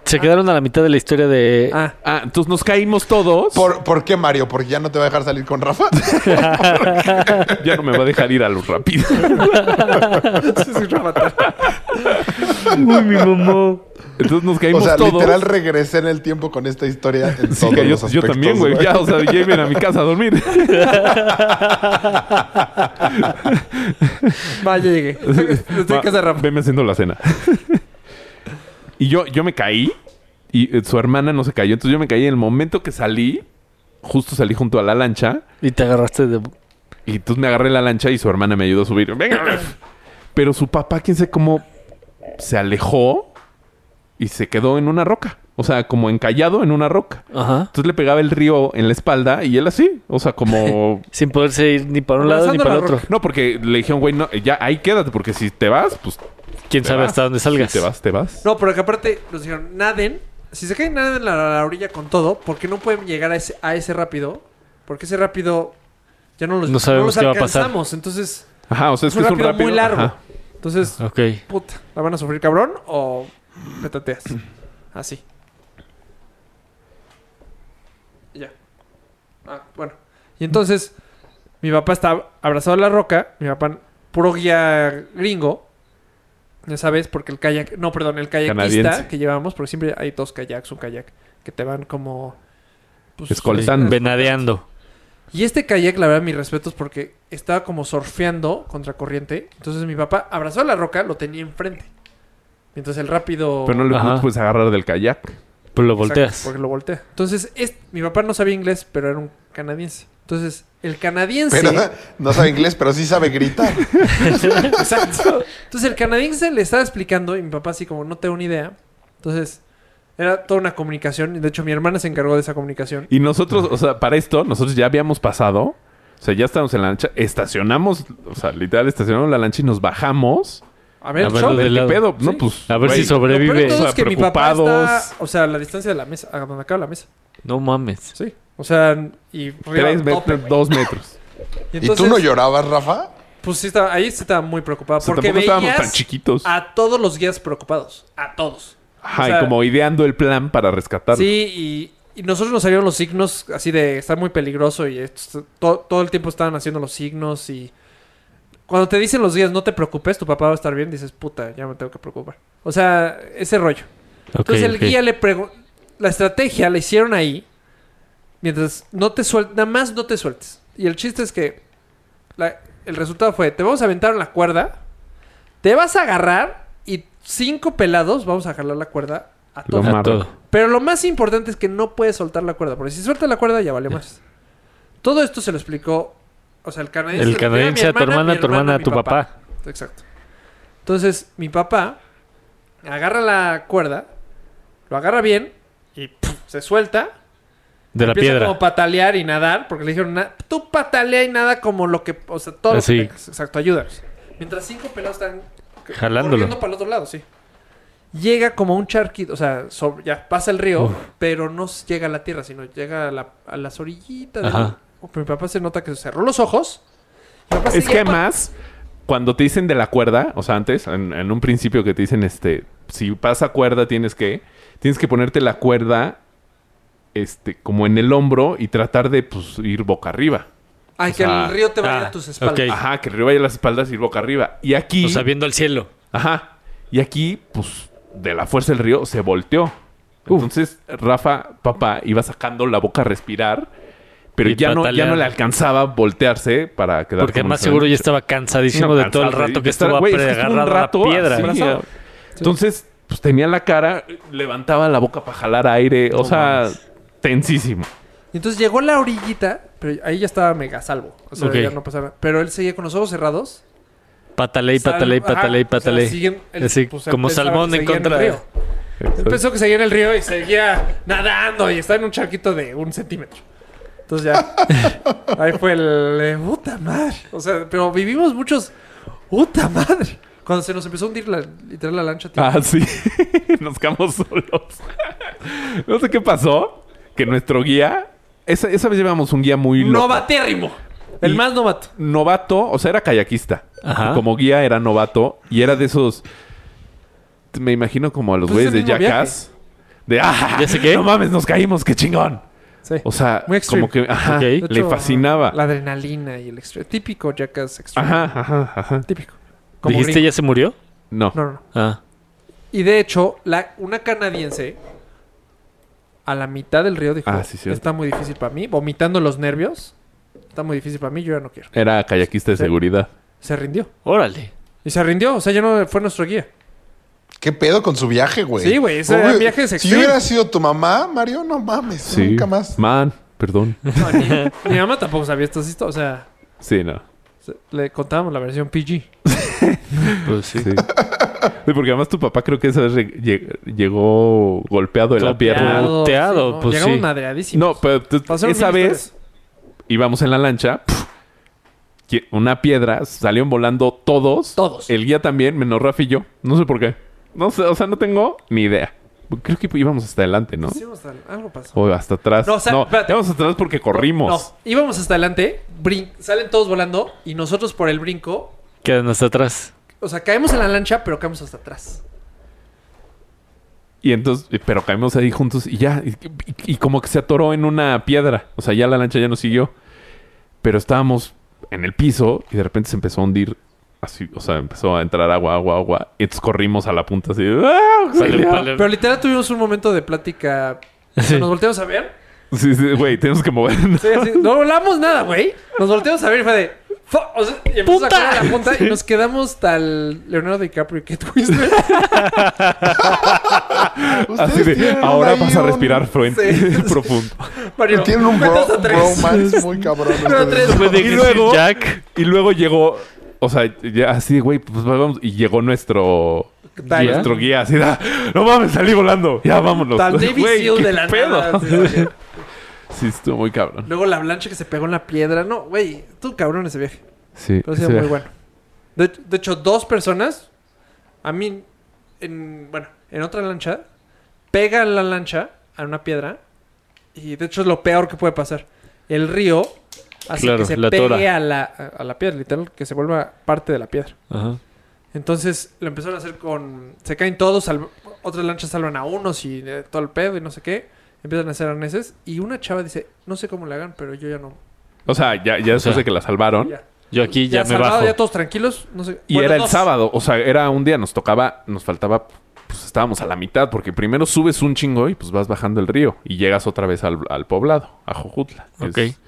Speaker 2: se quedaron a la mitad de la historia de...
Speaker 4: Ah,
Speaker 1: Ah, entonces nos caímos todos.
Speaker 3: ¿Por, por qué, Mario? ¿Porque ya no te va a dejar salir con Rafa?
Speaker 1: Ya no me va a dejar ir a los rápido.
Speaker 4: sí, sí, Rafa, tal.
Speaker 2: Uy, mi mamá.
Speaker 1: Entonces nos
Speaker 3: o
Speaker 1: caímos
Speaker 3: sea,
Speaker 1: todos.
Speaker 3: literal regresé en el tiempo con esta historia en
Speaker 1: Sí,
Speaker 3: todos
Speaker 1: que yo,
Speaker 3: los
Speaker 1: yo
Speaker 3: aspectos,
Speaker 1: también, güey. Ya, o sea, ya iban a mi casa a dormir.
Speaker 4: Va, ya llegué. Estoy en
Speaker 1: Va,
Speaker 4: casa de Rafa.
Speaker 1: Veme haciendo la cena. y yo, yo me caí y eh, su hermana no se cayó. Entonces yo me caí en el momento que salí, justo salí junto a la lancha
Speaker 2: Y te agarraste de...
Speaker 1: y entonces me agarré la lancha y su hermana me ayudó a subir. Venga. Pero su papá, quién sé cómo, se alejó y se quedó en una roca. O sea, como encallado en una roca.
Speaker 2: Ajá.
Speaker 1: Entonces le pegaba el río en la espalda y él así. O sea, como
Speaker 2: Sin poderse ir ni para un lado ni
Speaker 4: Abrazando
Speaker 2: para
Speaker 4: la
Speaker 2: el otro.
Speaker 4: roca.
Speaker 1: No, porque le dijeron, güey, no, ya ahí quédate, porque si te vas, pues
Speaker 2: ¿Quién
Speaker 1: te
Speaker 2: sabe
Speaker 1: vas.
Speaker 2: hasta dónde salgas?
Speaker 1: Si te vas, te vas.
Speaker 4: No, pero que aparte nos dijeron, naden. Si se caen, naden a la, a la orilla con todo. Porque no pueden llegar a ese, a ese rápido. Porque ese rápido... Ya no los,
Speaker 2: No sabemos
Speaker 4: los
Speaker 2: qué va a pasar.
Speaker 4: alcanzamos, Entonces,
Speaker 1: Ajá, o sea, es,
Speaker 4: es un
Speaker 1: que es un
Speaker 4: rápido,
Speaker 1: rápido.
Speaker 4: muy largo.
Speaker 1: ajá.
Speaker 4: Entonces,
Speaker 2: Ok.
Speaker 4: puta, ¿la van a sufrir cabrón o petateas? Así. Y Ya. Ah, bueno. Y entonces, mi papá está abrazado a la roca, mi papá, puro guía gringo, ya sabes, porque el kayak, no, perdón, el kayakista
Speaker 1: Canadiense.
Speaker 4: que llevamos, porque siempre hay dos kayaks, un kayak, que te van como... pues,
Speaker 1: Escoltando.
Speaker 2: Venadeando.
Speaker 4: y este kayak, la verdad, mis respetos porque estaba como surfeando contra corriente. Entonces mi papá abrazó a la roca, lo tenía enfrente. Entonces el rápido...
Speaker 1: Pero no le
Speaker 2: Ajá.
Speaker 1: puedes agarrar del kayak.
Speaker 2: Pues lo
Speaker 4: Exacto,
Speaker 2: volteas.
Speaker 4: Porque lo voltea. Entonces es- mi papá no sabía inglés, pero era un canadiense. Entonces el canadiense...
Speaker 3: Pero no sabe inglés, pero sí sabe gritar.
Speaker 4: Exacto. Entonces el canadiense le estaba explicando y mi papá así como no tengo ni idea. Entonces era toda una comunicación. y De hecho mi hermana se encargó de esa comunicación.
Speaker 1: Y nosotros, o sea, para esto, nosotros ya habíamos pasado. O sea, ya estábamos en la lancha, estacionamos, o sea, literal, estacionamos la lancha y nos bajamos.
Speaker 4: A ver,
Speaker 2: A ver,
Speaker 4: show.
Speaker 1: A ver
Speaker 2: de
Speaker 1: ¿Qué
Speaker 2: lado.
Speaker 1: pedo? No,
Speaker 4: Sí.
Speaker 1: pues.
Speaker 2: A ver
Speaker 1: güey,
Speaker 2: si sobrevive.
Speaker 4: Lo peor de todo
Speaker 1: O sea,
Speaker 4: es que mi papá
Speaker 1: preocupados.
Speaker 4: está, o sea, a la distancia de la mesa, a donde acaba la mesa.
Speaker 2: No mames.
Speaker 4: Sí. O sea, y arriba
Speaker 1: Tres
Speaker 4: al tope,
Speaker 1: metros,
Speaker 4: güey.
Speaker 1: dos metros.
Speaker 4: Y,
Speaker 3: ¿Y tú
Speaker 4: entonces,
Speaker 3: no llorabas, Rafa?
Speaker 4: Pues sí, estaba, ahí sí estaba muy preocupado.
Speaker 1: O sea,
Speaker 4: porque
Speaker 1: Pues tampoco estábamos tan
Speaker 4: veías
Speaker 1: chiquitos.
Speaker 4: a todos los guías preocupados. A todos.
Speaker 1: Ajá,
Speaker 4: o
Speaker 1: y
Speaker 4: sea,
Speaker 1: como ideando el plan para rescatarlo.
Speaker 4: Sí, y, y nosotros nos sabíamos los signos así de estar muy peligroso y esto- to- todo el tiempo estaban haciendo los signos y... Cuando te dicen los guías, no te preocupes, tu papá va a estar bien, dices, puta, ya me tengo que preocupar. O sea, ese rollo.
Speaker 2: Ok,
Speaker 4: Entonces el
Speaker 2: ok.
Speaker 4: guía le preguntó. La estrategia la hicieron ahí. Mientras no te sueltes. Nada más no te sueltes. Y el chiste es que. la- el resultado fue: te vamos a aventar en la cuerda. Te vas a agarrar. Y cinco pelados vamos a jalar la cuerda a
Speaker 1: Lo
Speaker 4: todos.
Speaker 2: A
Speaker 1: Marro.
Speaker 2: todo.
Speaker 4: Pero lo más importante es que no puedes soltar la cuerda. Porque si sueltas la cuerda, ya vale más. Todo esto se lo explicó. O sea, el canadiense.
Speaker 2: El
Speaker 4: le explicó
Speaker 2: canadiense a tu hermana,
Speaker 4: Este, mi
Speaker 2: a tu hermana, a
Speaker 4: mi
Speaker 2: tu papá.
Speaker 4: Exacto. Entonces, mi papá agarra la cuerda, lo agarra bien y ¡puf! se suelta.
Speaker 2: De la
Speaker 4: Empieza
Speaker 2: piedra.
Speaker 4: como patalear y nadar, porque le dijeron, "Na- tú patalea y nada como lo que, o sea, todo lo que
Speaker 2: Así.
Speaker 4: tengas". Exacto, ayúdanos. Mientras cinco pelados están c-
Speaker 2: Jalándolo.
Speaker 4: corriendo para el otro lado, sí. Llega como un charquito, o sea, sobre- ya pasa el río,
Speaker 2: Uf.
Speaker 4: pero no s- llega a la tierra, sino llega a, la- a las orillitas. del-
Speaker 2: Ajá.
Speaker 4: Oh, pero mi papá se nota que cerró los ojos. Mi papá
Speaker 1: Es
Speaker 4: seguía
Speaker 1: que
Speaker 4: pa-
Speaker 1: además, cuando te dicen de la cuerda, o sea, antes, en, en un principio que te dicen, este, si pasa cuerda tienes que, tienes que ponerte la cuerda, este, como en el hombro y tratar de, pues, ir boca arriba.
Speaker 4: Ay, que
Speaker 1: sea,
Speaker 4: el río te vaya
Speaker 2: ah,
Speaker 4: a tus espaldas.
Speaker 2: ok.
Speaker 1: Ajá, que el río vaya a las espaldas y ir boca arriba. Y aquí,
Speaker 2: O sea, viendo al cielo.
Speaker 1: ajá, y aquí, pues, de la fuerza del río se volteó. Entonces, Rafa, papá, iba sacando la boca a respirar, pero
Speaker 2: Y
Speaker 1: ya no, ya
Speaker 2: patalear.
Speaker 1: no le alcanzaba a voltearse para quedar
Speaker 2: Porque
Speaker 1: como
Speaker 2: más
Speaker 1: en ese
Speaker 2: seguro ya
Speaker 1: momento.
Speaker 2: estaba cansadísimo
Speaker 1: No,
Speaker 2: de todo el
Speaker 1: cansado,
Speaker 2: rato
Speaker 1: de
Speaker 2: que
Speaker 1: estar-
Speaker 2: estaba
Speaker 1: güey, es que estuvo un
Speaker 2: agarrado a la
Speaker 1: rato
Speaker 2: piedra.
Speaker 1: así,
Speaker 4: Abrazado.
Speaker 1: ah. Entonces, pues tenía la cara, levantaba la boca para jalar aire, o sea, tensísimo.
Speaker 4: Y entonces llegó la orillita, pero ahí ya estaba mega salvo. O sea,
Speaker 2: Ok.
Speaker 4: ya no pasaba. nada. Pero él seguía con los ojos cerrados.
Speaker 2: Pataley,
Speaker 4: Sal-
Speaker 2: pataley,
Speaker 4: ajá,
Speaker 2: pataley,
Speaker 4: o sea,
Speaker 2: pataley.
Speaker 4: siguen- el-
Speaker 2: Así
Speaker 4: pues, él
Speaker 2: como
Speaker 4: pensaba
Speaker 2: salmón
Speaker 4: que
Speaker 2: en
Speaker 4: seguía
Speaker 2: contra
Speaker 4: el
Speaker 2: de...
Speaker 4: río. Él pensó que seguía en el río y seguía nadando y está en un charquito de un centímetro. Entonces ya. ahí fue el. eh, ¡Puta madre! O sea, pero vivimos muchos. ¡Puta madre! Cuando se nos empezó a hundir la, literal la lancha. tío.
Speaker 1: Ah, sí. Nos quedamos solos. no sé qué pasó, que nuestro guía, esa, esa vez llevamos un guía muy loco.
Speaker 4: ¡Novatérrimo! El
Speaker 1: Y-
Speaker 4: más novato.
Speaker 1: novato, o sea, era kayakista.
Speaker 2: Ajá.
Speaker 1: Y Como guía era novato y era de esos. Me imagino como a los
Speaker 4: Pues es
Speaker 1: güeyes de
Speaker 4: el mismo
Speaker 1: Jackass. De ¡ah!
Speaker 2: ¿Ya sé qué?
Speaker 1: ¡No mames, nos caímos! ¡Qué chingón!
Speaker 4: Sí.
Speaker 1: O sea,
Speaker 4: Muy extreme.
Speaker 1: como que ajá,
Speaker 2: Ok.
Speaker 4: De
Speaker 1: le
Speaker 4: hecho,
Speaker 1: fascinaba.
Speaker 4: La adrenalina y el extremo. Típico jackass extreme.
Speaker 1: Ajá, ajá, ajá.
Speaker 4: Típico. Como
Speaker 2: ¿Dijiste
Speaker 4: gringo.
Speaker 2: ya se murió?
Speaker 1: No.
Speaker 4: No, no, no.
Speaker 2: Ah.
Speaker 4: Y de hecho, la, una canadiense a la mitad del río dijo,
Speaker 1: Ah, sí, cierto.
Speaker 4: está muy difícil para mí, vomitando los nervios, está muy difícil para mí, yo ya no quiero.
Speaker 1: Era kayakista de
Speaker 4: Sí.
Speaker 1: seguridad.
Speaker 4: Se rindió.
Speaker 2: Órale.
Speaker 4: Y se rindió, o sea, ya no fue nuestro guía.
Speaker 3: ¿Qué pedo con su viaje, güey?
Speaker 4: Sí, güey, ese
Speaker 3: Uy,
Speaker 4: era viajes
Speaker 3: Si
Speaker 4: extreme.
Speaker 3: hubiera sido tu mamá, Mario, no mames.
Speaker 1: Sí.
Speaker 3: Nunca más.
Speaker 1: Man, perdón.
Speaker 4: No, ni- mi mamá tampoco sabía estas historias, o sea,
Speaker 1: Sí, no.
Speaker 4: se- le contábamos la versión PG.
Speaker 2: Pues sí.
Speaker 1: Sí. Sí, porque además tu papá creo que esa vez re- lleg- llegó golpeado de la pierna.
Speaker 4: Golpeado, pues,
Speaker 2: Golpeado,
Speaker 4: no,
Speaker 2: pues
Speaker 4: Llegamos
Speaker 2: sí.
Speaker 4: madreadísimos.
Speaker 1: No, pero tú-
Speaker 4: Pasaron
Speaker 1: esa
Speaker 4: mil
Speaker 1: vez
Speaker 4: historias.
Speaker 1: íbamos en la lancha, ¡puf! que- una piedra, salieron volando todos.
Speaker 4: Todos.
Speaker 1: El guía también, menos Rafa y yo. No sé por qué. No sé, o sea, no tengo ni idea. Creo que íbamos hasta adelante, ¿no?
Speaker 4: Hicimos al- algo pasó.
Speaker 1: O hasta atrás.
Speaker 4: No,
Speaker 1: No,
Speaker 4: o sea, espérate.
Speaker 1: íbamos hasta atrás porque corrimos.
Speaker 4: No, íbamos hasta adelante, brin- salen todos volando y nosotros por el brinco
Speaker 2: Quedan hasta atrás.
Speaker 4: O sea, caemos en la lancha, pero caemos hasta atrás.
Speaker 1: Y entonces, eh, pero caímos ahí juntos y ya. Y, y- y como que se atoró en una piedra. O sea, ya la lancha ya nos siguió. Pero estábamos en el piso y de repente se empezó a hundir. Así, o sea, empezó a entrar agua, agua, agua. Y entonces corrimos a la punta así. ¡Ah,
Speaker 2: Vale,
Speaker 1: auxilio!
Speaker 2: vale.
Speaker 4: Pero literal tuvimos un momento de plática. O sea,
Speaker 2: Sí.
Speaker 4: Nos volteamos a ver.
Speaker 1: Sí, sí, güey, tenemos que movernos.
Speaker 4: Sí, así, No volamos nada, güey. Nos volteamos a ver y fue de. "Fu-", O sea, y empezamos a
Speaker 2: ¡Puta!
Speaker 4: correr a la punta y nos quedamos tal Leonardo DiCaprio y Kate Winslet.
Speaker 1: Así
Speaker 3: Ustedes
Speaker 1: de,
Speaker 3: tienen
Speaker 1: ahora
Speaker 3: ahí
Speaker 1: vas a
Speaker 3: un-
Speaker 1: respirar fruen-
Speaker 4: Sí.
Speaker 1: profundo.
Speaker 4: Mario,
Speaker 3: Tienen un bro,
Speaker 4: cuentas a tres.
Speaker 3: bromance muy cabrón.
Speaker 4: Pero
Speaker 3: ustedes.
Speaker 4: tres-
Speaker 2: Después de
Speaker 1: Y
Speaker 2: Grizzly
Speaker 1: luego-
Speaker 2: Jack.
Speaker 1: Y luego llegó, o sea, ya así, güey, pues vamos. Y llegó nuestro,
Speaker 4: Tal-
Speaker 1: nuestro guía, así, "Ah, no mames, salí volando. Ya vámonos.
Speaker 4: Tal Navy
Speaker 1: Güey,
Speaker 4: Seal
Speaker 1: ¿qué
Speaker 4: de la
Speaker 1: pedo?
Speaker 4: nada, sí.
Speaker 1: Sí, estuvo muy cabrón.
Speaker 4: Luego la avalancha que se pegó en la piedra. No, güey, tú cabrón ese viaje.
Speaker 1: Sí,
Speaker 4: Pero ha sido
Speaker 1: sí.
Speaker 4: muy bueno. De, de hecho, dos personas, a mí, en, bueno, en otra lancha, pega la lancha a una piedra y de hecho es lo peor que puede pasar. El río hace
Speaker 2: Claro,
Speaker 4: que se
Speaker 2: la
Speaker 4: pegue
Speaker 2: tora.
Speaker 4: a la, a, a la piedra, literal, que se vuelva parte de la piedra.
Speaker 2: Ajá.
Speaker 4: Entonces lo empezaron a hacer con... Se caen todos, sal- otras lanchas salvan a unos y eh, todo el pedo y no sé qué. Empiezan a hacer arneses y una chava dice, no sé cómo le hagan, pero yo ya no.
Speaker 1: O sea, ya, ya después
Speaker 2: sea,
Speaker 1: de que la salvaron.
Speaker 4: Ya,
Speaker 2: Yo aquí ya,
Speaker 4: ya,
Speaker 2: me
Speaker 4: salvado,
Speaker 2: bajo.
Speaker 4: ya todos tranquilos. No sé.
Speaker 1: Y
Speaker 4: Bueno,
Speaker 1: era el
Speaker 4: dos.
Speaker 1: sábado, o sea, era un día, nos tocaba, nos faltaba, pues estábamos a la mitad, porque primero subes un chingo y pues vas bajando el río y llegas otra vez al, al poblado, a Jojutla. que
Speaker 2: Ok.
Speaker 1: es-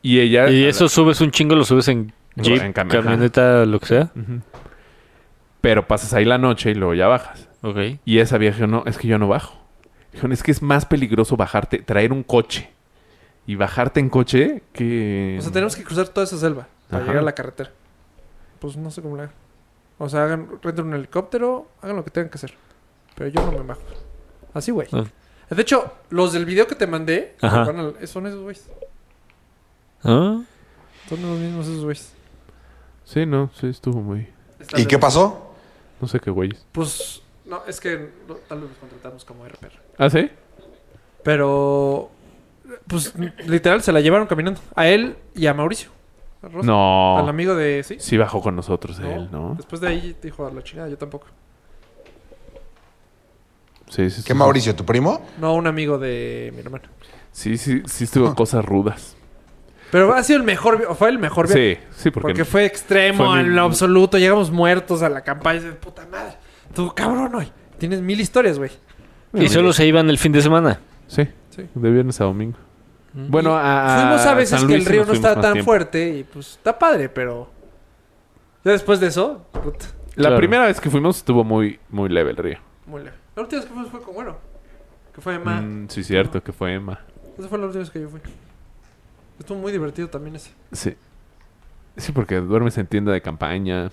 Speaker 1: y ella...
Speaker 2: Y eso subes un chingo, lo subes en
Speaker 1: En
Speaker 2: jeep,
Speaker 1: cami- ajá.
Speaker 2: camioneta, lo que sea.
Speaker 1: Pero pasas ahí la noche y luego ya bajas.
Speaker 2: Ok.
Speaker 1: Y esa vieja dijo, no, es que yo no bajo. Dijeron, es que es más peligroso bajarte, traer un coche. Y bajarte en coche que...
Speaker 4: O sea, tenemos que cruzar toda esa selva para
Speaker 1: Ajá.
Speaker 4: llegar a la carretera. Pues no sé cómo la hagan. O sea, hagan, renten un helicóptero, hagan lo que tengan que hacer. Pero yo no me bajo. Así, güey.
Speaker 2: Ah.
Speaker 4: De hecho, los del video que te mandé
Speaker 2: Ajá.
Speaker 4: van al- son esos güeyes.
Speaker 2: ¿Ah?
Speaker 4: Son los mismos esos güeyes.
Speaker 1: Sí, no, sí, estuvo muy.
Speaker 4: Está
Speaker 3: ¿Y
Speaker 4: de-
Speaker 3: qué pasó?
Speaker 1: No sé qué güeyes.
Speaker 4: Pues, no, es que no, tal vez los contratamos como RPR.
Speaker 1: ¿Ah, sí?
Speaker 4: Pero, pues, literal, se la llevaron caminando. A él y a Mauricio. Pues, a Rosa,
Speaker 1: No.
Speaker 4: Al amigo de... Sí.
Speaker 1: Sí bajó con nosotros
Speaker 4: No,
Speaker 1: él, ¿no?
Speaker 4: Después de ahí dijo a la chingada, yo tampoco.
Speaker 1: Sí, sí.
Speaker 3: ¿Qué
Speaker 1: estuvo-
Speaker 3: Mauricio, tu primo?
Speaker 4: No, un amigo de mi hermana.
Speaker 1: Sí, sí, sí estuvo cosas rudas.
Speaker 4: Pero ha sido el mejor, vi- fue el mejor viaje.
Speaker 1: Sí, sí, porque,
Speaker 4: Porque fue extremo
Speaker 1: fue mi-
Speaker 4: en lo absoluto. Llegamos muertos a la campaña. De puta madre. Tú, cabrón, hoy. Tienes mil historias, güey.
Speaker 2: Y solo se iban el fin de semana.
Speaker 1: Sí,
Speaker 4: Sí.
Speaker 1: de viernes a domingo. Bueno, a,
Speaker 4: fuimos a veces
Speaker 1: San
Speaker 4: que
Speaker 1: Luis
Speaker 4: el
Speaker 1: sí
Speaker 4: río
Speaker 1: nos
Speaker 4: no
Speaker 1: fuimos
Speaker 4: estaba
Speaker 1: más
Speaker 4: tan
Speaker 1: tiempo.
Speaker 4: fuerte y pues está padre, pero. Ya después de eso, puta,
Speaker 1: La
Speaker 2: Claro.
Speaker 1: primera vez que fuimos estuvo muy, muy leve el río.
Speaker 4: muy leve. La última vez que fuimos fue con Güero. Que fue Emma.
Speaker 1: Mm, sí, cierto, que fue Emma.
Speaker 4: Esa fue la última vez que yo fui. Estuvo muy divertido también ese.
Speaker 1: Sí. Sí, porque duermes en tienda de campaña.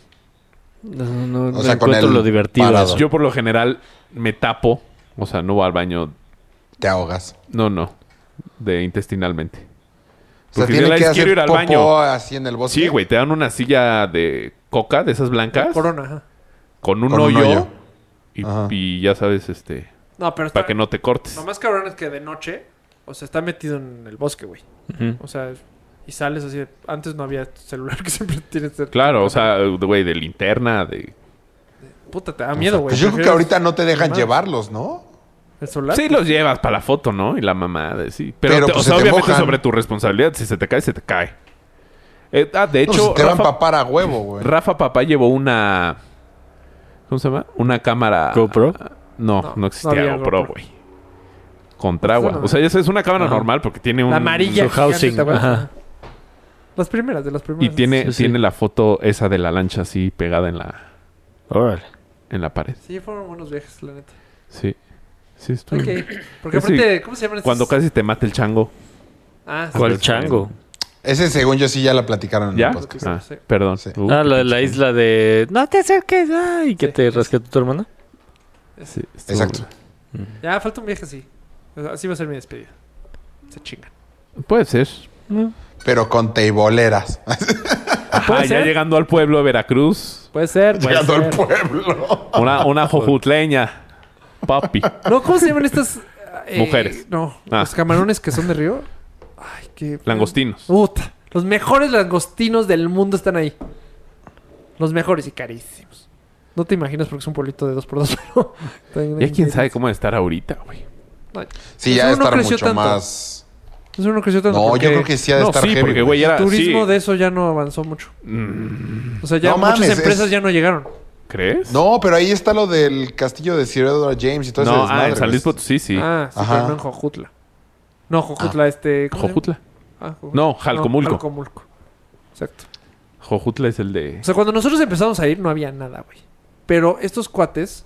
Speaker 2: No, no, no
Speaker 3: sea, con
Speaker 2: encuentro
Speaker 3: el
Speaker 2: lo divertido.
Speaker 3: parado.
Speaker 1: Yo por lo general me tapo. O sea, no voy al baño.
Speaker 3: Te ahogas.
Speaker 1: No, no. De intestinalmente.
Speaker 3: O sea,
Speaker 1: Porque
Speaker 3: tiene
Speaker 1: Pues de la
Speaker 3: que
Speaker 1: vez quiero
Speaker 3: hacer
Speaker 1: ir al
Speaker 3: popó
Speaker 1: baño.
Speaker 3: así en el bosque.
Speaker 1: Sí, güey, te dan una silla de coca, de esas blancas,
Speaker 4: Corona, ajá.
Speaker 1: con un
Speaker 3: Con un
Speaker 1: hoyo.
Speaker 3: hoyo.
Speaker 1: Y,
Speaker 3: Ajá.
Speaker 1: y ya sabes, este,
Speaker 4: No, pero está.
Speaker 1: para que no te cortes.
Speaker 4: Lo más cabrón es que de noche, o sea, está metido en el bosque, güey.
Speaker 2: Ujú.
Speaker 4: O sea, y sales así. de- Antes no había celular que siempre tienes. cerca.
Speaker 1: Claro, o sea, güey, de linterna, de...
Speaker 4: Puta, te da miedo, güey.
Speaker 3: Pues yo creo que
Speaker 4: Prefieres
Speaker 3: ahorita no te dejan
Speaker 4: Además.
Speaker 3: llevarlos, ¿no?
Speaker 4: El celular.
Speaker 1: Sí, los llevas para la foto, ¿no? Y la mamada, sí. Pero,
Speaker 3: Pero,
Speaker 1: te-
Speaker 3: pues,
Speaker 1: o sea,
Speaker 3: se te
Speaker 1: obviamente
Speaker 3: mojan.
Speaker 1: sobre tu responsabilidad. Si se te cae, se te cae. Eh, ah, de
Speaker 3: No,
Speaker 1: hecho,
Speaker 3: pues te van a
Speaker 1: Rafa,
Speaker 3: papar a huevo, güey.
Speaker 1: Rafa Papá llevó una... ¿Cómo se llama? Una cámara...
Speaker 2: ¿GoPro?
Speaker 1: No,
Speaker 4: No,
Speaker 1: no,
Speaker 4: no
Speaker 1: existía
Speaker 4: había
Speaker 1: GoPro,
Speaker 4: GoPro.
Speaker 1: güey. Contra agua.
Speaker 4: Eso no-
Speaker 1: O sea, esa es una cámara
Speaker 2: Ajá.
Speaker 1: normal porque tiene un...
Speaker 4: La amarilla.
Speaker 2: su
Speaker 4: gigante,
Speaker 2: housing,
Speaker 4: ¿te acuerdas?
Speaker 2: ajá.
Speaker 4: Las primeras, de las primeras.
Speaker 1: Y tiene,
Speaker 2: Sí, sí.
Speaker 1: tiene la foto esa de la lancha así pegada en la,
Speaker 2: Órale.
Speaker 1: en la pared.
Speaker 4: Sí, fueron buenos viajes, la neta.
Speaker 1: Sí. Sí, estuvo-
Speaker 4: Ok. pues Porque
Speaker 1: Sí.
Speaker 4: aparte, ¿cómo se llaman esas-
Speaker 1: Cuando casi te mata el chango.
Speaker 4: Ah, sí.
Speaker 2: ¿Cuál
Speaker 1: Pues,
Speaker 2: chango?
Speaker 3: Ese, según yo, sí ya la platicaron en
Speaker 1: ¿Ya?
Speaker 3: el podcast.
Speaker 1: Ah,
Speaker 4: Sí.
Speaker 1: perdón.
Speaker 3: Sí.
Speaker 1: Uh,
Speaker 2: ah, la
Speaker 1: qué
Speaker 2: de la
Speaker 1: pinche-
Speaker 2: isla de... No te acerques. Ay, que
Speaker 4: Sí.
Speaker 2: te rasqué tu hermana.
Speaker 1: Sí, estuvo-
Speaker 3: Exacto.
Speaker 4: Ya, falta un viaje así. O sea, Así va a ser mi despedida. Se chingan.
Speaker 1: Puede ser.
Speaker 3: Pero con teiboleras.
Speaker 1: Ajá, Ah, ya
Speaker 4: ser?
Speaker 1: llegando al pueblo de Veracruz.
Speaker 4: Puede ser. puede
Speaker 3: Llegando al
Speaker 4: ser.
Speaker 3: pueblo.
Speaker 1: Una, una jojutleña. Papi.
Speaker 4: No, ¿cómo se llaman estas. eh,
Speaker 1: Mujeres.
Speaker 4: No,
Speaker 1: Ah.
Speaker 4: los camarones que son de río. Ay, qué.
Speaker 1: Langostinos.
Speaker 4: Puta. Los mejores langostinos del mundo están ahí. Los mejores y carísimos. No te imaginas porque es un pueblito de dos por dos, pero.
Speaker 1: Ya quién sabe cómo estar ahorita, güey.
Speaker 4: No,
Speaker 3: Sí,
Speaker 4: pues
Speaker 3: ya
Speaker 4: uno
Speaker 3: debe estar
Speaker 4: creció
Speaker 3: mucho
Speaker 4: tanto.
Speaker 3: más.
Speaker 4: Entonces uno creció tanto.
Speaker 3: No,
Speaker 4: porque
Speaker 3: yo creo que sí ha de
Speaker 1: No,
Speaker 3: estar
Speaker 1: sí,
Speaker 3: heavy,
Speaker 1: porque, güey,
Speaker 3: güey.
Speaker 1: era...
Speaker 4: El turismo
Speaker 1: Ah, sí. Mm.
Speaker 4: de eso ya no avanzó mucho. O sea, ya
Speaker 3: No
Speaker 4: muchas
Speaker 3: mames,
Speaker 4: empresas
Speaker 3: es-
Speaker 4: ya no llegaron.
Speaker 1: ¿Crees?
Speaker 3: No, pero ahí está lo del castillo de Sir Edward James y todo eso.
Speaker 1: No, ah, en San Luis Potosí, sí.
Speaker 4: Ah, sí,
Speaker 3: Ajá. Ah.
Speaker 4: pero no en Jojutla. No, Jojutla, este. ¿cómo se llama?
Speaker 1: Jojutla.
Speaker 4: Ah, Jojutla.
Speaker 1: No, Jalcomulco.
Speaker 4: Jalcomulco. Exacto.
Speaker 1: Jojutla es el de...
Speaker 4: O sea, cuando nosotros empezamos a ir no había nada, güey. Pero estos cuates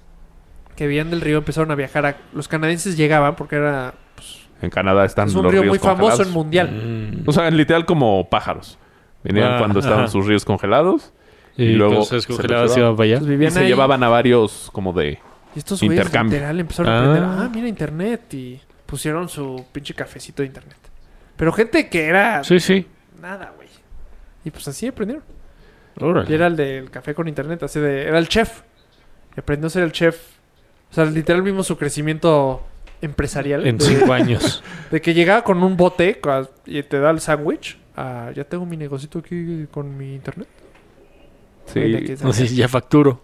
Speaker 4: que vivían del río empezaron a viajar a... Los canadienses llegaban porque era...
Speaker 1: En Canadá están
Speaker 4: es un
Speaker 1: los
Speaker 4: río
Speaker 1: ríos
Speaker 4: muy famoso
Speaker 1: congelados.
Speaker 4: en mundial.
Speaker 2: Mm.
Speaker 1: O sea, literal como pájaros. Venían
Speaker 2: Ah,
Speaker 1: cuando estaban
Speaker 2: ajá.
Speaker 1: sus ríos congelados
Speaker 2: Y,
Speaker 1: Y luego
Speaker 2: luego se descongelaba,
Speaker 1: se
Speaker 2: se iba para allá.
Speaker 4: Entonces
Speaker 1: y
Speaker 4: vivían
Speaker 1: se
Speaker 4: ahí.
Speaker 1: llevaban a varios como de...
Speaker 4: Y estos güeyes
Speaker 1: Intercambio.
Speaker 4: literal empezaron a
Speaker 2: Ah.
Speaker 4: aprender... Ah, mira internet. Y pusieron su pinche cafecito de internet. Pero gente que era...
Speaker 2: Sí, sí.
Speaker 4: Nada, güey. Y pues así aprendieron. Y
Speaker 2: Órale.
Speaker 4: era el del café con internet, así de... Era el chef. Y aprendió a ser el chef. O sea, literal vimos su crecimiento empresarial.
Speaker 2: En
Speaker 4: de-
Speaker 2: cinco años.
Speaker 4: De que llegaba con un bote cua- y te da el sándwich. Ah, ya tengo mi negocito aquí con mi internet. Güey, de aquí
Speaker 1: Sí,
Speaker 4: es-
Speaker 2: Así, ya facturo.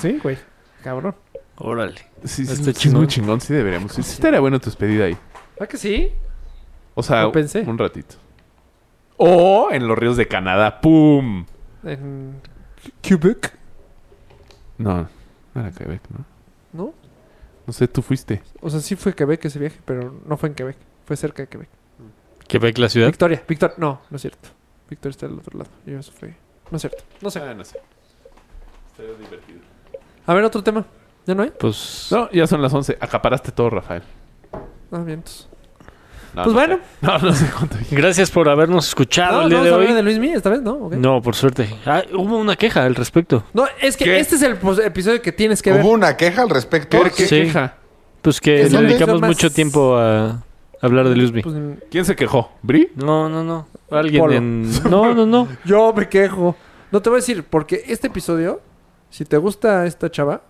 Speaker 4: Sí, güey. Cabrón.
Speaker 2: Órale.
Speaker 1: sí, sí,
Speaker 4: Este
Speaker 2: Está
Speaker 1: sí, es
Speaker 2: chingón.
Speaker 1: muy chingón. Sí deberíamos. Sí, sí estaría bueno tu despedida ahí.
Speaker 4: ¿Ah, que sí?
Speaker 1: O sea,
Speaker 4: Lo pensé.
Speaker 1: un ratito. O en los ríos de Canadá. ¡Pum!
Speaker 4: En Quebec,
Speaker 1: No, no era Quebec, ¿no?
Speaker 4: ¿no?
Speaker 1: No sé, tú fuiste.
Speaker 4: O sea, sí fue Quebec ese viaje, pero no fue en Quebec. Fue cerca de Quebec.
Speaker 2: Quebec, la ciudad.
Speaker 4: Victoria, Victoria. No, no es cierto. Victoria está del otro lado. Y eso fue. No es cierto. No sé.
Speaker 1: Ah, no sé. Estaría divertido.
Speaker 4: A ver, otro tema. ¿Ya no hay?
Speaker 2: Pues...
Speaker 1: No, ya son las 11. Acaparaste todo, Rafael.
Speaker 4: Ah, bien, entonces.
Speaker 1: Ah, No, no
Speaker 4: Pues bueno.
Speaker 1: sé. No, no sé cuánto.
Speaker 2: Gracias por habernos escuchado
Speaker 4: No,
Speaker 2: Ah, el día
Speaker 4: no vamos
Speaker 2: de
Speaker 4: a
Speaker 2: hoy.
Speaker 4: hablar de Luis Mí esta vez, ¿no? Ok.
Speaker 2: No, por suerte. Ah, hubo una queja al respecto.
Speaker 4: No, es que
Speaker 1: ¿Qué?
Speaker 4: este es el pues, episodio que tienes que ver.
Speaker 3: Hubo una queja al respecto.
Speaker 1: ¿Qué, qué
Speaker 2: Sí.
Speaker 1: queja?
Speaker 2: Pues que
Speaker 3: ¿Es
Speaker 2: le
Speaker 3: donde
Speaker 2: dedicamos
Speaker 4: son más-
Speaker 2: mucho tiempo a hablar de Luismi.
Speaker 4: Pues, mm,
Speaker 1: ¿Quién se quejó? ¿Bri?
Speaker 2: no, no, no. Alguien
Speaker 4: Polo.
Speaker 2: en... No, no, no.
Speaker 4: yo me quejo. No te voy a decir, porque este episodio, si te gusta esta chava,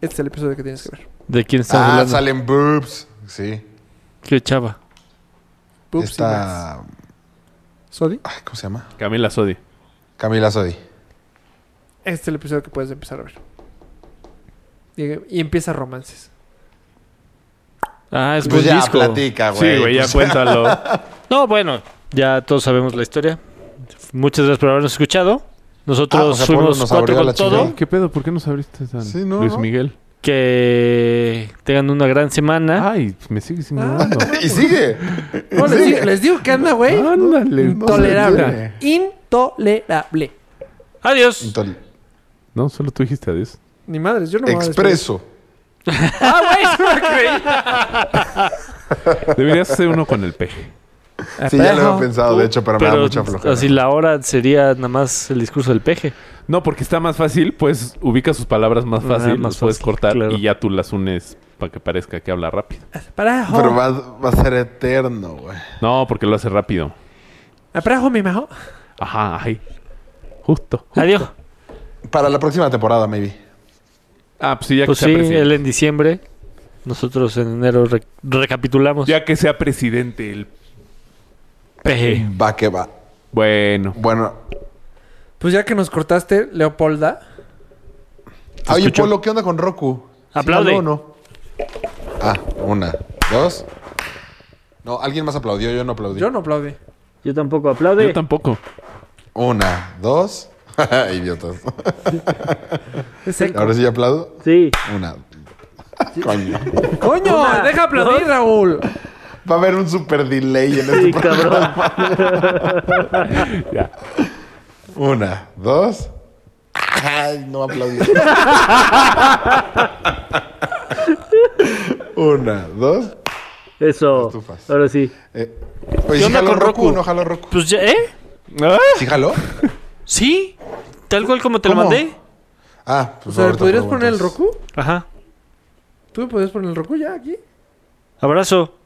Speaker 4: este es el episodio que tienes que ver.
Speaker 2: ¿De quién estamos
Speaker 3: Ah,
Speaker 2: hablando?
Speaker 3: salen boobs. Sí.
Speaker 2: ¿Qué chava?
Speaker 4: Pups y más.
Speaker 3: Está.
Speaker 4: Sodi,
Speaker 3: Ay, ¿Cómo se llama?
Speaker 1: Camila Sodi.
Speaker 3: Camila Sodi.
Speaker 4: este es el episodio que puedes empezar a ver. Y, y empieza romances.
Speaker 2: Ah, es
Speaker 3: Pues
Speaker 2: buen
Speaker 3: ya
Speaker 2: disco.
Speaker 3: platica, güey.
Speaker 1: Sí, güey, ya
Speaker 3: Pues-
Speaker 1: cuéntalo.
Speaker 2: No, bueno, ya todos sabemos la historia. Muchas gracias por habernos escuchado. Nosotros
Speaker 3: Ah, o sea, Polo
Speaker 2: fuimos
Speaker 3: nos
Speaker 2: cuatro
Speaker 3: abrió la
Speaker 2: con todo.
Speaker 3: chingada.
Speaker 1: ¿Qué pedo? ¿Por qué nos abriste tan
Speaker 3: Sí, no,
Speaker 1: Luis
Speaker 3: no.
Speaker 1: Miguel?
Speaker 2: Que tengan una gran
Speaker 4: Ah.
Speaker 3: Ah,
Speaker 2: semana.
Speaker 1: Ay, me sigues ignorando.
Speaker 3: Y sigue.
Speaker 4: No, les,
Speaker 3: Sí.
Speaker 4: digo, les digo que anda, güey.
Speaker 1: Ándale.
Speaker 3: No se
Speaker 4: Intolerable.
Speaker 3: puede.
Speaker 4: Intolerable.
Speaker 2: Adiós.
Speaker 3: Entonces,
Speaker 1: No, solo tú dijiste adiós.
Speaker 4: Ni madres, yo no me voy a despedir.
Speaker 3: Expreso.
Speaker 4: Ah, güey, se me creí.
Speaker 1: Deberías hacer uno con el peje.
Speaker 3: Sí, ya lo había pensado, de hecho, pero, me da
Speaker 2: Pero
Speaker 3: mucha flojera.
Speaker 2: así la hora sería nada más el discurso del peje.
Speaker 1: No, porque está más fácil, pues ubica sus palabras más
Speaker 2: Ah,
Speaker 1: fácil,
Speaker 2: más
Speaker 1: las puedes
Speaker 2: fácil,
Speaker 1: cortar
Speaker 2: claro.
Speaker 1: y ya tú las unes para que parezca que habla rápido.
Speaker 4: Aparajo.
Speaker 3: Pero va, va a ser eterno, güey.
Speaker 1: No, porque lo hace rápido.
Speaker 4: Aparajo, Ah, mi majo.
Speaker 1: Ajá, ay. Justo.
Speaker 2: Adiós.
Speaker 3: Para la próxima temporada, maybe.
Speaker 1: Ah, pues sí, ya que
Speaker 2: Pues
Speaker 1: sea
Speaker 2: sí,
Speaker 1: presidente.
Speaker 2: él en diciembre. Nosotros en enero re- recapitulamos.
Speaker 1: Ya que sea presidente el...
Speaker 2: Peje.
Speaker 3: Va que va.
Speaker 1: Bueno.
Speaker 3: Bueno.
Speaker 4: Pues ya que nos cortaste, Leopolda.
Speaker 3: Ah, Oye, Polo, ¿qué onda con Roku? ¿Sí
Speaker 2: Aplaude.
Speaker 3: jaló o no? Ah, una, dos. No, alguien más aplaudió, yo no aplaudí.
Speaker 4: Yo no aplaudí.
Speaker 2: Yo tampoco aplaude.
Speaker 1: Yo tampoco.
Speaker 3: Una, dos. Idiotas.
Speaker 4: Es eco.
Speaker 3: Ahora sí ya aplaudo.
Speaker 2: sí.
Speaker 3: Una. Coño.
Speaker 4: Coño, deja aplaudir, Raúl.
Speaker 3: Va a haber un super delay en este
Speaker 2: Sí,
Speaker 3: programa.
Speaker 2: cabrón.
Speaker 3: Una, dos. Ay, no aplaudí. Una, dos.
Speaker 2: Eso.
Speaker 3: Estufas.
Speaker 2: Ahora sí.
Speaker 3: Eh, oye,
Speaker 2: ¿Qué
Speaker 3: ¿sí
Speaker 2: onda
Speaker 3: jaló
Speaker 2: con
Speaker 3: Roku?
Speaker 2: Roku?
Speaker 3: ¿No jaló Roku?
Speaker 2: Pues ya, ¿eh?
Speaker 3: ¿Sí jaló?
Speaker 2: Sí. Tal cual como te lo
Speaker 3: ¿Cómo?
Speaker 2: mandé.
Speaker 3: Ah,
Speaker 4: O
Speaker 3: pues
Speaker 4: sea,
Speaker 3: ahorita
Speaker 4: ¿podrías
Speaker 3: preguntas.
Speaker 4: poner el Roku?
Speaker 2: Ajá.
Speaker 4: ¿Tú me podrías poner el Roku ya aquí?
Speaker 2: Abrazo.